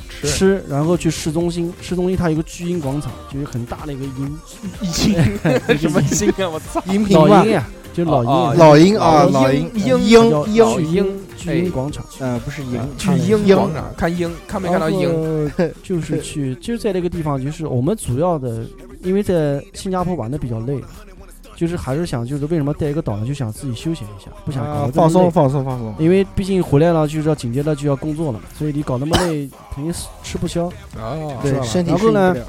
S3: 吃
S2: 吃，然后去市中心，市中心它有个巨婴广场，就是很大的一个 音
S3: 一 斤什么斤啊？我操！
S4: 音频
S2: 老
S4: 嘛
S2: 鹰，呀，就
S3: 哦
S2: 老
S3: 哦
S2: 鹰
S4: 老鹰
S3: 老
S2: 呀
S4: 啊，
S3: 老
S4: 老
S3: 鹰
S4: 鹰，
S3: 鹰
S2: 叫
S4: 鹰鹰，
S2: 巨
S3: 鹰
S2: 鹰巨
S3: 哎
S2: 鹰广场。
S4: 呃，不是鹰，
S3: 去鹰
S4: 鹰
S3: 广场看鹰，看没 看到鹰？
S2: 鹰，就是去，就是在那个地方，就是我们主要的，因为在新加坡玩的比较累，就是还是想，就是为什么带一个岛呢？就想自己休闲一下，不想搞
S4: 啊
S2: 得这么
S4: 放松
S2: 累
S4: 放松放松。
S2: 因为毕竟回来了，就是要紧接着就要工作了嘛，所以你搞那么累，肯定是吃不消。
S3: 哦，
S2: 是
S4: 对，
S2: 吧
S4: 身体
S2: 然
S4: 适
S2: 后
S4: 应不
S2: 呢
S4: 了。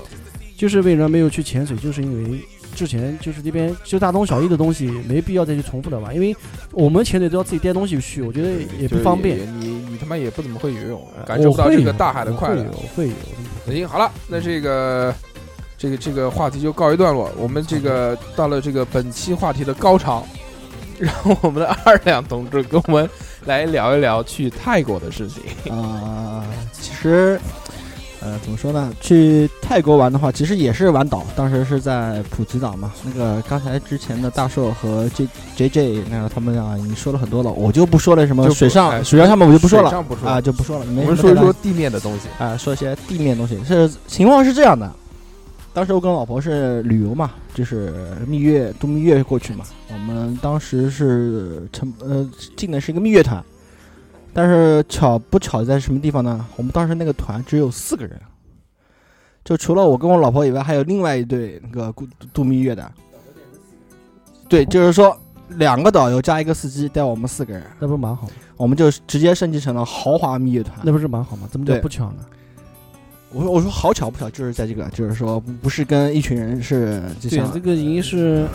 S2: 就是为什么没有去潜水，就是因为之前就是那边就大同小异的东西，没必要再去重复的玩，因为我们潜水都要自己带东西去，我觉得也不方便。
S3: 就是也你你他妈也不怎么会游泳，
S2: 呃
S3: 感受不到这个
S2: 我会有
S3: 大海的快乐
S2: 我。哦会有，我会有。
S3: 行，好了，那这个这个这个话题就告一段落。我们这 个到了这个本期话题的高潮，让我们的二两同志跟我们来聊一聊去泰国的事情。
S4: 啊、其实，呃，怎么说呢？去泰国玩的话，其实也是玩岛，当时是在普吉岛嘛。那个刚才之前的大寿和 J J J 那个他们俩已经说了很多了，我就不说了什么
S3: 就不
S4: 水
S3: 哎
S4: 上水上项目我就不说
S3: 水
S4: 了
S3: 上不说
S4: 啊，就不说了。你
S3: 我
S4: 什么
S3: 们说一
S4: 太大
S3: 说地面的东西。
S4: 啊，说一些地面东西。是情况是这样的，当时我跟老婆是旅游嘛，就是蜜月度蜜月过去嘛。我们当时是成呃进的是一个蜜月团，但是巧不巧在什么地方呢？我们当时那个团只有四个人，就除了我跟我老婆以外，还有另外一对那个度度蜜月的。对，就是说两个导游加一个司机带我们四个人，
S2: 那不是蛮好吗？
S4: 我们就直接升级成了豪华蜜月团。
S2: 那不是蛮好吗？怎么叫
S4: 对
S2: 不巧呢？
S4: 我说我说好巧不巧，就是在这个，就是说不不是跟一群人是就
S2: 对
S4: 像，呃
S2: 这个已经是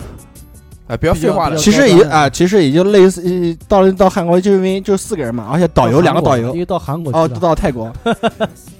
S3: 哎，不要废话了
S2: 比较，
S4: 其实也
S2: 高端的
S4: 啊、其实也就类似于到了到韩国就因为就四个人嘛，而且导游
S2: 到
S4: 两个
S2: 韩国
S4: 导游
S2: 因为到韩国
S4: 哦，
S2: 去了
S4: 到泰 国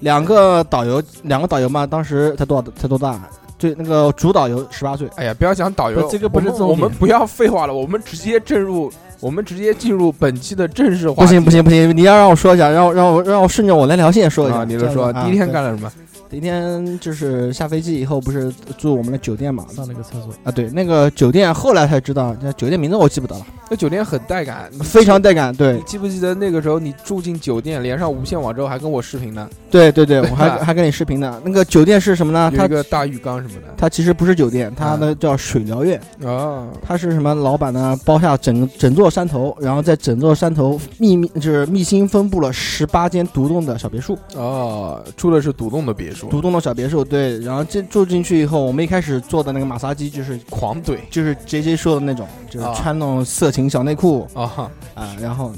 S4: 两个导游两个导游嘛，当时才多才多大？对，那个主导游十八岁，
S3: 哎呀，不要讲导游，
S2: 不这个不是
S3: 我们
S2: 重
S3: 我
S2: 点
S3: 们不要废话了，我们直接进入，我们直接进入本期的正式话
S4: 不
S3: 题。
S4: 行不行不行，你要让我说一下，让我让我让我顺着我那条线说一
S3: 啊，
S4: 下。
S3: 你就说
S4: 啊
S3: 第一天
S4: 对
S3: 干了什么？
S4: 第一天就是下飞机以后不是住我们的酒店嘛？
S2: 上那个厕所，
S4: 啊，对，那个酒店后来才知道，那酒店名字我记不得 了，
S3: 那酒店很带感，
S4: 非常带感，对
S3: 你。记不记得那个时候你住进酒店，连上无线网之后还跟我视频呢？
S4: 对对对，
S3: 对
S4: 我还
S3: 吧
S4: 还跟你视频呢。那个酒店是什么呢？
S3: 有一
S4: 它
S3: 个啊大浴缸什么的。
S4: 它其实不是酒店，它呢叫水疗院。
S3: 哦，
S4: 它是什么？老板呢包下整整座山头，然后在整座山头秘密就是密心分布了十八间独栋的小别墅，
S3: 哦，住的是独栋的别墅，
S4: 独栋的小别墅。对，然后进住进去以后，我们一开始坐的那个马杀鸡就是
S3: 狂怼
S4: 就是 J J 说的那种，就是
S3: 啊
S4: 穿那种色情小内裤
S3: 啊，
S4: 啊，然后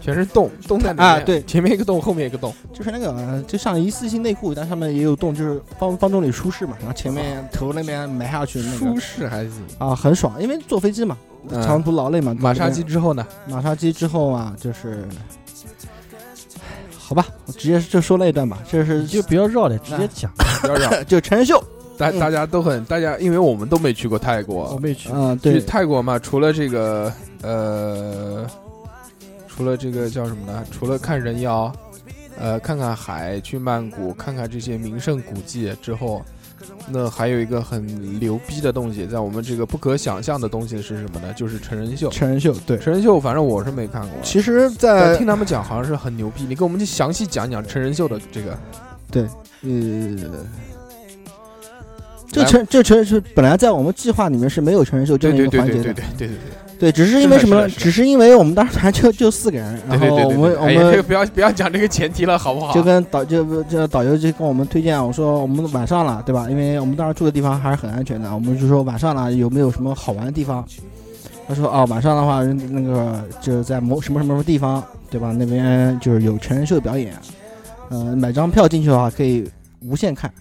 S3: 全是洞，洞在里面
S4: 啊对
S3: 前面一个洞，后面一个洞，
S4: 就是那个呃就像一次性内裤，但上面也有洞，就是方方洞里舒适嘛，然后前面头那边埋下去那
S3: 啊舒
S4: 个
S3: 适还行。
S4: 啊，很爽，因为坐飞机嘛。
S3: 嗯
S4: 长途劳累嘛。
S3: 马杀
S4: 对
S3: 鸡之 后呢？
S4: 不对，马杀鸡之后啊，就是，好吧，我直接就说那一段吧，这是
S2: 你就不要绕了，直接讲。
S3: 不要让
S4: 就陈秀，
S3: 大
S4: 嗯
S3: 大家都很，大家因为我们都没去过泰
S2: 我
S3: 国，
S2: 没去，
S4: 嗯，
S3: 去
S4: 对，
S3: 泰国嘛，除了这个呃，除了这个叫什么呢？除了看人妖，呃，看看海，去曼谷看看这些名胜古迹之后。那还有一个很牛逼的东西，在我们这个不可想象的东西是什么呢？就是成人秀。
S4: 陈秀，对。
S3: 成人秀，反正我是没看过。
S4: 其实
S3: 但
S4: 在，
S3: 听他们讲，好像是很牛逼。你跟我们去详细讲讲成人秀的这个。
S4: 呃，这陈这陈是本来在我们计划里面是没有陈秀这样一
S3: 对对
S4: 个
S3: 对
S4: 环
S3: 对
S4: 节
S3: 对对
S4: 的，
S3: 对对对
S4: 对，只是因为什么呢？
S3: 是的是的
S4: 只是因为我们当时团就就四个人，然
S3: 对对
S4: 后
S3: 对。
S4: 我们我
S3: 哎呀这个
S4: 们
S3: 不要不要讲这个前提了，好不
S2: 啊
S3: 好？
S4: 就跟导就就导游就跟我们推荐，我说我们晚上了，对吧？因为我们当时住的地方还是很安全的，我们就说晚上了有没有什么好玩的地方？他说哦，晚上的话那个就是在某什么什么什么地方，对吧？那边就是有成人秀表演，呃，买张票进去的话可以无限看，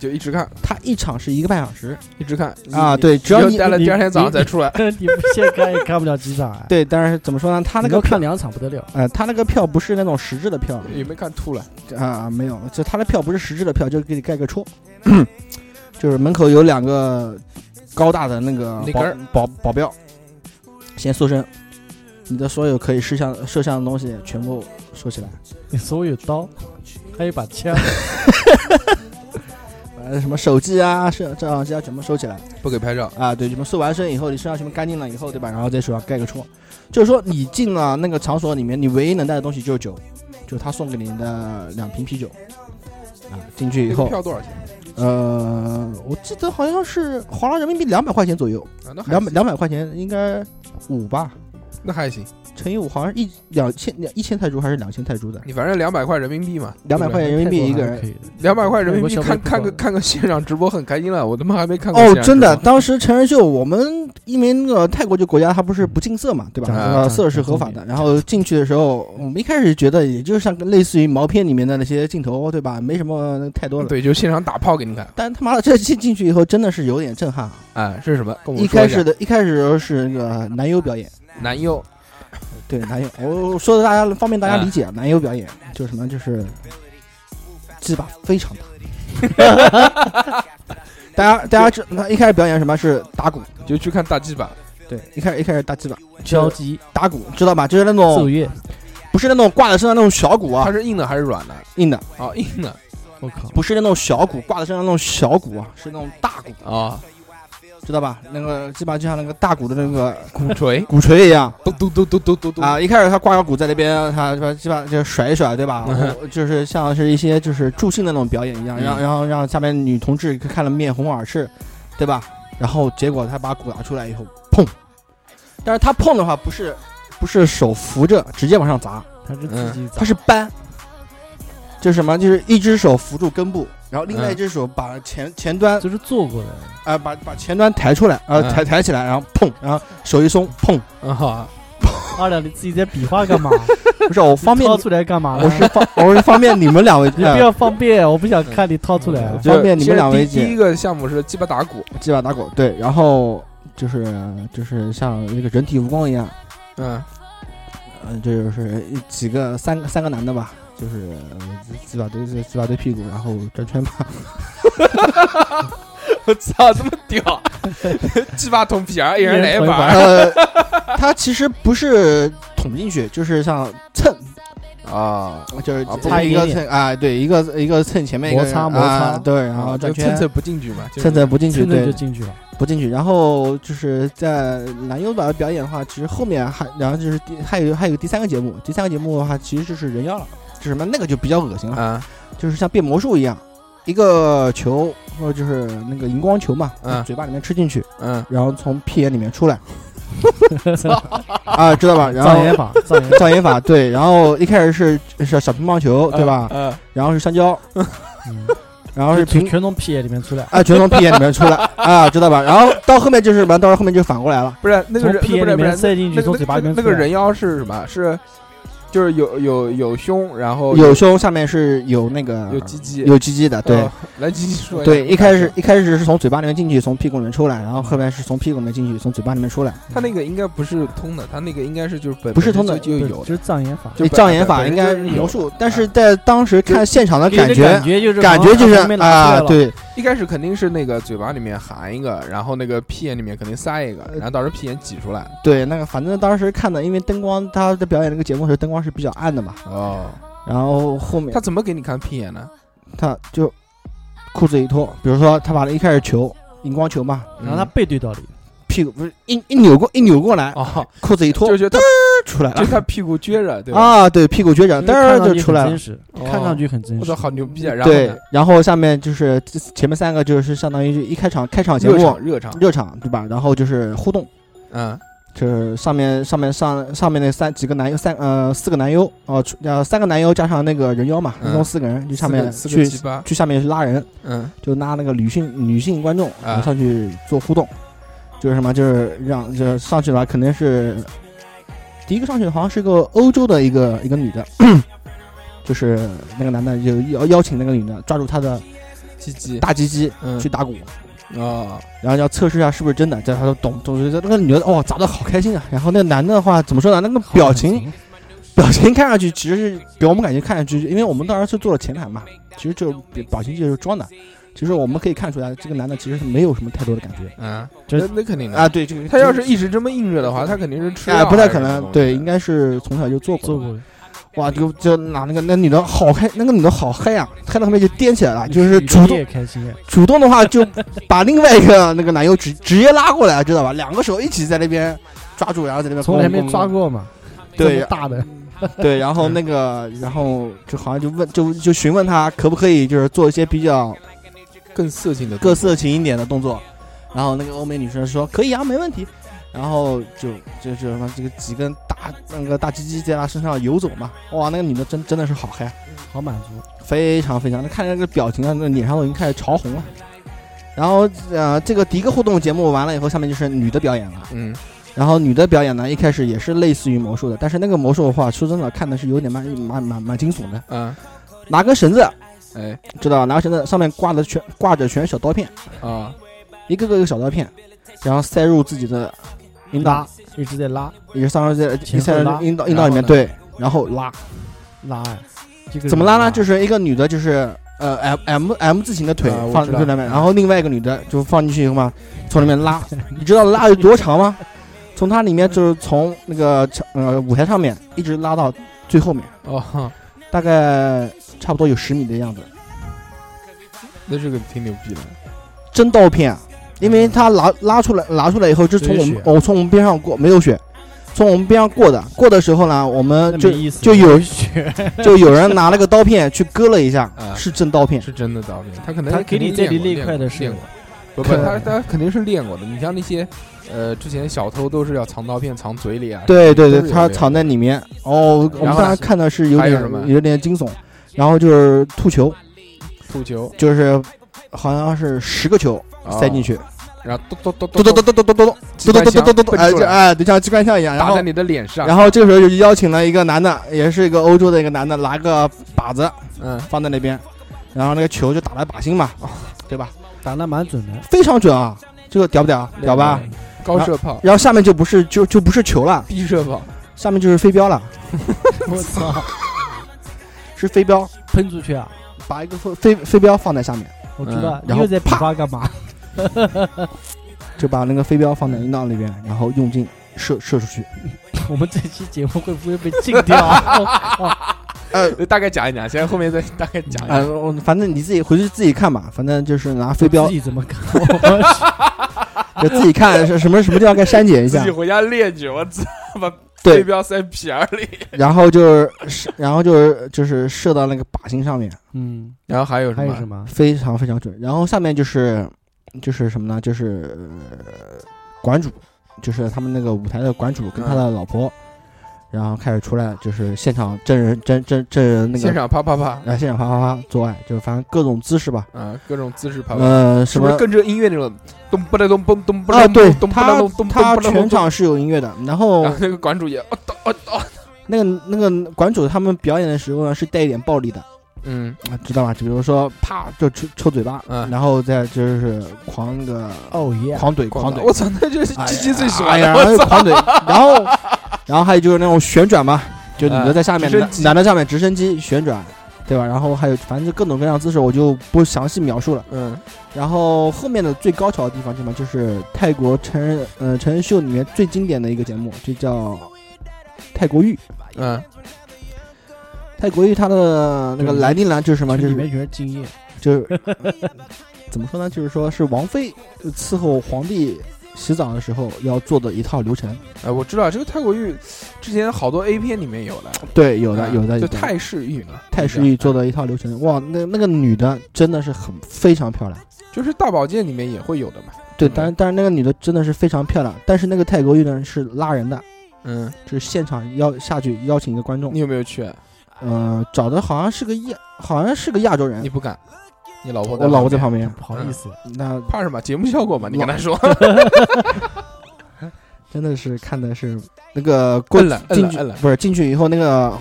S3: 就一直看，
S4: 它一场是一个半小时
S3: 一直看
S4: 啊，，对，只
S3: 只
S4: 要
S3: 要
S4: 你
S3: 待了
S2: 你
S3: 第二天早上再出来。
S2: 你不先看也看不了几场啊。，
S4: 嗯对，但是怎么说呢？他那
S2: 你
S4: 个
S2: 要
S4: 票，
S2: 看两场不得了，
S4: 呃，他那个票不是那种实质的票，
S3: 有没有看吐了？
S4: 啊，没有，就他的票不是实质的票，就是给你盖个 戳，就是门口有两个高大的那个
S3: 那
S4: 啊保
S3: 根儿
S4: 保保镖，先搜身，你的所有可以摄像摄像的东西全部收起来。
S2: 你手有刀，还有一把枪，
S4: 嗯、呃什么手机啊、摄照相机啊全部收起来
S3: 不给拍照，
S4: 啊。对，什么搜完身以后，你身上全部干净了以后，对吧？然后在手上盖个戳，就是说你进了那个场所里面，你唯一能带的东西就是酒，就是他送给你的两瓶啤酒啊。进去以
S3: 那个
S4: 后，
S3: 票多少钱
S4: 呃，我记得好像是划了人民币两百块钱左右，
S3: 啊？那还
S4: 两百两百块钱应该五吧，
S3: 那还行，
S4: 乘以五好像是一两千两一千泰铢还是两千泰铢的，
S3: 你反正两百块人民币嘛，
S4: 两百块钱人民币一个人
S2: 可。以的。
S3: 两百块人民币
S2: 泰国消
S3: 看
S2: 费不
S3: 看个
S2: 高
S3: 看个现场直播很开心了，我他妈还没看过
S4: 哦
S3: 现，场
S4: 真的，
S3: 直播
S4: 当时成人秀，我们因为那个泰国这个国家，它不是不禁色嘛，对吧？
S2: 讲
S3: 啊
S4: 呃，色是合法的。然后进去的时候，我们一开始觉得也就像类似于毛片里面的那些镜头，对吧？没什么太多的。
S3: 对，就现场打炮给你看
S4: 但他妈的这进进去以后，真的是有点震撼啊。
S3: 啊，是什么？跟我
S4: 一
S3: 说下
S4: 开始的一开始是那个男优表演，
S3: 男优
S4: 对男优，我说的大家方便大家理解，男优表演就是什么，就是鸡巴非常大。大家大家知，那一开始表演什么是打鼓，
S3: 就去看大鸡巴，
S4: 对，一开始一开始打鸡巴。
S2: 交集
S4: 打鼓，知道吧？就是那
S2: 奏
S4: 种
S2: 乐，
S4: 不是那种挂在身上那种小鼓啊
S3: 它，是硬的还是软的？
S4: 硬的，
S3: 哦，硬的
S2: 我靠，
S4: 不是那种小鼓挂在身上那种小鼓啊，是那种大鼓，
S3: 啊，
S4: 知道吧？那个基本上就像那个大鼓的那个，
S3: 鼓槌
S4: 鼓槌一样
S3: 嘟嘟嘟嘟嘟嘟嘟
S4: 啊。一开始他挂个鼓在那边，他说基本上就甩一甩，对吧？
S3: 嗯
S4: 我就是像是一些就是助兴的那种表演一样，
S3: 嗯
S4: 让然后让下面女同志看了面红耳赤，对吧？然后结果他把鼓拿出来以后，砰！但是他碰的话不是不是手扶着直接往上砸，
S2: 他是自己
S4: 嗯它是扳，就是什么，就是一只手扶住根部，然后另外
S3: 嗯
S4: 一只手把前、前端
S2: 就是做过的，
S4: 啊、把把前端抬出来，啊、
S3: 嗯
S4: 抬抬起来，然后砰，然后手一松，砰，
S3: 啊，
S2: 二两你自己在比划干嘛？
S4: 不是我 方便
S2: 掏，出来干嘛呢？
S4: 我是方我是方便你们两 位，
S2: 你不要方便，我不想看你掏出来。
S4: 嗯方便你们两位
S3: 第
S4: 姐
S3: 第一个项目是鸡巴打鼓，
S4: 鸡巴打狗，对，然后就是就是像那个人体蜈蚣一样，
S3: 嗯，
S4: 嗯、这就是一几个三个三个男的吧，就是呃鸡巴对鸡巴对屁股，然后转圈吧，
S3: 我 操，这么屌，鸡巴捅屁眼儿，一人来一把
S4: 呃，他其实不是捅进去，就是像蹭。
S3: 啊，
S4: 就是
S3: 啊
S4: 擦
S2: 不
S4: 一个
S2: 一定
S4: 蹭啊，对，一个一个蹭前面一个
S2: 摩擦
S4: 人
S2: 摩
S4: 啊
S2: 擦
S4: 对，然后转
S3: 就
S4: 圈
S3: 蹭，蹭不进去嘛，就是
S4: 蹭蹭不进去，
S2: 真的就
S4: 对，
S2: 进去了，
S4: 不进去。然后就是在男优的表演的话，其实后面还，然后就是第还有还有第三个节目，第三个节目的话其实就是人妖了，就是什么那个就比较恶心了，
S3: 啊，
S4: 就是像变魔术一样，一个球或者就是那个荧光球嘛，
S3: 嗯
S4: 嘴巴里面吃进去，
S3: 嗯，
S4: 然后从屁眼里面 出来， 啊，知道吧？然
S2: 障
S4: 后
S2: 眼法，障眼
S4: 障眼法对，然后一开始是是小乒乓球对吧？
S3: 嗯，
S4: 然后是香蕉。
S2: 法，
S4: 然后是
S2: 嗯全
S4: 平
S2: 全从屁眼里面出来，
S4: 啊，全从屁眼里面出 来啊，知道吧？然后到后面就是什么？到时候后面就反过来了，
S3: 不是那个
S2: 从
S3: 人，
S2: 屁
S3: 不是
S2: 眼里
S3: 不
S2: 面
S3: 是
S2: 塞进去，
S3: 那
S2: 从
S3: 个
S2: 嘴巴里面
S3: 那
S2: 出
S3: 个
S2: 来。
S3: 人妖是什么？是就是有有哦有胸，然后
S4: 有胸下面是有那个
S3: 有鸡鸡，
S4: 有鸡鸡的，对
S3: 哦，来鸡鸡说下
S4: 对。一开始一开始是从嘴巴里面进去，从屁股里面出来，然后后面是从屁股里面进去，从嘴巴里面出来。
S3: 他那个应该不是通的，他那个应该是就是本
S4: 不是通的
S3: 本身就就有
S2: 就是障眼法，
S3: 就
S4: 就
S3: 本
S4: 障眼法
S3: 本
S4: 应
S3: 身
S4: 该
S3: 就是有
S4: 魔术，但是在当时看现场的
S2: 因为
S4: 感
S2: 那
S4: 觉
S2: 感，觉就是
S4: 感觉就是
S2: 好像被拿
S4: 啊，
S2: 出来了，
S4: 对
S3: 一开始肯定是那个嘴巴里面含一个，然后那个屁眼里面肯定塞一个，然后到时候屁眼挤出来。
S4: 对，那个反正当时看的，因为灯光他在表演那个节目的时候灯光是比较暗的嘛，
S3: 哦，
S4: 然后后面
S3: 他怎么给你看屁眼呢？
S4: 他就裤子一脱，比如说他把那一开始球荧光球嘛，
S2: 然后他背对到你，
S4: 屁股不是一一扭过一扭过来，
S3: 哦，
S4: 裤子一脱
S3: 就觉得
S4: 出来
S3: 就
S4: 了
S3: 他屁股撅着，对吧？
S4: 啊，对，屁股撅着，
S2: 就是看
S4: 噔
S2: 上
S4: 就
S2: 去
S4: 出来
S2: 很
S4: 了
S2: 真。实，
S3: 哦
S2: 看上去很真
S3: 我
S2: 实
S3: 操，。好牛逼啊！然后
S4: 对
S3: 呢，
S4: 然后下面就是前面三个就是相当于是一开场开场节
S3: 热
S4: 目
S3: 场热场，
S4: 热场对吧？然后就是互动，
S3: 嗯，
S4: 就是上面上面上上面那三几个男优三呃四个男优哦出呃三个男优加上那个人妖嘛，
S3: 嗯
S4: 一共四个人去
S3: 四
S4: 下
S3: 个
S4: 面
S3: 四个
S4: 去
S3: 鸡巴，
S4: 去下面去拉人，
S3: 嗯，
S4: 就拉那个女性女性观众
S3: 啊
S4: 上去做互动，就是什么，就是让就是上去了，肯定是第一个上去的好像是个欧洲的一个一个女的， 就是那个男的就邀邀请那个女的抓住她的
S3: 鸡鸡，
S4: 大鸡鸡
S3: 嗯
S4: 去打鼓，
S3: 哦，
S4: 然后要测试一下是不是真的，这他都懂懂，那个女的哦砸的好开心啊，然后那个男的话怎么说呢，那个表情表情看上去其实是给我们感觉看上去，因为我们当时是坐了前排嘛，其实就表情就是装的。其实我们可以看出来，这个男的其实是没有什么太多的感觉
S3: 嗯，
S2: 就
S3: 那那肯定的。
S4: 啊。对，这个
S3: 他要是一直这么硬着的话，他肯定是吃
S4: 啊
S3: 药
S4: 不太
S3: 还是
S4: 可
S3: 什么
S4: 能，
S3: 东西
S4: 对，应该是从小就做过
S2: 做
S4: 的。
S2: 过的，
S4: 哇，就就拿那个那女的好嗨，那个女的好嗨啊，嗨到后面就颠起来了，就是
S2: 你
S4: 主
S2: 你
S4: 动
S2: 也开心啊，
S4: 主动的话就把另外一个那个男优直直接拉过来，知道吧？两个手一起在那边抓住，然后在那边
S2: 从来
S4: 咣
S2: 没
S4: 咣
S2: 抓
S4: 咣
S2: 过嘛，
S4: 对
S2: 这么大的，
S4: 对，然后那个然后就好像就问就就询问他可不可以就是做一些比较
S3: 更色情的
S4: 各色情一点的动作，然后那个欧美女生说可以啊，没问题。然后就就就什么这个几根大那个大鸡鸡在她身上游走嘛，哇，那个女的真真的是好嗨，
S2: 好满足。
S4: 非常非常，那看那个表情啊，那脸上都已经开始潮红了。然后呃，这个第一个互动节目完了以后，下面就是女的表演了。
S3: 嗯，
S4: 然后女的表演呢，一开始也是类似于魔术的，但是那个魔术的话，说真的，看的是有点蛮蛮蛮蛮惊悚的。
S3: 啊，
S4: 拿根绳子，
S3: 哎
S4: 知道吧拿个绳子上面挂的全挂着全是小刀片，
S3: 啊，
S4: 一个个的小刀片，然后塞入自己的阴道，
S2: 拉，一直在拉
S4: 也是上面在
S2: 前后
S4: 塞入
S2: 拉
S4: 阴道阴道里
S3: 然后
S4: 面，
S3: 呢
S4: 对，然后拉，
S2: 拉呀，这个啊
S4: 怎么拉呢？就是是一个女的，就是呃 M M M 字形的腿
S3: 啊我
S4: 放
S3: 知
S4: 在
S3: 道
S4: 那边，然后另外一个女的就放进去以后嘛，从里面 拉，你知道拉有多长吗？从它里面就是从那个场呃舞台上面一直拉到最后面，
S3: 哦，
S4: 大概差不多有十米的样子，
S3: 那这个挺牛逼的，
S4: 真刀片啊，因为它拉拉出来拿出来以后，就从我
S2: 没
S4: 们
S2: 有血
S4: 我、从我们边上过没有血，从我们边上过的过的时候呢，我们就
S2: 意思
S4: 就有
S2: 血，
S4: 就有 人拿了个刀片去割了一下，
S3: 啊
S4: 是真刀片，
S3: 是真的刀片，他可能
S2: 他
S3: 是
S2: 给你
S3: 肯定
S2: 这里
S3: 练过
S2: 那块的是
S3: 练过，不不，
S4: 可
S3: 他他肯定是练过的。你像那些呃，之前小偷都是要藏刀片藏嘴里啊，
S4: 对对对
S3: 都是，有
S4: 它
S3: 这个
S4: 藏在里面。哦，我们
S3: 然后呢
S4: 当时看的是有
S3: 还有
S4: 点
S3: 什么
S4: 有点惊悚，然后就是吐球，
S3: 吐球
S4: 就是好像是十个球塞进，去，
S3: 啊然后咚咚
S4: 咚咚
S3: 咚
S4: 咚咚咚咚咚
S3: 咚
S4: 咚咚咚咚咚咚，哎就哎，就像机关枪一样，然
S3: 打
S4: 后
S3: 在你的脸上，
S4: 然后这个时候就邀请了一个男的，也是一个欧洲的一个男的，拿个靶子
S3: 嗯，
S4: 放在那边，然后那个球就打在靶心嘛，
S3: 哦
S4: 对吧？
S2: 打得蛮准的，
S4: 非常准啊，这个屌不屌？屌吧？
S3: 高射炮、
S4: 然后下面就不是就就不是球了，
S3: 低射炮，
S4: 下面就是飞镖了，
S2: 我操，
S4: 是飞镖，
S2: 喷出去啊！
S4: 把一个飞飞飞镖放在下面。
S2: 我知道
S4: 嗯，
S2: 你
S4: 然后
S2: 又在比划干嘛？
S4: 就把那个飞镖放在阴道里边，然后用劲射射出去。
S2: 我们这期节目会不会被禁掉 啊？
S3: 大概讲一讲，现在后面再大概讲一讲。
S4: 呃，我反正你自己回去自己看吧，反正就是拿飞 镖
S2: 自己怎么干？
S4: 就
S2: 我
S4: 自己看是什么什么地方该删减一
S3: 自
S4: 下
S3: 己。回家练去，我操，把飞
S4: 对，
S3: 镖塞屁眼里。
S4: 然后就是然后就是就是射到那个靶心上面，
S2: 嗯，
S3: 然后还有
S2: 还有什？么？
S4: 非常非常准。然后下面就是就是什么呢？就是、呃馆主，就是他们那个舞台的馆主跟他的老婆，然后开始出来就是现场真人真真真人那个
S3: 现场啪啪啪，
S4: 啊现场啪啪啪做爱，就是反正各种姿势吧。
S3: 啊，各种姿势啪啪。
S4: 呃，
S3: 是
S4: 什
S3: 不
S4: 么
S3: 是跟着音乐那种咚不啦咚嘣咚不啦
S4: 啊，
S3: 咚
S4: 对
S3: 咚不啦
S4: 他
S3: 咚咚不啦
S4: 他
S3: 咚
S4: 全场是有音乐的，然后
S3: 然后那个馆主也哦咚哦咚，
S4: 那个那个馆主他们表演的时候呢是带一点暴力的，
S3: 嗯，
S4: 啊知道吧？就比如说啪就抽抽嘴巴，
S3: 嗯
S4: 然后再就是狂那个
S2: 哦耶！
S4: 狂怼狂
S3: 我
S4: 怼，
S3: 操，那就是鸡鸡最喜
S4: 哎
S3: 欢
S4: 呀，然后
S3: 的，我
S4: 又
S3: 操，
S4: 狂怼，然后然后还有就是那种旋转嘛，就女的在下面
S3: 嗯直升，机
S4: 男的下面直升机旋转，对吧？然后还有反正就各种各样的姿势，我就不详细描述了。
S3: 嗯，
S4: 然后后面的最高潮的地方，基本上就是泰国成人呃成人秀里面最经典的一个节目，就叫泰国浴。
S3: 嗯，
S4: 泰国浴它的那个来历呢，就是什么？就
S2: 里
S4: 是
S2: 面全是精液，
S4: 就是 怎么说呢？就是说是王妃伺候皇帝洗澡的时候要做的一套流程。
S3: 哎，我知道这个泰国浴，之前好多 A 片里面有的，
S4: 对，有的
S3: 啊
S4: 有的有
S3: 就
S4: 的。
S3: 泰式浴嘛，
S4: 泰式浴做的一套流程，哇，那那个女的真的是很非常漂亮。
S3: 就是大保健里面也会有的嘛，
S4: 对，
S3: 嗯
S4: 但是但是那个女的真的是非常漂亮，但是那个泰国浴呢是拉人的，
S3: 嗯，
S4: 就是现场邀下去邀请一个观众
S3: 你。有没有去？啊
S4: 呃，找的好像是个亚，好像是个亚洲人
S3: 你。不敢，你老婆
S4: 我老婆在旁
S3: 边，
S4: 边，
S2: 不好意思，
S4: 那
S3: 怕什么？节目效果嘛，你跟他说，
S4: 真的是看的是那个过
S3: 摁了摁
S4: 进
S3: 了
S4: 去
S3: 摁了，
S4: 不是进去以后那个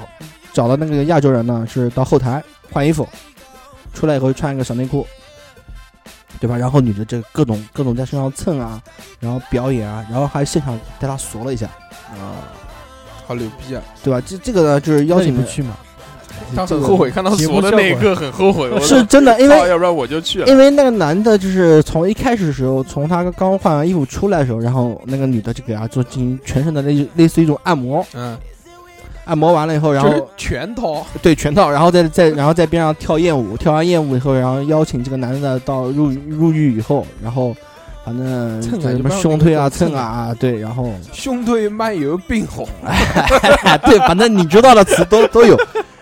S4: 找的那个亚洲人呢，是到后台换衣服，出来以后穿一个小内裤，对吧？然后女的这各种各种在身上蹭啊，然后表演啊，然后还现场带她怂了一下，
S3: 啊，好牛逼啊！
S4: 对吧？这这个呢就是邀
S2: 那你
S4: 请
S2: 不
S4: 的，
S2: 去嘛？
S3: 他很后悔，看到锁的那一刻很后悔，我操
S4: 是真的，因为
S3: 操要不然我就去了。
S4: 因为那个男的，就是从一开始的时候，从他刚换完衣服出来的时候，然后那个女的就给他做进行全身的类类似一种按摩，
S3: 嗯，
S4: 按摩完了以后，然
S3: 就是
S4: 后
S3: 全套，
S4: 对全套，然后再再然后在边上跳艳舞，跳完艳舞以后，然后邀请这个男的到入入狱以后，然后反正
S3: 蹭
S4: 就
S3: 啊
S4: 什
S3: 就
S4: 么
S3: 帮
S4: 胸
S3: 那个
S4: 推啊、
S3: 蹭
S4: 蹭啊，对，然后
S3: 胸推漫游病红，
S4: 对，反正你知道的词都都有，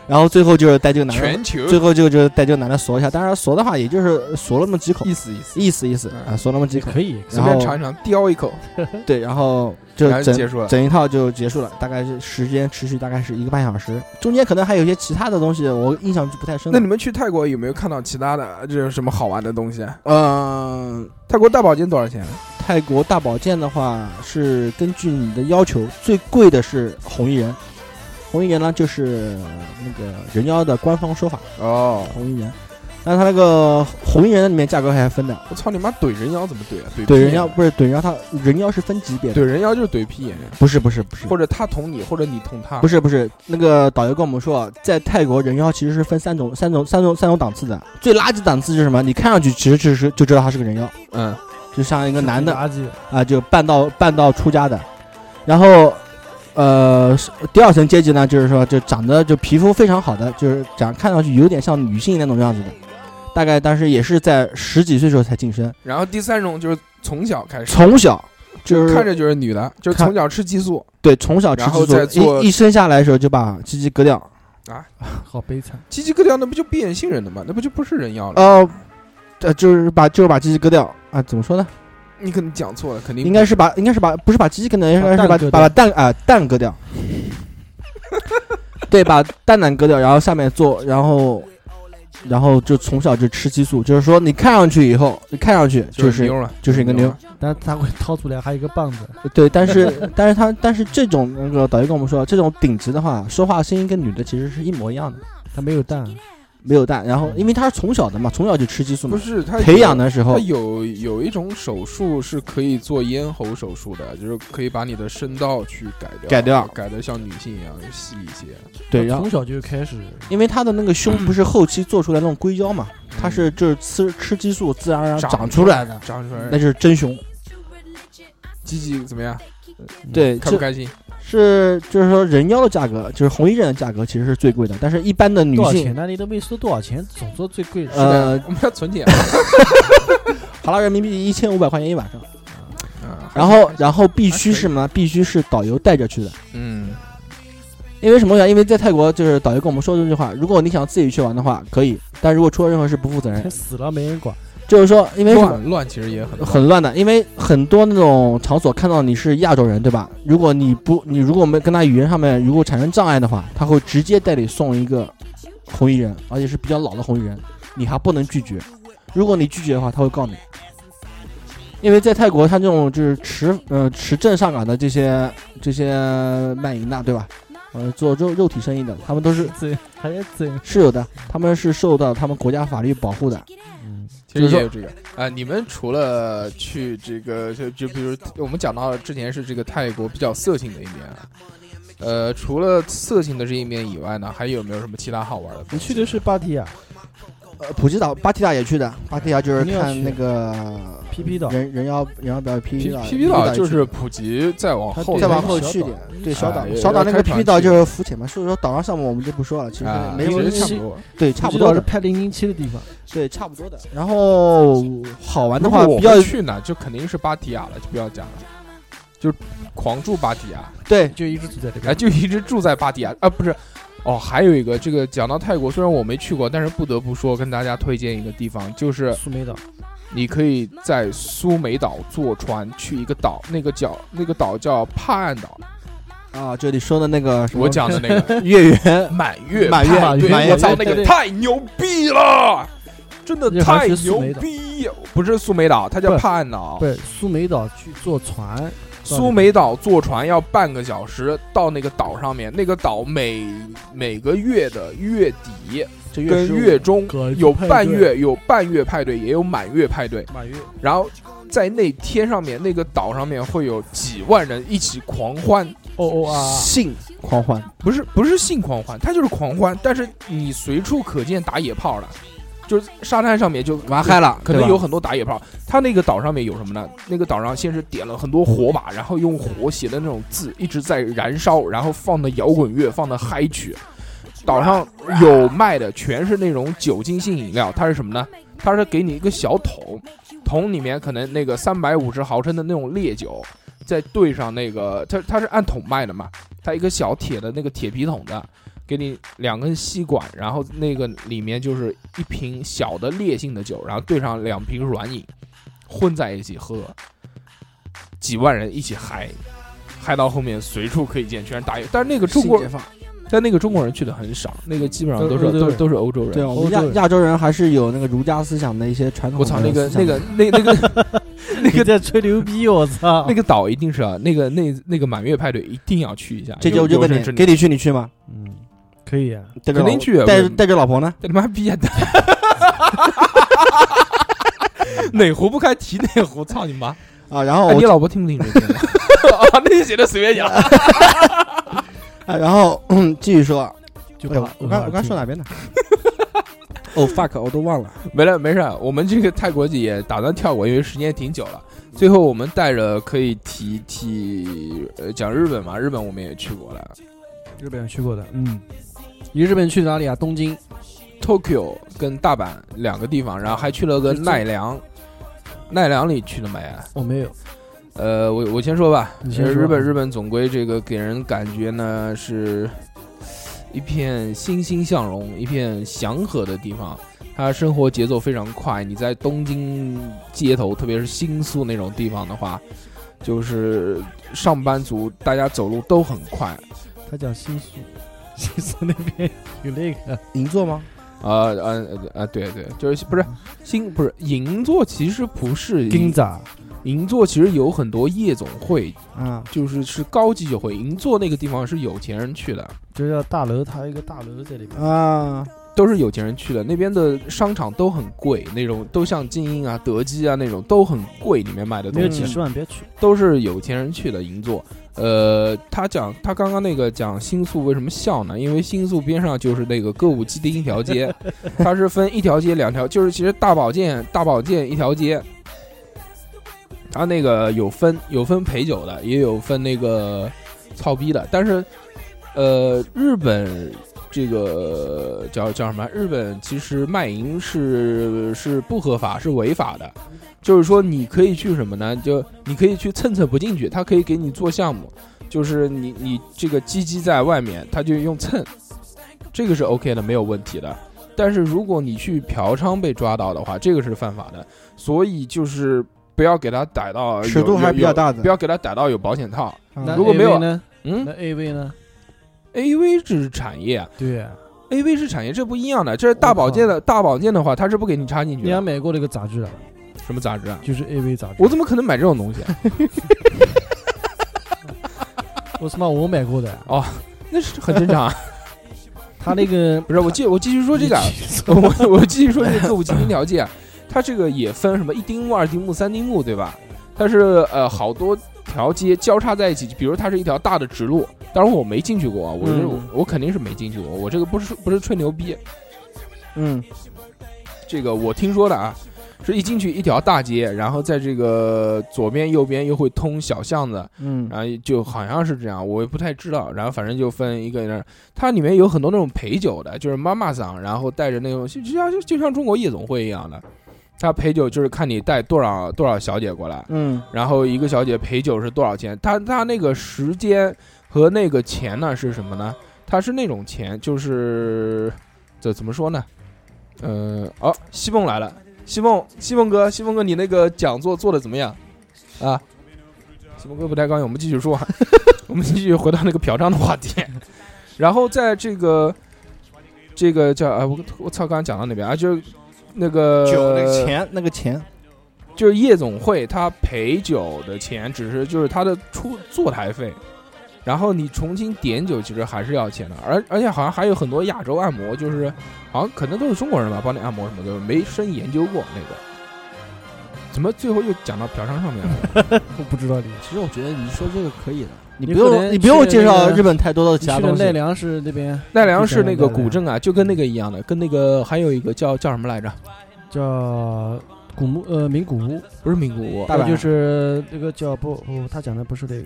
S4: 然后最后就是带这个男的，
S3: 全球
S4: 最后就就是带这个男的锁一下，当然锁的话也就是锁那么几口，
S3: 意思意思，
S4: 意思意思
S3: 嗯
S4: 啊，锁那么几
S2: 也
S4: 口，
S2: 可以，
S3: 随
S4: 然
S3: 便
S4: 后
S3: 尝一尝，叼一口，
S4: 对，然后就
S3: 然后就结
S4: 整
S3: 束了。
S4: 整一套就结束了，大概是时间持续大概是一个半小时，中间可能还有一些其他的东西，我印象就不太深了
S3: 那你。们去泰国有没有看到其他的这种什么好玩的东西啊？
S4: 嗯、
S3: 泰国大保健多少钱？啊
S4: 泰国大保健的话是根据你的要求，最贵的是红衣人，红衣人呢就是那个人妖的官方说法，
S3: 哦，
S4: 红衣人。但是它那个红衣人里面价格还分的，
S3: 我操你妈！怼人妖怎么怼啊？怼
S4: 怼
S3: 怼
S4: 人妖不是怼人妖，它人妖是分级别的，
S3: 怼人妖就是怼屁眼，
S4: 不是不是不是
S3: 或者他捅你，或者你捅他。
S4: 不是不是，那个导游跟我们说，在泰国人妖其实是分三种三种三种三种档次的，最垃圾档次是什么？你看上去其实就是就知道他是个人妖，
S3: 嗯，
S4: 就像一个男 的
S2: 垃圾，
S4: 啊，就半道半道出家的，然后，呃，是第二层阶级呢，就是说就长得就皮肤非常好的，就是长看上去有点像女性那种样子的，大概当时也是在十几岁时候才晋升，
S3: 然后第三种就是从小开始，
S4: 从小就
S3: 看
S4: 是
S3: 着就是女的，就是
S4: 看
S3: 从小吃激素
S4: 对从小吃
S3: 然后
S4: 激
S3: 再
S4: 素，
S3: 做
S4: 一一生下来的时候就把鸡鸡割掉，
S3: 啊，
S2: 好悲惨。
S3: 鸡鸡割掉那不就变性人了吗？那不就不是人妖了？
S4: 呃，呃，就是把就是把鸡鸡割掉啊，怎么说呢？
S3: 你可能讲错了，肯定
S4: 应该是把应该是把不是把鸡鸡割掉，应该是把
S2: 把蛋割掉
S4: 把蛋啊、蛋割 掉。对，把蛋蛋割掉，然后下面做，然后然后就从小就吃激素，就是说你看上去以后，你看上去就
S3: 就
S4: 是是
S3: 妞了，
S4: 就是一个妞
S3: 了，，
S2: 但是他会掏出来还有一个棒子，
S4: 对，但是 但是他但是这种那个导游跟我们说，这种顶级的话，说话声音跟女的其实是一模一样的，
S2: 他没有蛋，
S4: 没有蛋，然后因为他是从小的嘛，从小就吃激素
S3: 不
S4: 嘛，
S3: 是他
S4: 培
S3: 有
S4: 养。的时候
S3: 他有有一种手术是可以做咽喉手术的，就是可以把你的声道去改掉，
S4: 改掉
S3: 改的像女性一样细一些。
S4: 对，
S2: 他
S4: 然后
S2: 从小就开始
S4: 因为他的那个胸不是后期做出来那种硅胶嘛，它是就是吃吃激素自然而然长出来的，
S3: 嗯
S4: 嗯
S3: 长出
S4: 那就
S3: 来，
S4: 是真胸。
S3: 鸡鸡怎么样？
S4: 对，
S3: 开不
S4: 这
S3: 开心？
S4: 是就是说人妖的价格，就是红衣人的价格其实是最贵的，但是一般的女
S2: 多少
S4: 性
S2: 钱？，那你都没说多少钱，总说最贵的。，
S4: 呃，
S3: 我们要存钱。
S4: 好了人民币一千五百块钱一晚上，
S3: 啊
S4: 然后然后必须是什么？必须是导游带着去的。
S3: 嗯，
S4: 因为什么原因？因为在泰国，就是导游跟我们说的这句话：如果你想自己去玩的话，可以；但如果出了任何事不负责任
S2: 死了没人管，
S4: 就是说，因为什么
S3: 乱乱其实也很
S4: 很乱的，因为很多那种场所看到你是亚洲人，对吧？如果你不，你如果没跟他语言上面如果产生障碍的话，他会直接带你送一个红衣人，而且是比较老的红衣人，你还不能拒绝。如果你拒绝的话，他会告你。因为在泰国，他这种就是持呃持证上岗的这些这些卖淫的，对吧？呃，做肉肉体生意的，他们都是
S2: 这还要这，
S4: 是有的，他们是受到他们国家法律保护的。
S3: 其
S4: 就
S3: 实
S4: 是
S3: 也
S4: 说
S3: 有这个啊。你们除了去这个，就就比如我们讲到之前是这个泰国比较色情的一面啊，呃，除了色情的这一面以外呢，还有没有什么其他好玩的？
S2: 你去的是芭提雅、
S4: 呃，普吉岛、芭提雅也去的，芭提雅就是
S2: 一定要去
S4: 看那个
S2: PP 岛，
S4: 人人妖人妖表演 PP
S3: P
S4: 岛
S3: P P
S4: 岛
S3: 岛
S4: 也
S3: 就
S4: 去
S3: 是普及再往
S2: 它
S3: 后
S2: 对
S3: 的，
S4: 再
S2: 它
S4: 往
S2: 是
S4: 后
S2: 小
S4: 去一
S2: 岛
S4: 点，对小
S3: 哎
S4: 岛
S3: 也
S4: 小岛那
S3: 要
S4: 个
S3: 开
S4: PP
S3: 船
S4: 岛
S3: 去
S4: 就是浮潜嘛，所以说岛上项目我们就不说了，其实
S3: 啊，
S4: 没
S3: 其
S4: 什么
S3: 实
S4: 东
S3: 差
S4: 西，
S3: 不多。
S4: 对，差不多
S2: 我知道是
S4: 的，
S2: 拍零零七的地方，
S4: 对，差不多的。然后好玩的
S3: 如
S4: 话
S3: 果我
S4: 比较
S3: 会去呢，就肯定是芭提雅了，就不要讲了，就狂住芭提雅。
S4: 对，
S2: 就一直住在这
S3: 哎，
S2: 边。
S3: 就一直住在芭提雅啊，不是，哦，还有一个，这个讲到泰国，虽然我没去过，但是不得不说，跟大家推荐一个地方，就是
S2: 苏梅岛，
S3: 你可以在苏梅岛坐船去一个岛，那个叫那个岛叫帕岸岛，
S4: 啊，就你说的那个什么
S3: 我讲的那个
S4: 月圆，
S3: 满月
S4: 满月
S3: 派对
S4: 满月
S3: 我操，那
S2: 对
S3: 个
S2: 对
S3: 太牛逼了，真的
S2: 日
S3: 太
S2: 韩是苏
S3: 牛
S2: 梅岛
S3: 逼，不是苏梅岛，它叫
S2: 不是
S3: 帕岸岛
S2: 不。是苏梅岛去坐船，
S3: 苏梅岛坐船要半个小时到那个岛上面，那个岛每每个月的月底
S4: 就
S3: 跟
S4: 十五
S3: 月中
S2: 搞一个
S3: 有
S2: 派
S3: 半
S2: 对
S3: 月有半月派对，也有满月派对。
S2: 马月
S3: 然后在那天上面，那个岛上面会有几万人一起狂欢，
S2: 哦哦啊，
S4: 性 狂欢，
S3: 不是不是性狂欢，它就是狂欢，但是你随处可见打野炮的，就是沙滩上面就
S4: 玩嗨了，
S3: 可
S4: 对
S3: 能
S4: 吧
S3: 有很多打野炮。他那个岛上面有什么呢？那个岛上先是点了很多火把，然后用火写的那种字一直在燃烧，然后放的摇滚乐，放的嗨曲。岛上有卖的全是那种酒精性饮料，它是什么呢？它是给你一个小桶，桶里面可能那个三百五十毫升的那种烈酒，再兑上那个，它它是按桶卖的嘛，它一个小铁的那个铁皮桶的，给你两根吸管，然后那个里面就是一瓶小的烈性的酒，然后兑上两瓶软饮，混在一起喝，几万人一起嗨，嗨到后面随处可以见，全是打野。但是那个中国
S4: 新解，放
S3: 但那个中国人去的很少，那个基本上都是
S2: 都
S3: 都
S2: 都
S3: 是都是欧洲人。
S4: 对我们
S2: 欧洲
S4: 亚
S2: 人
S4: 亚洲人还是有那个儒家思想的一些传统
S3: 我
S4: 的
S3: 操，
S4: 思想
S3: 那
S4: 的。
S3: 个那个那那个那
S2: 你
S3: 个
S2: 在吹牛逼，我操！
S3: 那个岛一定是啊，那个那那个满月派对一定要去一下。
S4: 这
S3: 有
S4: 就我就
S3: 有
S4: 问
S3: 生
S4: 你
S3: 之，年
S4: 给你去你去吗？
S2: 嗯，可以啊，
S4: 带着
S3: 肯定
S4: 老
S3: 去啊
S4: 带
S3: 为什
S4: 着
S3: 么
S4: 带着老婆呢？
S3: 他妈 逼啊！哪壶不开提哪壶，操你妈！
S4: 啊，然后
S3: 哎
S4: 我
S3: 你老婆听不听这 个？啊，那就写的随便 讲。
S4: 啊然后嗯继续说，
S2: 就
S4: 哎呦
S2: 把
S4: 我刚我刚说哪边呢？ 哦 fuck，我都忘了。
S3: 没了，没事儿。我们这个泰国也打算跳过，因为时间挺久了。最后我们带着可以提提呃讲日本嘛，日本我们也去过了
S2: 日本去过的，嗯，你日本去哪里啊？东京，
S3: ，Tokyo 跟大阪两个地方，然后还去了个奈良。奈良你去了没？啊
S2: 我没有，
S3: 呃，我我先说吧，
S2: 你先说
S3: 日本日本总归这个给人感觉呢是一片欣欣向荣、一片祥和的地方。它生活节奏非常快，你在东京街头，特别是新宿那种地方的话，就是上班族大家走路都很快。
S2: 他讲新宿， 嗯新宿那边有那个，
S4: 银座吗？
S3: 呃呃呃呃，对对，就是不是
S2: 嗯
S3: 新不是银座，其实不是
S2: 金
S3: 银
S2: 咋？
S3: 银座，其实有很多夜总会，
S4: 啊，
S3: 就是是高级酒会。银座那个地方是有钱人去的，
S2: 就叫大楼，它有一个大楼在里面。
S4: 啊，
S3: 都是有钱人去的，那边的商场都很贵，那种都像精英啊、德基啊那种都很贵，里面卖的
S2: 没
S3: 东
S2: 有
S3: 西
S2: 几十万别去，
S3: 都是有钱人去的银座。呃，他讲他刚刚那个讲新宿为什么笑呢？因为新宿边上就是那个歌舞伎町一条 街，它是分一条街两条，就是其实大保健大保健一条街，它那个有分有分陪酒的，也有分那个操逼的，但是呃，日本这个叫叫什么？日本其实卖淫是是不合法，是违法的。就是说，你可以去什么呢？就你可以去蹭蹭不进去，他可以给你做项目，就是你你这个鸡鸡在外面，他就用蹭，这个是 OK 的，没有问题的。但是如果你去嫖娼被抓到的话，这个是犯法的，所以就是不要给他逮到，
S4: 尺度
S3: 有
S4: 还是比较，大
S3: 有
S4: 的。
S3: 有不要给他逮到有保险套。
S4: 啊
S3: 如果没有
S2: AV 呢？
S3: 嗯
S2: 那 AV 呢？
S3: ，A V 这是产业啊，
S2: 对啊，
S3: A V 是产业，这不一样的。这是大保健的，大保健的话，他是不给你插进去
S2: 你还
S3: 的。
S2: 买过那个杂志啊？
S3: 什么杂志啊？
S2: 就是 AV 杂志。
S3: 我怎么可能买这种东西、啊？
S2: 我他妈我买过的，
S3: 那是很正常、啊。
S2: 他那 个
S3: 不是，我继我继续说这个啊，我我继续说这个歌舞伎町条街啊，它这个也分什么一丁目、二丁目、三丁目，对吧？它是呃好多条街交叉在一起，比如它是一条大的直路，当然我没进去过啊，我是、
S4: 嗯
S3: 我肯定是没进去过，我这个不是不是吹牛逼，
S4: 嗯，
S3: 这个我听说的啊，是一进去一条大街，然后在这个左边右边又会通小巷子，
S4: 嗯，
S3: 然后就好像是这样，我也不太知道。然后反正就分一个人，它里面有很多那种陪酒的，就是妈妈桑，然后带着那种就就像就像中国夜总会一样的，他陪酒就是看你带多少多少小姐过来，
S4: 嗯，
S3: 然后一个小姐陪酒是多少钱？他他那个时间和那个钱呢是什么呢？它是那种钱，就是这怎么说呢？呃，哦，西凤来了，西凤，西凤哥，西凤哥，你那个讲座做的怎么样？啊，西凤哥不太高兴，我们继续说啊， 我们继续回到那个嫖娼的话题。然后在这个这个叫啊，我我操，刚刚讲到哪边啊？就是那个
S4: 酒那个钱那个钱，
S3: 就是夜总会他陪酒的钱，只是就是他的出坐台费，然后你重新点酒其实还是要钱的，而而且好像还有很多亚洲按摩，就是好像可能都是中国人吧，帮你按摩什么的，没深研究过那个。怎么最后又讲到嫖娼上面了？
S2: 我不知道你。
S4: 其实我觉得你说这个可以的，你
S2: 你
S4: 不
S2: 可能
S4: 用你不用
S2: 去
S4: 介绍
S2: 那个
S4: 日本太多的
S2: 你
S4: 其
S2: 去
S4: 他
S2: 了
S4: 东
S2: 奈
S4: 西。
S2: 良市那边
S3: 奈良是那个古
S2: 镇
S3: 镇啊，就跟那个一样的，跟那个还有一个叫叫什么来着？
S2: 叫古墓呃名古屋，呃
S3: 不是名古屋，
S4: 大阪
S2: 就是那个叫不不，他讲的不是这个，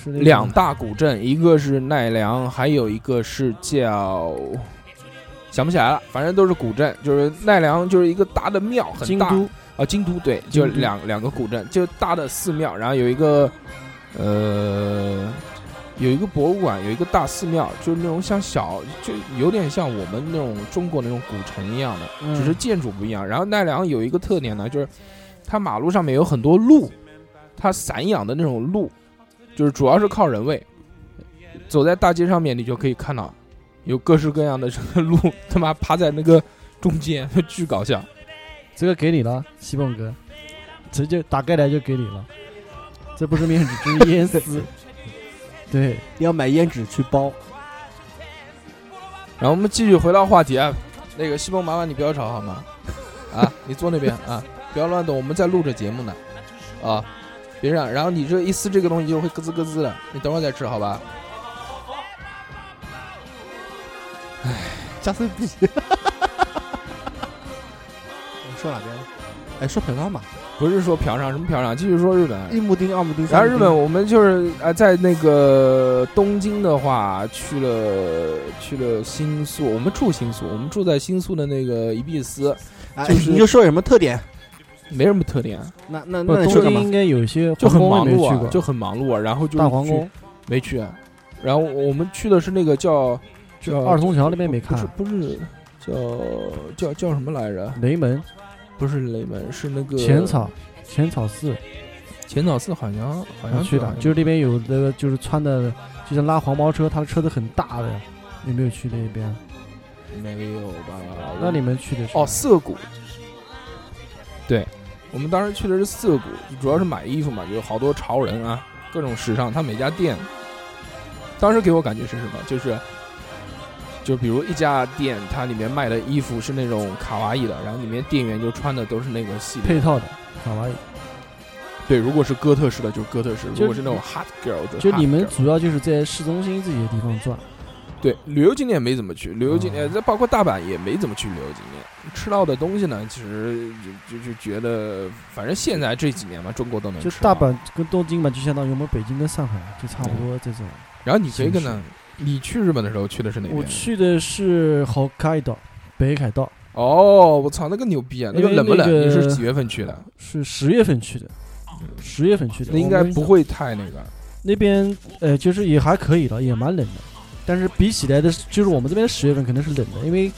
S2: 是那个
S3: 两大古镇，一个是奈良，还有一个是叫。想不起来了，反正都是古镇，就是奈良就是一个大的庙，很
S2: 京
S3: 大
S2: 都
S3: 啊，京都对，就
S2: 京都
S3: 两两个古镇，就大的寺庙，然后有一个呃有一个博物馆，有一个大寺庙，就是那种像小，就有点像我们那种中国那种古城一样的，
S4: 嗯
S3: 只是建筑不一样。然后奈良有一个特点呢，就是它马路上面有很多鹿，它散养的那种鹿，就是主要是靠人喂。走在大街上面，你就可以看到有各式各样的这 个鹿，他妈趴在那个中间， 巨搞笑。
S2: 这个给你了，西凤哥，直接打开来就给你了，这不是面纸，这是 烟丝。对，
S4: 你要买烟纸去包，
S3: 然后我们继续回到话题啊，那个西蒙，麻烦你不要吵好吗？啊，你坐那边啊，不要乱动，我们在录着节目呢，啊，别让，然后你这一撕这个东西就会咯吱咯吱的，你等会儿再吃好吧？
S4: 加菲币。说哪边？哎，说嫖娼吧，
S3: 不是说嫖娼什么嫖娼，继续说日本。啊
S4: 一木丁、二木丁。
S3: 然
S4: 三
S3: 后
S4: 木
S3: 日
S4: 丁
S3: 本，我们就是啊、呃在那个东京的话，去了去了新宿，我们住新宿，我们住在新宿的那个一臂司，
S4: 哎，
S3: 就是
S4: 你就说有什么特点？
S3: 没什么特点啊，
S4: 那那
S2: 不
S4: 那，你
S2: 东
S4: 说干
S2: 京
S4: 嘛
S2: 应？该有一些
S3: 就很
S2: 皇
S3: 忙
S2: 宫哦也没
S3: 碌
S2: 去
S3: 啊
S2: 过，，
S3: 就很忙碌啊。然后就是
S2: 大皇
S3: 去
S2: 宫
S3: 没去，然后我们去的是那个叫叫
S2: 二通桥那边没
S3: 不是
S2: 看，
S3: 不是叫叫叫什么来着？
S2: 雷门、
S3: 不是雷门，是那个
S2: 浅草、浅草寺
S3: 浅草寺，好像好
S2: 我
S3: 像
S2: 啊去的，就是那边有那个就是穿的，就像拉黄包车，他的车子很大的，有没有去那边？
S3: 没有吧？
S2: 那你们去的是
S3: 哦
S2: 哪
S3: 涩谷，对我们当时去的是涩谷，主要是买衣服嘛，有好多潮人啊，各种时尚，他每家店，当时给我感觉是什么？就是。就比如一家店，它里面卖的衣服是那种卡哇伊的，然后里面店员就穿的都是那个系列
S2: 配套的卡哇伊。
S3: 对，如果是哥特式的，就是哥特式；
S2: 就
S3: 如果是那种 hot girl 的，
S2: 就你们主要就是在市中心这些地方转，
S3: 嗯对旅游景点没怎么去，旅游景点
S2: 哦
S3: 这包括大阪也没怎么去旅游景点。吃到的东西呢，其实就就就觉得，反正现在这几年嘛，中国都能
S2: 就
S3: 吃
S2: 大
S3: 到。
S2: 阪跟东京嘛，就相当于我们北京跟上海就差
S3: 嗯
S2: 不多这种。
S3: 然后你这个呢，你去日本的时候去的是哪边？
S2: 我去的是好开岛，北海道
S3: 哦，我操，那个牛逼啊！那
S2: 因
S3: 个
S2: 为
S3: 冷不冷？
S2: 那个
S3: 你是几月份去的？
S2: 是十月份去的，十月份去的。
S3: 嗯那应该
S2: 我们
S3: 不会太那个。
S2: 那边呃，就是也还可以了，也蛮冷的。但是比起来的，就是我们这边十月份肯定是冷的，因为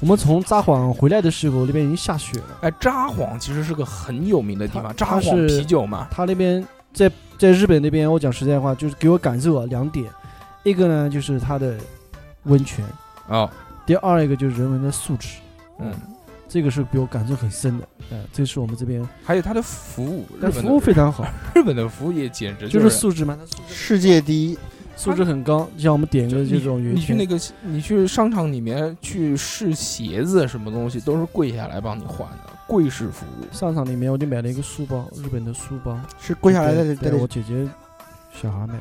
S2: 我们从札幌回来的时候，那边已经下雪了。
S3: 哎，札幌其实是个很有名的地
S2: 它
S3: 方，札幌
S2: 它是
S3: 啤酒嘛。
S2: 他那边在在日本那边，我讲实在话，就是给我感受啊两点，一个呢就是它的温泉，
S3: 哦，
S2: 第二一个就是人文的素质，
S3: 嗯，
S2: 这个是给我感受很深的。哎、这是我们这边，
S3: 还有它的服务，日
S2: 但
S3: 本
S2: 服务
S3: 的
S2: 非 常好，
S3: 日本的服务业简直
S2: 就是
S3: 是
S2: 素质嘛，它素质
S4: 世界第一，
S2: 素质很高。像我们点个这种圆
S3: 你去
S2: 圈，
S3: 那个，你去商场里面去试鞋子什么东西，都是跪下来帮你换的，跪式服务。
S2: 商场里面我就买了一个书包，日本的书包，
S4: 是跪下来
S2: 对
S4: 在
S2: 对
S4: 在
S2: 我姐姐小孩买的。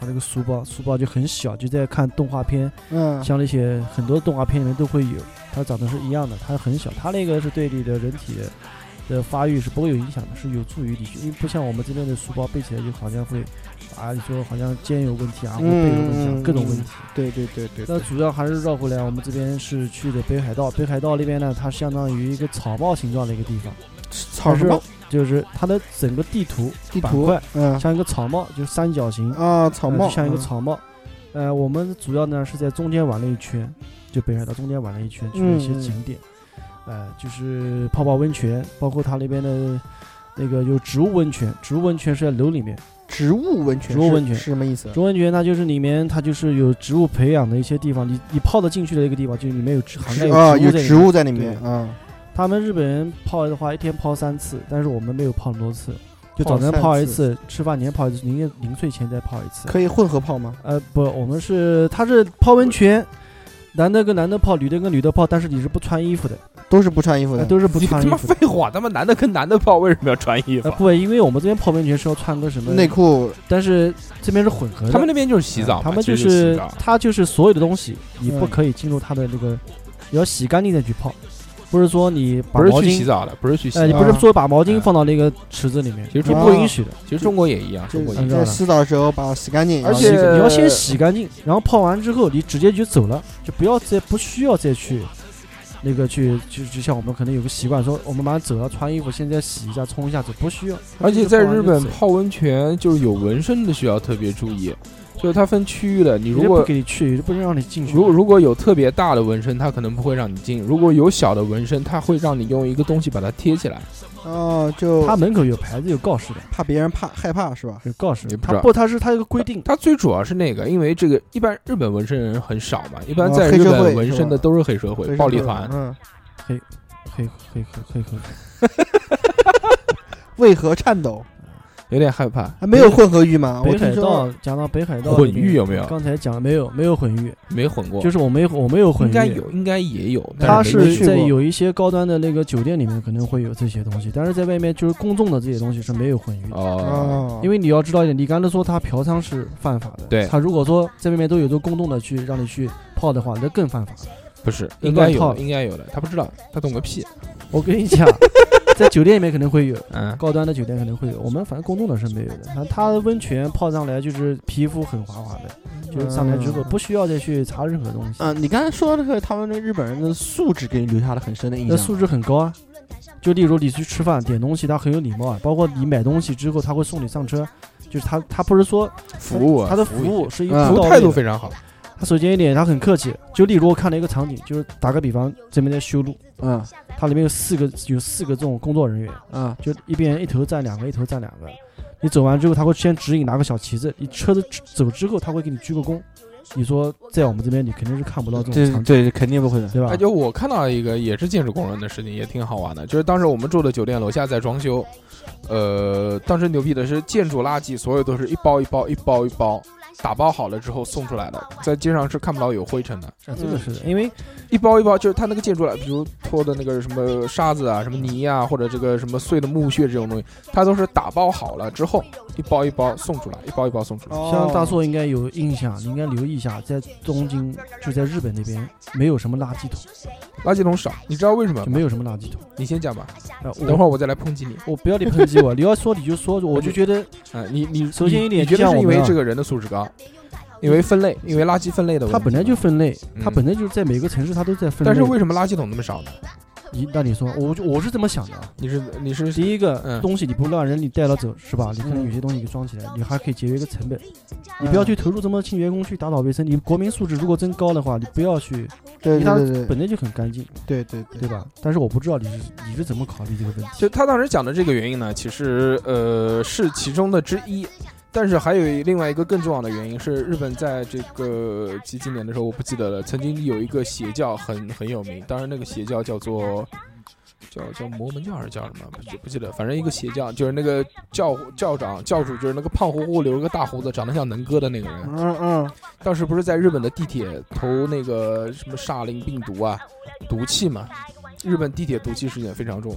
S2: 她那个书包，书包就很小，就在看动画片，
S4: 嗯，
S2: 像那些很多动画片里面都会有，它长得是一样的，它很小，它那个是对你的人体的的发育是不会有影响的，是有助于你，因为不像我们这边的书包背起来就好像会啊，你说好像肩有问题啊，或者背有问题啊
S4: 嗯，
S2: 各种问题。
S4: 对对对对
S2: 那主要还是绕回来，我们这边是去的北海道，北海道那边呢，它相当于一个草帽形状的一个地方，
S4: 草
S2: 它
S4: 什
S2: 是
S4: 么
S2: 就是它的整个地图
S4: 地
S2: 板
S4: 图
S2: 块？
S4: 嗯
S2: 像一个草帽，就是三角形，
S4: 啊，草
S2: 呃
S4: 帽，
S2: 就像一个
S4: 嗯
S2: 草帽。呃，我们主要呢是在中间玩了一圈，就北海道中间玩了一圈，去了一些
S4: 嗯嗯
S2: 景点，呃，就是泡泡温泉，包括它那边的那个有植物温泉，植物温泉是在楼里面，
S4: 植物温泉，
S2: 植物
S4: 是
S2: 温泉
S4: 是什么意思？
S2: 植物温泉它就是里面它就是有植物培养的一些地方，你你泡得进去的一个地方，就是里面有植涵盖
S4: 啊，
S2: 有
S4: 有
S2: 植
S4: 植
S2: 物在里面。
S4: 物在里面啊，
S2: 他们日本人泡的话，一天泡三次，但是我们没有泡那么多次，就早晨
S4: 泡三
S2: 泡一
S4: 次
S2: 次，吃饭前泡一次，临临睡前再泡一次。
S4: 可以混合泡吗？
S2: 呃，不，我们是它是泡温泉，男的跟男的泡，女的跟女的泡，但是你是不穿衣服的，
S4: 都是不穿衣服
S2: 哎
S4: 的，
S2: 都是不
S3: 你
S2: 穿
S3: 他
S2: 衣
S3: 妈
S2: 服的。
S3: 废话，他妈男的跟男的泡为什么要穿衣服
S2: 啊
S3: 啊？
S2: 不，因为我们这边泡温泉是要穿个什么
S4: 内，裤
S2: 但是这边是混合的。
S3: 他们那边就是洗澡嘛，
S2: 嗯他们就
S3: 其实就是
S2: 是
S3: 洗澡
S2: 他就是所有的东西，你不
S4: 嗯
S2: 可以进入他的那个，你要洗干净再去泡，不是说你把
S3: 不是
S2: 毛
S3: 去洗
S2: 巾，
S3: 澡的，不是去洗
S2: 呃，啊你
S3: 澡
S2: 不是
S4: 啊
S2: 说把毛巾
S3: 嗯
S2: 放到那个池子里面，
S3: 其实
S2: 是
S4: 中
S2: 不允许的，
S3: 其实中国也一样，中国也一
S2: 嗯
S3: 样。
S4: 在洗澡的时候把它洗干净，然
S3: 而
S4: 后
S3: 且
S2: 你你要先洗干净，然后泡完之后你直接就走了，就不要再不需要再去。那个去就就像我们可能有个习惯，说我们马上走了，穿衣服现在洗一下冲一下走，不需要。
S3: 而且在日本
S2: 泡完就走
S3: 泡温泉，就是有纹身的需要特别注意，就是它分区域的。你
S2: 你
S3: 如
S2: 就
S3: 果
S2: 不给你去，就不能让你进去。
S3: 如如果有特别大的纹身，它可能不会让你进；如果有小的纹身，它会让你用一个东西把它贴起来。
S4: 哦，就
S2: 他门口有牌子有告示的，
S4: 怕别人怕害怕是吧？
S2: 有告示
S3: 也
S2: 的。
S3: 不知
S2: 他
S3: 道
S2: 不，他是他有个规定，
S3: 它最主要是那个，因为这个一般日本纹身人很少
S2: 嗯
S3: 嘛，一般
S4: 哦
S3: 在
S4: 黑
S3: 日
S4: 社会
S3: 本
S4: 是
S3: 纹身
S4: 吧
S3: 的都是黑社会、暴力团。
S4: 嗯，
S2: 可以可以可以可以可以。
S4: 为何颤抖？
S3: 有点害怕，
S4: 还没有混合浴吗？我
S2: 北
S4: 听
S2: 海
S4: 说
S2: 道讲到北海道
S3: 混
S2: 里面
S3: 浴有没有
S2: 刚才讲了没有没有混浴，
S3: 没混过，
S2: 就是是我没有我没有混
S3: 应
S2: 浴，
S3: 该有，应该也有。
S2: 他
S3: 但是没
S2: 是
S3: 去
S2: 在
S3: 过
S2: 有一些高端的那个酒店里面可能会有这些东西，但是在外面就是公众的这些东西是没有混浴的。
S3: 哦，
S4: 哦，
S2: 啊因为你要知道一点，你刚才说他嫖娼是犯法的，
S3: 对
S2: 他如果说在外面都有做公众的去让你去泡的话，那更犯法。
S3: 不是，
S2: 那
S3: 应该
S2: 乱套
S3: 有，
S2: 了
S3: 应该有的。他不知道，他懂个屁。
S2: 我跟你讲，在酒店里面可能会有，
S3: 嗯，
S2: 高端的酒店可能会有，我们反正公众的是没有的。反正它温泉泡上来就是皮肤很滑滑的，就是上来之后
S4: 嗯
S2: 不需要再去查任何东西，
S4: 啊，你刚才说那个他们那个日本人的素质给你留下了很深的印
S2: 那
S4: 象。
S2: 素质很高啊。就例如你去吃饭点东西，他很有礼貌啊，包括你买东西之后他会送你上车，就是他他不是说
S3: 服务啊
S2: 他的
S3: 服
S2: 服
S3: 务
S2: 务是一
S4: 嗯
S2: 步
S3: 服
S2: 到
S3: 务
S2: 位
S3: 态度
S2: 的
S3: 非常好。
S2: 他首先一点他很客气，就例如我看了一个场景，就是打个比方，这边在修路，
S4: 嗯
S2: 它里面有四个有四个这种工作人员，
S4: 嗯
S2: 就一边一头站两个，一头站两个。你走完之后，他会先指引拿个小旗子，你车子走之后，他会给你鞠个躬。你说在我们这边，你肯定是看不到这种
S4: 对
S2: 场景，
S4: 对，肯定不会的。
S2: 对吧
S3: 哎，？就我看到一个也是建筑工人的事情，也挺好玩的。就是当时我们住的酒店楼下在装修，呃，当时牛逼的是建筑垃圾，所有都是一包一包、一包一包打包好了之后送出来的，在街上是看不到有灰尘的。
S2: 啊真的是
S3: 嗯
S2: 的，因为
S3: 一包一包，就是它那个建筑了，比如拖的那个什么沙子啊、什么泥啊，或者这个什么碎的木屑这种东西，它都是打包好了之后，一包一包送出来，一包一包送
S4: 哦
S3: 出来。
S2: 像大硕应该有印象，你应该留意一下，在东京就在日本那边没有什么垃圾桶，
S3: 垃圾桶少，你知道为什么
S2: 就
S3: 吗？
S2: 没有什么垃圾桶。
S3: 你先讲吧，
S2: 啊，
S3: 等
S2: 我
S3: 会儿我再来抨击你。
S2: 我不要你抨击我，你要说你就说，我就觉得
S3: 啊，你你
S2: 首先一点
S3: 你觉得
S2: 就像
S3: 是
S2: 我
S3: 因
S2: 们
S3: 为
S2: 啊
S3: 这个人的素质高，因为分类，因为垃圾分类的问题
S2: 它本来就分类，它
S3: 嗯
S2: 本来就是在每个城市它都在分类。
S3: 但是为什么垃圾桶那么少呢？
S2: 你那你说，我就我是这么想的啊，
S3: 你是你是
S2: 第一个
S3: 嗯
S2: 东西你不让人你带了走是吧？你可能有些东西给装起来，你还可以节约一个成本。你不要去投入这么清洁工去打扫卫生。你国民素质如果真高的话，你不要去，因
S4: 对
S2: 为
S4: 对
S2: 它
S4: 对对
S2: 本来就很干净，
S4: 对对对
S2: 对吧？但是我不知道你是你是怎么考虑这个问题。
S3: 啊就他当时讲的这个原因呢，其实呃是其中的之一，但是还有另外一个更重要的原因是，日本在这个几几年的时候我不记得了，曾经有一个邪教很很有名，当然那个邪教叫做。叫叫摩门教还是叫什么？不记不记得，反正一个邪教，就是那个教教长教主，就是那个胖乎乎、留了个大胡子、长得像能哥的那个人。
S4: 嗯嗯，
S3: 当时不是在日本的地铁投那个什么沙林病毒啊，毒气嘛，日本地铁毒气事件非常重，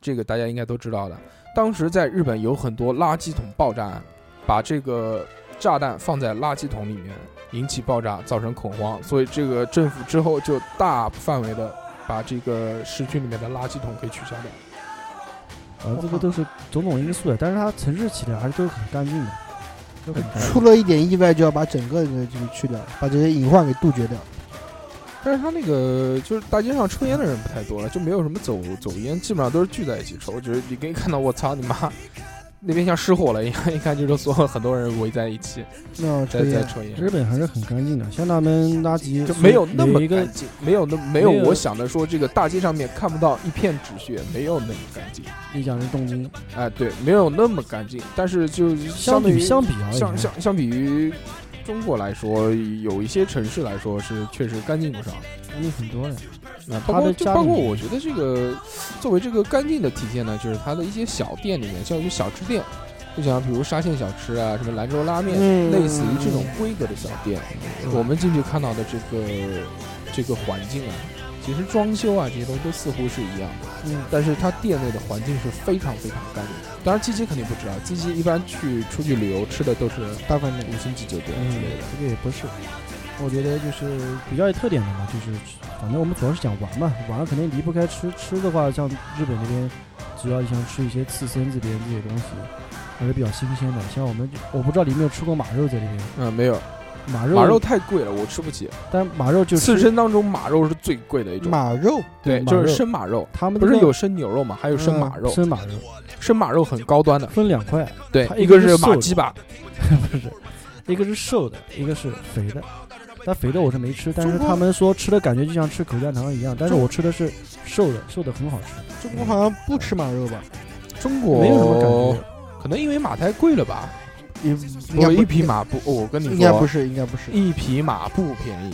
S3: 这个大家应该都知道的。当时在日本有很多垃圾桶爆炸案，把这个炸弹放在垃圾桶里面，引起爆炸，造成恐慌，所以这个政府之后就大范围的把这个市区里面的垃圾桶给取消掉。
S2: 啊，这个都是种种因素的，但是它城市起来还是都是很干净的，都很干
S3: 哎
S2: 净。
S4: 出了一点意外就要把整个的就是去掉，把这些隐患给杜绝掉。
S3: 但是他那个就是大街上抽烟的人不太多了，就没有什么走走烟，基本上都是聚在一起抽。就是你可以看到，我操你妈，那边像失火了一样，一看就是所有很多人围在一起
S4: 那
S3: 在
S4: 抽
S3: 在
S4: 烟，
S3: 抽烟，
S2: 日本还是很干净的，像他们垃圾
S3: 就没有那么
S2: 一个
S3: 干净，没有那没有
S2: 没有
S3: 我想的说这个大街上面看不到一片纸屑，没有那么干净。
S2: 你讲是东京，
S3: 哎，对，没有那么干净，但是就
S2: 相
S3: 对于
S2: 比相比而啊
S3: 相
S2: 言，
S3: 相相比于中国来说，有一些城市来说是确实干净不少。
S2: 干净很多了。
S3: 那包
S2: 他
S3: 括
S2: 的
S3: 就
S2: 家
S3: 包
S2: 里
S3: 括
S2: 面
S3: 我觉得这个作为这个干净的体现呢，就是它的一些小店里面，像一些小吃店，就像比如沙县小吃啊，什么兰
S2: 嗯
S3: 州拉面，类似于这种规格的小店，我们进去看到的这个这个环境啊，其实装修啊这些东西都似乎是一样的，嗯，但是它店内的环境是非常非常干净的。当然，鸡鸡肯定不知道，鸡鸡一般去出去旅游吃的都是
S4: 大部分的
S3: 五星级酒店之类
S2: 嗯
S3: 的。，
S2: 这个也不是。我觉得就是比较有特点的嘛，就是反正我们主要是讲玩嘛，玩肯定离不开吃。吃的话，像日本那边，主要想吃一些刺身这边这些东西，还是比较新鲜的。像我们，我不知道你有没有吃过马肉在这边，
S3: 嗯，没有
S2: 马肉，
S3: 马肉，太贵了，我吃不起。
S2: 但马肉就是
S3: 刺，身当中马肉是最贵的一种，
S4: 马肉，
S3: 对，
S2: 马
S3: 就是
S2: 肉
S3: 生马肉，
S2: 他们
S3: 不是
S2: 这边
S3: 有生牛肉嘛，还有生马肉，
S2: 嗯生马肉
S3: 生马肉很高端的，
S2: 分两块，
S3: 对
S2: 它，
S3: 一
S2: 一
S3: 个
S2: 个
S3: 是
S2: 是
S3: 马
S2: 瘦
S3: 鸡巴，
S2: 不是，一个是瘦的，一个是肥的。但肥的我是没吃，但是他们说吃的感觉就像吃口香糖一样，但是我吃的是瘦的，瘦的很好吃，
S4: 中国好像不吃马肉吧？
S3: 中国
S2: 没有什么感觉。
S3: 哦可能因为马太贵了吧？
S4: 也
S3: 我一匹
S4: 匹，
S3: 马不，我跟你说，
S4: 应该不是，应该不是。
S3: 一匹马不便宜，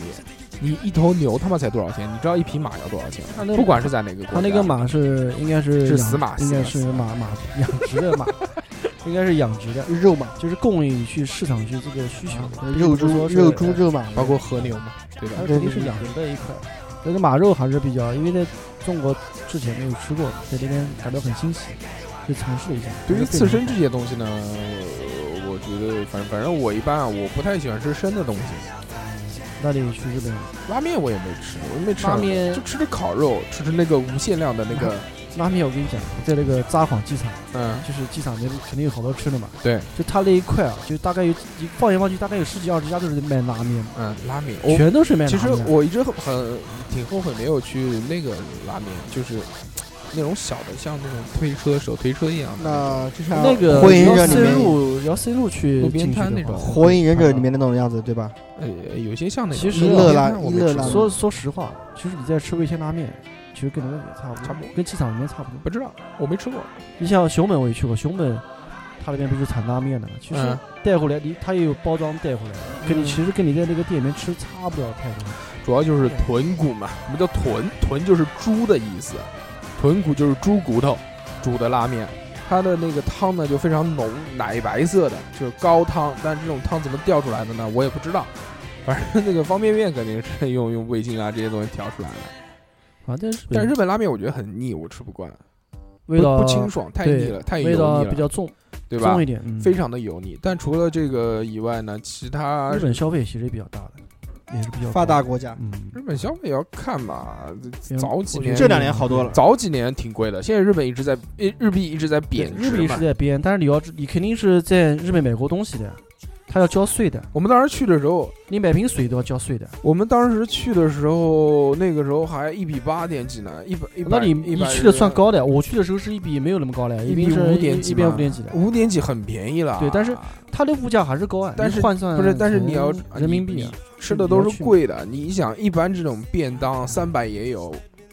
S3: 你一头牛他妈才多少钱？你知道一匹马要多少钱吗？
S2: 他那
S3: 不管是在哪个国家，
S2: 他那个马是应该是
S3: 是
S2: 养
S3: 死马
S2: 应该
S3: 死
S2: 是马马养殖的马， 应该是养殖的，
S4: 肉马、啊
S2: 就是供应去市场去这个需求。
S3: 啊
S2: 并
S4: 肉
S2: 不
S4: 猪、
S2: 是说是
S4: 肉猪、，肉马，
S3: 哎包括和牛嘛，对吧
S2: 它？肯定是养殖的一块。但是马肉还是比较，因为在中国之前没有吃过，在这边感到很新奇，就尝试了一下。
S3: 对于
S2: 还是
S3: 刺
S2: 非常
S3: 身这些东西呢，呃我觉得反反正我一般啊，我不太喜欢吃生的东西。
S2: 那得去日本
S3: 拉面我也没吃，我也没吃
S2: 拉
S3: 上
S2: 面
S3: 就吃吃烤肉，吃吃那个无限量的那 个，
S2: 拉面，我跟你讲，在那个札幌机场，
S3: 嗯，
S2: 就是机场那里肯定有好多吃的嘛。
S3: 对，
S2: 就他那一块啊，就大概有一放眼望去，大概有十几二十家都是卖拉面，
S3: 嗯，拉面。我
S2: 全都是卖拉
S3: 其
S2: 面。啊
S3: 实我一直很很挺后悔没有去那个拉面，就是那种小的，像那种推车手推车一样的种。
S4: 那就像
S2: 那个
S4: 火影
S2: 要
S4: 忍者
S2: 深
S4: 里面，
S2: 入要深入去
S3: 路边
S2: 进去
S3: 摊
S2: 的
S3: 那种
S2: 话啊
S4: 火影忍者里面那种样子，对吧？
S3: 呃，有些像那种
S2: 其实
S3: 一
S2: 啊
S3: 乐
S4: 拉
S3: 我
S4: 一
S3: 没
S4: 乐
S3: 吃
S4: 拉
S3: 过
S2: 说说实话，其实你在吃味千拉面，其实跟那个也差不多，
S3: 差不多
S2: 跟机场里面差不多。
S3: 不知道，我没吃过。
S2: 你像熊本我也去过，熊本他那边不是产拉面的嘛，其实
S3: 嗯
S2: 带回来你他也有包装带回来的，跟你其实跟你在那个店里面吃差不了太多。
S3: 主要就是豚骨嘛，什么叫豚？豚就是猪的意思，豚骨就是猪骨头煮的拉面。它的那个汤呢就非常浓，奶白色的，就是高汤。但这种汤怎么调出来的呢？我也不知道。反正那个方便面肯定是用用味精啊这些东西调出来的。
S2: 反正日
S3: 但
S2: 本
S3: 日本拉面我觉得很腻，我吃不惯，
S2: 味道
S3: 不不清爽，太腻
S2: 对
S3: 了，太油
S2: 味道
S3: 腻
S2: 比
S3: 了，
S2: 较重，
S3: 对吧
S2: 重一？点，嗯
S3: 非。常的油腻。但除了这个以外呢，其他
S2: 日本消费其实也比较大的，也是比较
S4: 发达
S2: 高
S4: 国家，
S2: 的，
S3: 日
S2: 嗯，
S3: 本消费也要看吧，
S2: 因为
S3: 早几
S2: 我
S3: 年
S2: 觉
S4: 这
S2: 得
S4: 两年好多
S2: 嗯
S4: 了
S3: 早几年挺贵的，现在日本一直在日日币一直在贬
S2: 日
S3: 值
S2: 币
S3: 嘛
S2: 是。在编，但是你要你肯定是在日本买过东西的，他要交税的，
S3: 我们当时去的时候，
S2: 你买瓶水都要交税的。
S3: 我们当时去的时候，那个时候还一比八点几呢，一百一百。
S2: 那你
S3: 一
S2: 你
S3: 百
S2: 去的算，高的，我去的时候是一比没有那么高的，
S3: 一比
S2: 比
S3: 五点几
S2: 一边
S3: 嘛
S2: 五点几的，
S3: 五点几很便宜了。
S2: 对但是它的物价还是高啊。
S3: 但是
S2: 你换算
S3: 不是但是你要
S2: 成人民币啊，
S3: 吃的都是贵的，你想一般这种便当三百也有，
S2: 嗯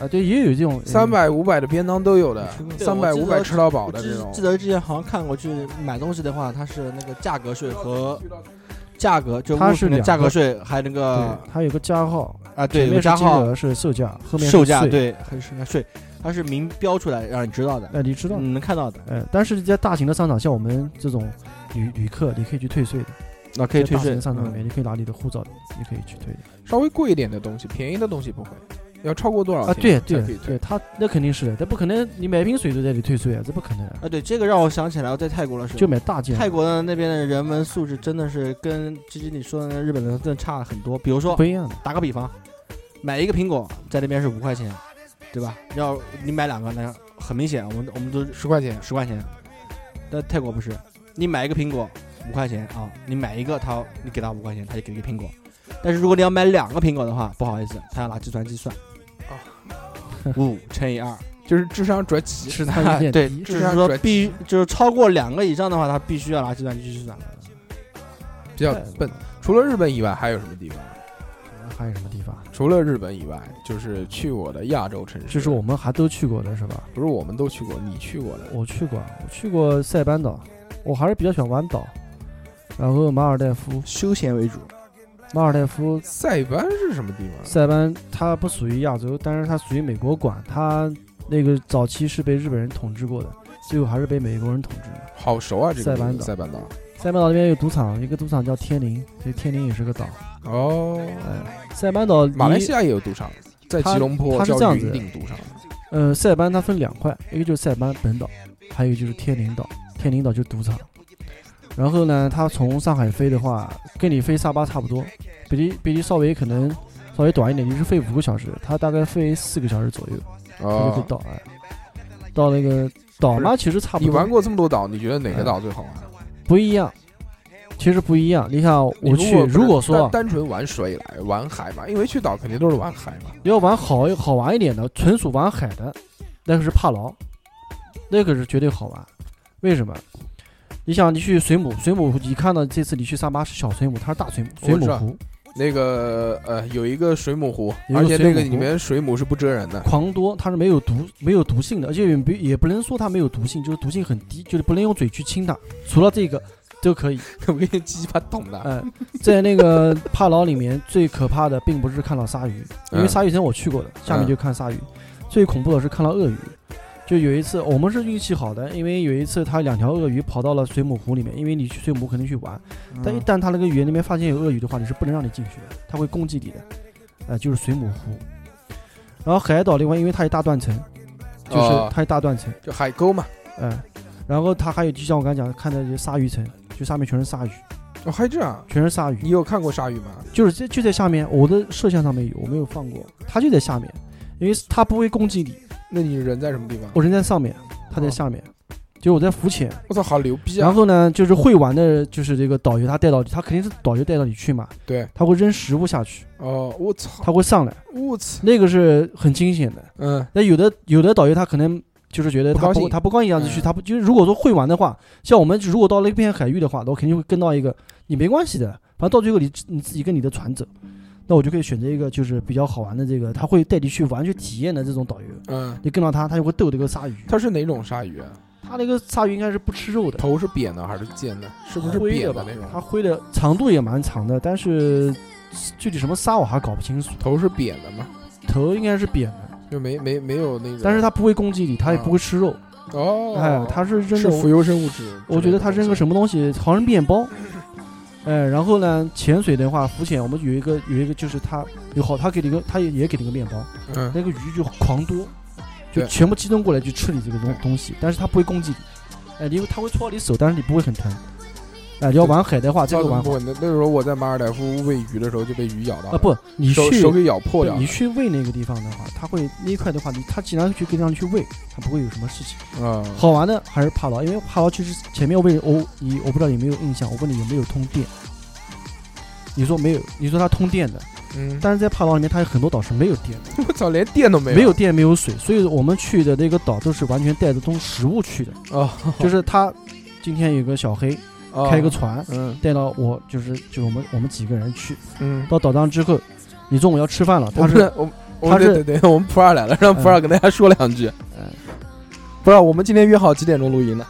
S2: 啊，对，也有这种
S3: 三。百五百的便当都有的，
S4: 对
S3: 三百
S4: 我记
S3: 五
S4: 得
S3: 百吃到饱
S4: 我
S3: 的
S4: 记
S3: 这种
S4: 记。得之前好像看过，去买东西的话，它是那个价格税和价格，就
S2: 它
S4: 物
S2: 是
S4: 品的
S2: 两
S4: 价格
S2: 个
S4: 税，还有那
S2: 对
S3: 啊
S4: 个，
S2: 它有个加号，
S4: 啊，对，
S2: 前
S4: 有个
S2: 面是
S4: 加
S2: 金
S4: 号、
S2: 额是售价，后面是
S4: 售价，
S2: 税，
S4: 对，还是税，它是明标出来让你知道的，嗯
S2: 哎，你知道，
S3: 嗯
S4: 你能看到的，
S2: 哎，但是在大型的商场，像我们这种旅旅客，你可以去退税的，
S4: 那可以
S2: 在
S4: 退
S2: 大型
S4: 税
S2: 的。商场里面，
S4: 嗯
S2: 你可以拿你的护照，你可以去退的
S3: 稍微贵一点的东西，便宜的东西不会，要超过多少
S2: 啊，
S3: 钱
S2: 对对
S3: 才可以退
S2: 对，他那肯定是的，他不可能你买瓶水都在里退税啊，这不可能啊，
S3: 哎
S4: 啊，对，这个让我想起来，我在泰国的时候，
S2: 就买大件的，
S4: 泰国的那边的人文素质真的是跟之前你说的日本人真的差很多。比如说
S2: 不，一样的，
S4: 打个比方，买一个苹果在那边是五块钱，对吧？要你买两个，那很明显，我们我们都
S3: 十块钱，
S4: 十块钱。但泰国不是，你买一个苹果五块钱啊，你买一个他你给他五块钱，他就给你一个苹果。但是如果你要买两个苹果的话，不好意思，他要拿计算机算。五乘以二，
S3: 就是智商转哎几，
S2: 吃它一件
S4: 对，
S2: 低
S4: 就是
S3: 这样
S4: 说
S3: 转
S4: 必就是超过两个以上的话，他必须要拿计算机去算。
S3: 比较
S2: 泰国啊
S3: 笨。除了日本以外，还有什么地方？
S2: 还有什么地方？啊
S3: 除了日本以外，就是去我的亚洲城市，
S2: 就是我们还都去过的是吧？
S3: 不是我们都去过，你去过的。
S2: 我去过，我去过塞班岛，我还是比较喜欢玩岛，然后马尔代夫，
S4: 休闲为主，
S2: 马尔代夫
S3: 塞班是什么地方？
S2: 塞班它不属于亚洲，但是它属于美国管，它那个早期是被日本人统治过的，最后还是被美国人统治的。
S3: 好熟啊，这个
S2: 塞班岛
S3: 塞班岛。
S2: 塞班岛那边有赌场，一个赌场叫天宁，所以天宁也是个岛。
S3: 哦，
S2: 哎，塞班岛离
S3: 马来西亚也有赌场，在
S2: 它
S3: 吉隆坡
S2: 它是这
S3: 叫
S2: 样子
S3: 云顶赌场。
S2: 呃，塞班它分两块，一个就是塞班本岛，还有一个就是天宁岛。天宁岛就是赌场。然后呢，它从上海飞的话，跟你飞沙巴差不多，比离比离稍微可能稍微短一点，就是飞五个小时，它大概飞四个小时左右，它就可以
S3: 哦，
S2: 到哎。到那个岛嘛，其实差不
S3: 你
S2: 多。
S3: 玩过这么多岛，你觉得哪个岛最好啊玩？
S2: 哎不一样，其实不一样。你看
S3: 你
S2: 我去，
S3: 不是
S2: 如果说
S3: 单单纯玩水来玩海嘛，因为去岛肯定都是玩海嘛。
S2: 要玩好好玩一点的，纯属玩海的，那个是帕劳，那个是绝对好玩。为什么？你想你去水母，水母你看到这次你去沙巴是小水母，它是大水母，
S3: 我
S2: 水母
S3: 知道
S2: 湖
S3: 那个呃，有一个水母湖，
S2: 有
S3: 而
S2: 一个
S3: 且
S2: 水
S3: 那
S2: 母
S3: 个
S2: 湖
S3: 里面水母是不蜇人的。
S2: 狂多，它是没有毒没有毒性的，而且也不也不能说它没有毒性，就是毒性很低，就是不能用嘴去亲它。除了这个都可以。
S3: 我给你鸡巴懂的，
S2: 嗯，在那个帕劳里面，最可怕的并不是看到鲨鱼，因为鲨鱼之前我去过的，下面就看鲨鱼。最恐怖的是看到鳄鱼，就有一次哦我们是运气好的，因为有一次它两条鳄鱼跑到了水母湖里面，因为你去水母湖肯定去玩，
S4: 嗯
S2: 但一旦它那个鱼那边发现有鳄鱼的话，你是不能让你进去的，它会攻击你的。呃，就是水母湖，然后海岛另外，因为它有大断层，就是
S3: 哦
S2: 它有大断层，
S3: 就海沟嘛。
S2: 嗯、然后它还有就像我刚才讲，看到有鲨鱼层，就上面全是鲨鱼，
S3: 哦，还这样？
S2: 全是鲨鱼。
S3: 你有看过鲨鱼吗？
S2: 就是这就在下面，我的摄像上面有，我没有放过，它就在下面，因为它不会攻击你，
S3: 那你人在什么地方？
S2: 我人在上面，它在下面，就我在浮潜。
S3: 我操，好牛逼
S2: 然
S3: 啊！
S2: 后呢，就是会玩的，就是这个导游他带到你，他肯定是导游带到你去嘛，
S3: 对，
S2: 他会扔食物下去，
S3: 哦，我操，
S2: 他会上来，
S3: 我操，
S2: 那个是很惊险的。
S3: 嗯，
S2: 那有的有的导游他可能就是觉得
S3: 不
S2: 他
S3: 高
S2: 不
S3: 兴
S2: 他不高兴这样子去，
S3: 嗯
S2: 他不就是如果说会玩的话，像我们如果到那片海域的话，我肯定会跟到一个你没关系的，反正到最后你你自己跟你的船走，那我就可以选择一个就是比较好玩的这个，他会带你去玩去体验的这种导游，
S3: 嗯，
S2: 你跟到他，他就会逗这个鲨鱼，
S3: 它是哪种鲨鱼啊？
S2: 他那个鲨鱼应该是不吃肉的，
S3: 头是扁的还是尖的？是不是
S2: 灰
S3: 扁的
S2: 的吧
S3: 那？
S2: 它
S3: 种？
S2: 灰的长度也蛮长的，但是具体什么鲨我还搞不清楚，
S3: 头是扁的嘛，
S2: 头应该是扁的，
S3: 就没没没有那个。
S2: 但是它不会攻击你，它也不会吃肉，
S3: 哦，
S2: 哎，它是扔
S3: 是
S2: 的
S3: 浮游生物质。
S2: 我觉得他扔个
S3: 么？
S2: 什么东西，好像是面 包。哎，然后呢，潜水的话，浮潜我们有一个有一个就是他有好，他给你一个，他也也给你一个面包，
S3: 嗯，
S2: 那个鱼就狂多，就
S3: 对
S2: 全部集中过来就吃你这个东
S3: 对
S2: 东西，但是它不会攻击你，哎，因为它会戳到你手，但是你不会很疼。哎，你要玩海的话，这
S3: 操
S2: 个玩
S3: 不稳的。那时候我在马尔代夫喂鱼的时候就被鱼咬到
S2: 啊不，你
S3: 你手
S2: 去
S3: 手给咬破掉
S2: 对
S3: 了。
S2: 你去喂那个地方的话，它会那一块的话，你它尽量去跟上去喂，它不会有什么事情。
S3: 啊，
S2: 好玩的还是帕劳，因为帕劳其实前面我问我你我不知道有没有印象，我问你有没有通电，你说没有，你说它通电的，
S3: 嗯，
S2: 但是在帕劳里面它有很多岛是没有电的，
S3: 我操，连电都没
S2: 没有电没有水，所以我们去的那个岛都是完全带着东食物去的，
S3: 哦，
S2: 就是他今天有个小黑
S3: 哦
S2: 开个船
S3: 嗯
S2: 带到我，就是就是我们我们几个人去
S3: 嗯，
S2: 到岛上之后，你中午要吃饭了，
S3: 我
S2: 他
S3: 们
S2: 是
S3: 的我们我们
S2: 他
S3: 对
S2: 是
S3: 对对，我们普洱来了，让普洱跟大家说两句。
S2: 嗯
S3: 不知道我们今天约好几点钟录音呢？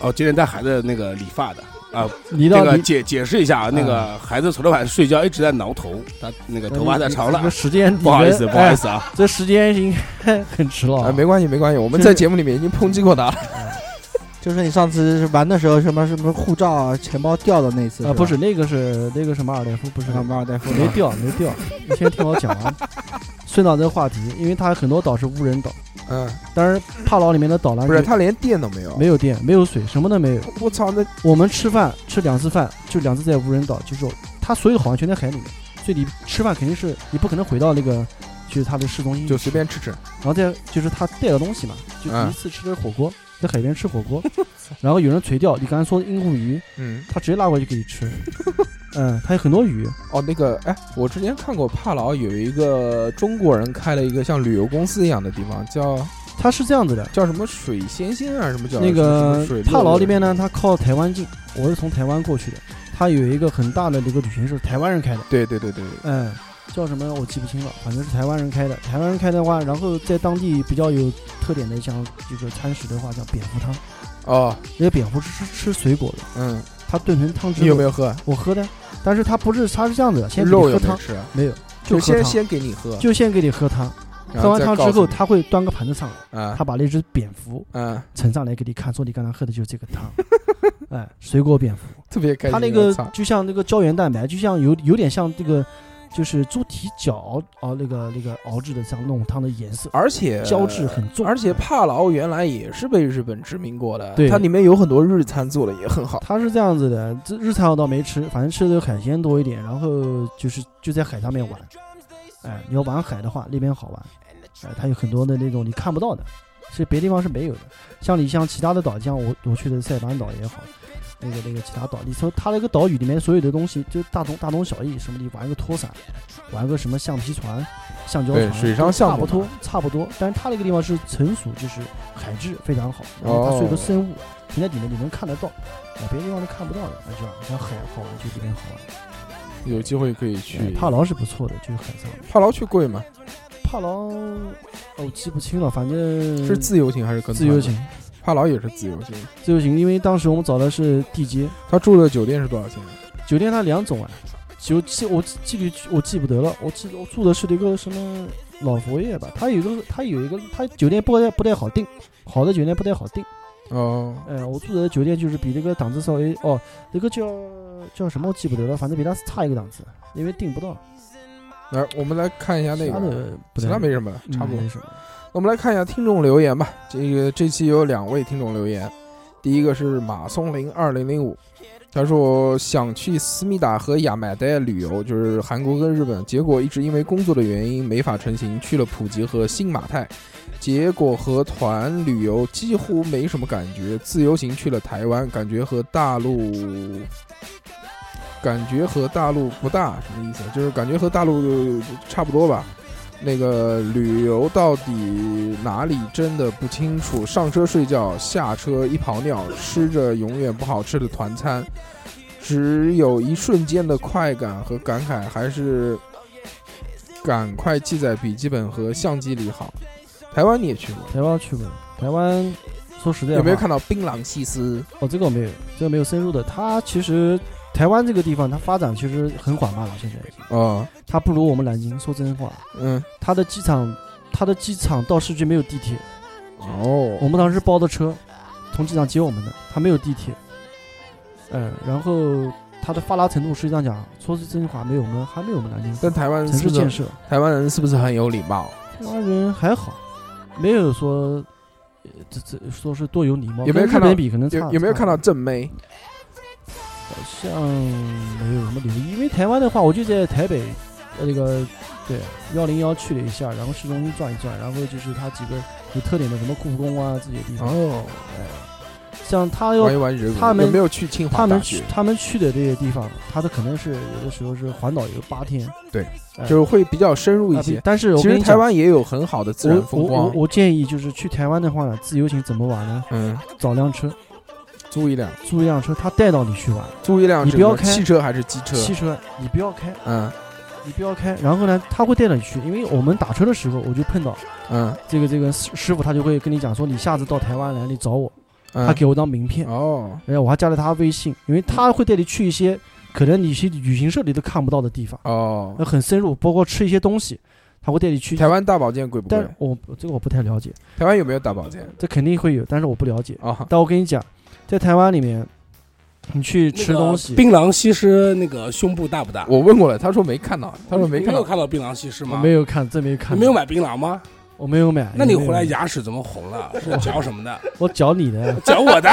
S1: 哦，今天带孩子那个理发的啊，
S2: 你
S1: 这
S2: 到
S1: 个
S2: 你嗯
S1: 解解释一下啊，那个孩子昨天晚上睡觉一直在挠头，他那
S2: 呃
S1: 个头发太长
S2: 这个
S1: 了，
S2: 时间
S1: 不好意思，不好意
S2: 思，
S1: 思啊，
S2: 哎这时间应该很迟了
S3: 啊，
S2: 啊，
S3: 没关系没关系，我们
S4: 就是
S3: 在节目里面已经抨击过他了。
S4: 就是你上次是玩的时候，什么什么护照啊、钱包掉的那次
S2: 啊，不
S4: 呃是
S2: 是那个是那个是马尔代夫，不是
S4: 吧，啊马尔代夫
S2: 没掉没掉。你先听我讲完，顺到这个话题，因为它很多岛是无人岛，
S3: 嗯，
S2: 当然帕劳里面的岛栏
S3: 不是，他连电都没有。
S2: 没有电，没有水，什么都没有。
S3: 我操，那
S2: 我们吃饭吃两次饭，就两次在无人岛，就是它所有好像全在海里面，所以你吃饭肯定是你不可能回到那个就是它的市中心，
S3: 就随便吃吃。
S2: 然后再就是他带的东西嘛，就
S3: 嗯
S4: 啊
S2: 一次吃的火锅，在海边吃火锅，然后有人垂钓，你刚才说的鹦鹉鱼，
S3: 嗯，
S2: 他直接拉过来就给你吃， 嗯，它有很多鱼，
S3: 哦，那个，哎，我之前看过帕劳有一个中国人开了一个像旅游公司一样的地方，叫
S2: 它是这样子的，
S3: 叫什么水仙仙啊，什么叫
S2: 那
S3: 什
S2: 个
S3: 么水
S2: 帕劳那边呢，，它靠台湾近，我是从台湾过去的。它有一个很大的这个旅行社，台湾人开的，
S3: 对对对对，对
S2: 嗯，叫什么我记不清了，反正是台湾人开的。台湾人开的话，然后在当地比较有特点的，像这个餐食的话，叫蝙蝠汤。
S3: 哦，
S2: 那个蝙蝠是吃吃水果的，
S3: 嗯，
S2: 它炖成汤汁。
S3: 你有没有喝？啊
S2: 我喝的？但是它不是，它是这样子的，先给你
S3: 肉有
S2: 喝
S3: 没有
S2: 汤，
S3: 吃？
S2: 没有，
S3: 就
S2: 就喝
S3: 先
S2: 汤，
S3: 先给你喝，
S2: 就先给你喝汤。
S3: 然
S2: 喝完
S3: 再
S2: 汤
S3: 告
S2: 之后，
S3: 诉你
S2: 他会端个盘子上来，
S3: 啊
S2: 他把那只蝙蝠
S3: 啊
S2: 盛上来给你看，说你刚才喝的就是这个汤。哎，水果蝙蝠，
S3: 特别开心。
S2: 它那个
S3: 操
S2: 就像那个胶原蛋白，就像有有点像这个就是猪蹄脚熬熬那个那个熬制的像那种汤的颜色，
S3: 而且
S2: 胶质很重，
S3: 而且
S2: 哎
S3: 帕劳原来也是被日本殖民过的，
S2: 对
S3: 它里面有很多日餐做的也很好。
S2: 它是这样子的，这日餐我倒没吃，反正吃的海鲜多一点，然后就是就在海上面玩。哎，你要玩海的话，那边好玩。哎，它有很多的那种你看不到的，是别地方是没有的。像你像其他的岛，像我我去的塞班岛也好，那个那个其他岛，你说它那个岛屿里面所有的东西，就大同大同小异，什么你玩个拖伞，玩个什么橡皮船、橡胶
S3: 对
S2: 船，
S3: 水上
S2: 都
S3: 项
S2: 差不
S3: 目
S2: 多
S3: 嘛
S2: 差不多。但是它那个地方是成熟，就是海质非常好，然后它所有的
S3: 哦
S2: 生物你在里面你能看得到。啊，别的地方都看不到的，那就像海好玩就这边好玩。
S3: 有机会可以去
S2: 哎帕劳是不错的，就是海上。
S3: 帕劳去贵吗？
S2: 帕劳，哦，我记不清了，反正
S3: 是自由行还是跟团
S2: 自由？行，
S3: 帕劳也是自由行。
S2: 自由行，因为当时我们找的是地接
S3: 他住的酒店是多少钱？啊
S2: 酒店，它两种啊，酒记我记记得我记不得了，我记得我住的是一个什么老佛爷吧，它有一个它有一个它酒店不太不太好订，好的酒店不太好订。
S3: 哦，
S2: 呃，我住的酒店就是比那个档次稍微哦，那个叫叫什么我记不得了，反正比它差一个档次，因为订不到。
S3: 来，我们来看一下那
S2: 其他
S3: 个，
S2: 的不
S3: 其
S2: 太嗯
S3: 他没什么了，差不多
S2: 没。什么。
S3: 我们来看一下听众留言吧。这个这期有两位听众留言，第一个是马松林二零零五，他说想去思密达和亚麻袋旅游，就是韩国跟日本，结果一直因为工作的原因没法成行，去了普吉和新马泰，结果和团旅游几乎没什么感觉，自由行去了台湾，感觉和大陆。感觉和大陆不大，什么意思？就是感觉和大陆差不多吧。那个旅游到底哪里真的不清楚，上车睡觉，下车一泡尿，吃着永远不好吃的团餐，只有一瞬间的快感和感慨，还是赶快记在笔记本和相机里好。台湾你也去过，
S2: 台湾去过，台湾说实在话
S3: 有没有看到槟榔西施？
S2: 哦，这个我没有，这个没有深入的。它其实台湾这个地方，它发展其实很缓慢了，现在已经
S3: 哦，
S2: 它不如我们南京。说真话，
S3: 嗯，
S2: 它的机场，它的机场到市区没有地铁，我
S3: 哦，
S2: 们当时包的车从机场接我们的，它没有地铁。嗯，然后它的发达程度，实际上讲，说是真话，没有我们还没有我们南京
S3: 但台湾
S2: 城市
S3: 是不
S2: 建
S3: 是
S2: 设，
S3: 台湾人是不是很有礼貌？
S2: 台湾人还好，没有说。呃这这说是多有礼貌，
S3: 有没有
S2: 跟日
S3: 看到
S2: 本比可能差
S3: 有有没有
S2: 差
S3: 看到正妹？
S2: 好像没有什么留意，因为台湾的话，我就在台北，呃，那个对幺零幺去了一下，然后市中心转一转，然后就是它几个有特点的，什么故宫啊这些地方，呃
S3: 哦，
S2: 像他要
S3: 玩一玩人文，
S2: 他们
S3: 有没有去清
S2: 他
S3: 华大
S2: 们
S3: 学
S2: 去？他们去的这些地方，他的可能是有的时候是环岛游八天，
S3: 就是会比较深入一
S2: 嗯啊
S3: 些。
S2: 但是我
S3: 其
S2: 跟
S3: 实
S2: 你
S3: 台
S2: 讲，
S3: 湾也有很好的自然
S2: 我我
S3: 风
S2: 我
S3: 光，
S2: 我建议就是去台湾的话呢，自由行怎么玩呢？
S3: 嗯，
S2: 找辆车，
S3: 租一辆，
S2: 租一辆车，他带到你去玩，
S3: 租一辆
S2: 你
S3: 这
S2: 不要
S3: 个
S2: 开
S3: 汽车还是机车？
S2: 汽车你不要开，
S3: 嗯
S2: 你不要开，然后呢，他会带着你去，因为我们打车的时候我就碰到。
S3: 嗯
S2: 这个这个师师傅他就会跟你讲说，你下次到台湾来，你找我，
S3: 嗯，
S2: 他给我张名片，
S3: 哦，
S2: 然后我还加了他微信，因为他会带你去一些可能你去旅行社里都看不到的地方，
S3: 哦，
S2: 那很深入，包括吃一些东西，他会带你去。
S3: 台湾大保健贵不
S2: 但
S3: 贵
S2: 是？我这个我不太了解，
S3: 台湾有没有大保健？
S2: 这肯定会有，但是我不了解。
S3: 哦，
S2: 但我跟你讲，在台湾里面，你去吃东西，
S1: 槟榔西施那个胸部大不大？
S3: 我问过了，他说没看到，他说没
S1: 你
S3: 看
S1: 有
S3: 到。
S1: 看到槟榔西施
S2: 我
S1: 吗？
S2: 没，有看，真没看，
S1: 你没有，买槟榔吗？
S2: 我没有买。
S1: 那你
S2: 也没有
S1: 回
S2: 买
S1: 来牙齿怎么红 了？是嚼什么的？
S2: 我找 你的，
S1: 嚼我的。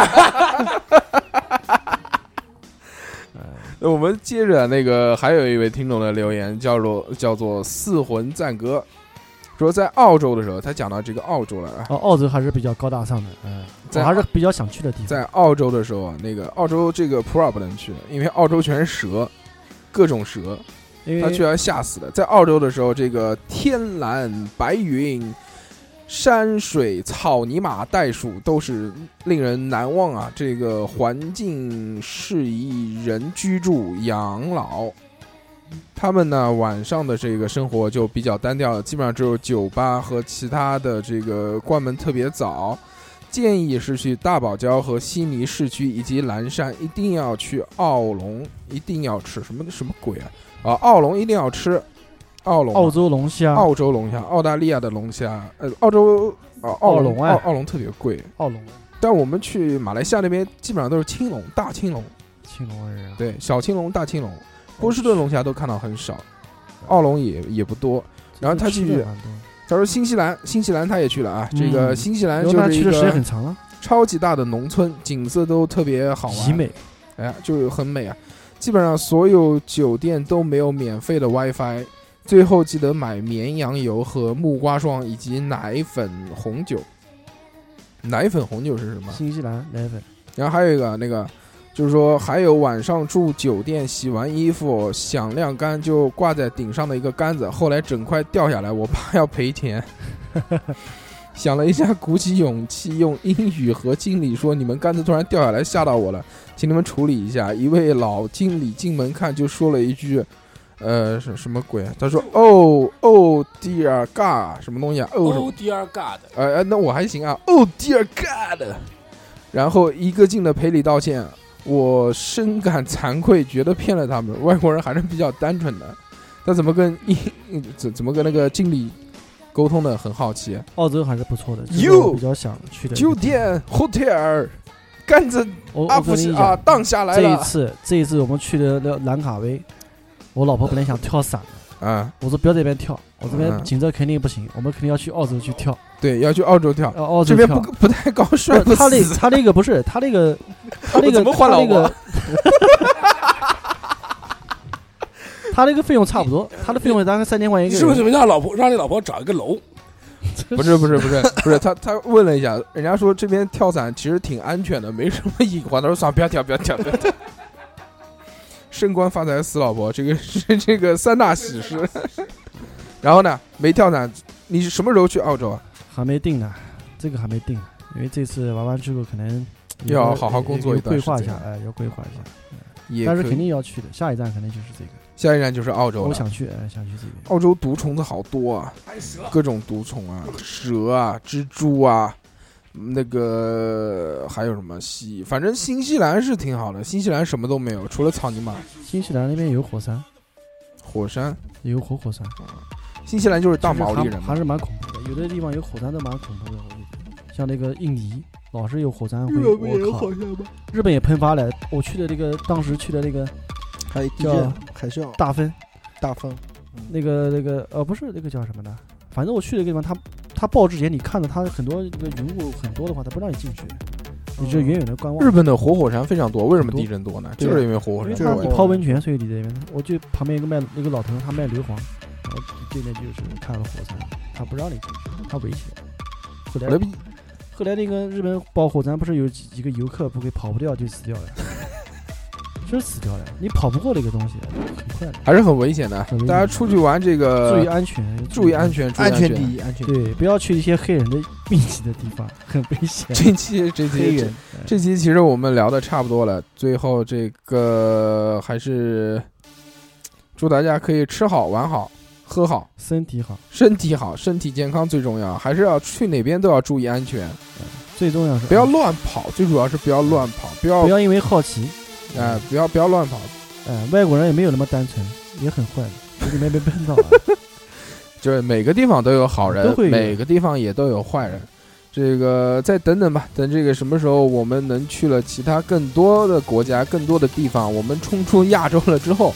S3: 那我们接着那个，还有一位听众的留言，叫做叫做四魂赞歌，说在澳洲的时候，他讲到这个澳洲了啊，
S2: 哦，澳洲还是比较高大上的，嗯，我
S3: 在
S2: 还是比较想去的地方。
S3: 在澳洲的时候啊，那个澳洲这个普洱不能去，因为澳洲全是蛇，各种蛇，
S2: 因为
S3: 他居然吓死了。在澳洲的时候，这个天蓝、白云、山水、草泥马、袋鼠都是令人难忘啊！这个环境适宜人居住、养老。他们呢，晚上的这个生活就比较单调了，基本上只有酒吧和其他的这个关门特别早。建议是去大堡礁和悉尼市区以及蓝山，一定要去奥龙，一定要吃什么什么鬼啊！啊，澳龙一定要吃，澳龙嘛、
S2: 澳洲龙虾，
S3: 澳洲龙虾，澳大利亚的龙虾，呃，澳洲啊，
S2: 澳
S3: 澳
S2: 龙
S3: 龙
S2: 哎
S3: 澳澳龙特别贵，
S2: 澳龙，
S3: 但我们去马来西亚那边基本上都是青龙、大青龙，
S2: 青龙二人啊，
S3: 对，小青龙、大青龙，波士顿龙虾都看到很少，澳龙也也不多。然后他
S2: 去
S3: 去，他说新西兰，新西兰他也去了啊。这个
S2: 嗯
S3: 新西兰
S2: 刘
S3: 就
S2: 娜
S3: 是
S2: 去
S3: 一
S2: 的时间
S3: 个
S2: 很长了，
S3: 超级大的农村，景色都特别好
S2: 极
S3: 玩，
S2: 美，
S3: 哎呀，就很美啊。基本上所有酒店都没有免费的 WiFi，最后记得买绵羊油和木瓜霜以及奶粉红酒。奶粉红酒是什么？
S2: 新西兰奶粉，
S3: 然后还有一个那个，就是说还有晚上住酒店，洗完衣服想晾干就挂在顶上的一个杆子，后来整块掉下来，我爸要赔钱。 想了一下，鼓起勇气用英语和经理说：“你们杆子突然掉下来，吓到我了，请你们处理一下。”一位老经理进门看，就说了一句：“呃，什什么鬼啊？”他说：“哦哦，dear God，什么东西啊？哦什么？
S1: 欧迪尔嘎的，
S3: 呃，呃那我还行啊。Oh dear God！然后一个劲的赔礼道歉，我深感惭愧，觉得骗了他们。外国人还是比较单纯的，他怎么跟 英怎怎么跟那个经理沟通的，很好奇。啊
S2: 澳洲还是不错的，这是
S3: You
S2: 我比较想去的一个
S3: 酒
S2: 地方，
S3: 店 hotel，杆子
S2: 我
S3: 阿
S2: 我
S3: 福
S2: 跟
S3: 西
S2: 你
S3: 啊
S2: 讲，
S3: 荡下来
S2: 这一
S3: 了
S2: 次这一次我们去的那兰卡威，我老婆本来想跳伞的，
S3: 啊！
S2: 我说不要在这边跳，我这边
S3: 嗯
S2: 景色肯定不行，我们肯定要去澳洲去跳，
S3: 对，要去澳洲跳，
S2: 呃，澳
S3: 啊这
S2: 洲
S3: 边
S2: 跳。
S3: 不不太高，
S2: 不
S3: 摔
S2: 是他 那
S3: 死。
S2: 他那个不是他 那个他那
S3: 我
S2: 个
S3: 怎么换
S2: 他
S3: 老
S2: 那
S3: 婆
S2: 个？ 他那个费用差不 多，他的费用大概三千块钱一
S1: 你
S2: 个
S1: 是不
S2: 人。
S1: 是准备让老婆让你老婆找一个楼？
S3: 不是不是不是不是，他他问了一下，人家说这边跳伞其实挺安全的，没什么隐患。他说算了，不要跳，不要跳，不要跳。升官发财死老婆，这个是这个三大喜事。 然后呢，没跳伞，你是什么时候去澳洲啊？
S2: 还没定呢，这个还没定呢，因为这次玩完之后可能
S3: 要
S2: 有个
S3: 好好工作
S2: 有
S3: 一
S2: 个
S3: 段
S2: 规
S3: 时间
S2: 划一下，哎，要规划一下。
S3: 也
S2: 但是
S3: 可以
S2: 肯定要去的，下一站肯定就是这个。
S3: 下一站就是澳洲
S2: 我
S3: 了。
S2: 想去，哎，想去这边。
S3: 澳洲毒虫子好多啊，各种毒虫啊，蛇啊，蜘蛛啊，那个还有什么西？反正新西兰是挺好的，新西兰什么都没有，除了草泥马、
S2: 新西兰那边有火山，
S3: 火山。
S2: 有活火山，
S3: 新西兰就是大毛利
S2: 其实
S3: 人
S2: 还
S3: 嘛
S2: 还，是蛮恐怖的。有的地方有火山都蛮恐怖的，我觉得像那个印尼老是有火山灰，我靠，日本也喷发了。我去的那个当时去的那个
S4: 还有地
S2: 叫
S4: 震、海啸、
S2: 大分，
S4: 大风，
S2: 那个那个呃不是那个叫什么呢？反正我去的地方，它它报之前你看到它很多那个云雾很多的话，它不让你进去，你就远远的观望。
S3: 日本的活火山非常多，为什么地震多呢？
S4: 对
S3: 就是因为活火
S2: 因为
S3: 山
S4: 这
S2: 他
S3: 多
S4: 个
S2: 你
S3: 呀。
S2: 泡温泉，所以你在那边。我就旁边一个卖那个老头，他卖硫磺，然后对面就是看了火山，他不让你进去，他围起来。后
S3: 我的
S2: 来
S3: 逼
S2: 后来那个日本保火山不是有几几个游客不给跑不掉就死掉了，就是死掉了。你跑不过那个东西，很快的。
S3: 还是很危险的
S2: 很危，险
S3: 大家出去玩这
S2: 注意
S3: 个
S2: 安全，
S3: 呃注意安。全，注意
S4: 安
S3: 安
S4: 全第。一，安全第一。
S2: 对，不要去一些黑人的密集的地方，很危险。
S3: 这期这
S4: 黑
S3: 期
S4: 人
S3: 这期其实我们聊的差不多了，最后这个还是祝大家可以吃好玩好喝好。
S2: 身体好，
S3: 身体好，身体健康最重要，还是要去哪边都要注意安全，
S2: 最重要是
S3: 不要乱跑，最主要是不要乱跑，不要
S2: 不要因为好奇，
S3: 哎，不要不要乱跑，
S2: 呃，外国人也没有那么单纯，也很坏的，你们没被碰到啊。
S3: 就是每个地方都有好人
S2: 都，会有
S3: 每个地方也都有坏人。这个再等等吧，等这个什么时候我们能去了其他更多的国家、更多的地方，我们冲出亚洲了之后，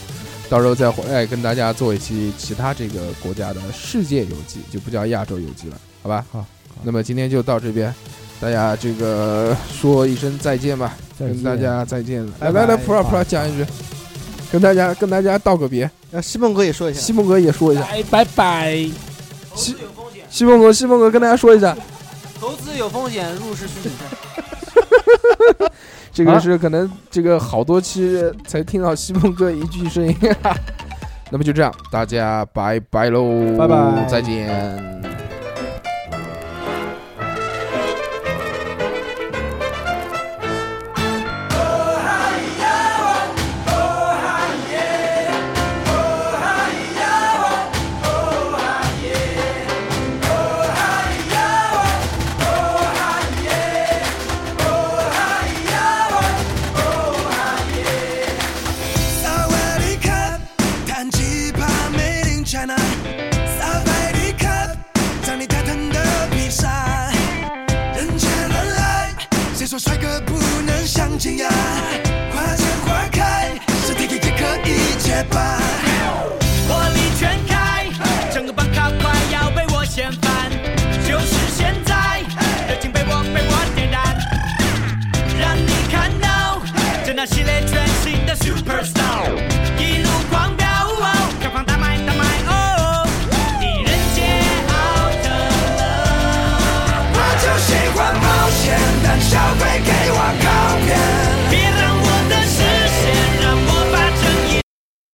S3: 到时候再回来跟大家做一期其他这个国家的世界游记，就不叫亚洲游记了，好吧？
S2: 好好
S3: 那么今天就到这边，大家这个说一声再见吧，
S2: 再
S3: 跟大
S2: 见
S3: 家再见了。
S4: 拜
S3: 来来来，
S4: 拜
S3: 普拉普拉讲一句，跟大家跟大家道个别，
S4: 让西蒙哥也说一
S3: 西
S4: 下，
S3: 蒙哥也说一下。
S1: 拜拜拜。
S3: 西西蒙哥，西蒙哥跟大家说一下，
S5: 投资有风险，入市需谨慎。
S3: 这
S2: 啊
S3: 个是可能这个好多期才听到西蒙哥一句声音， 哈哈那么就这样，大家拜拜喽，
S2: 拜拜
S3: 再见。
S6: 萨瓦迪卡，弹吉他，Made in China。萨瓦迪卡，
S7: 说帅哥不能相亲呀，花钱花开，身体也可以结拜。
S6: 火力全开，整个班卡快要被我掀翻，就是现在，热情被我被我点燃，让你看到，这那系列全新的 Super Star。哦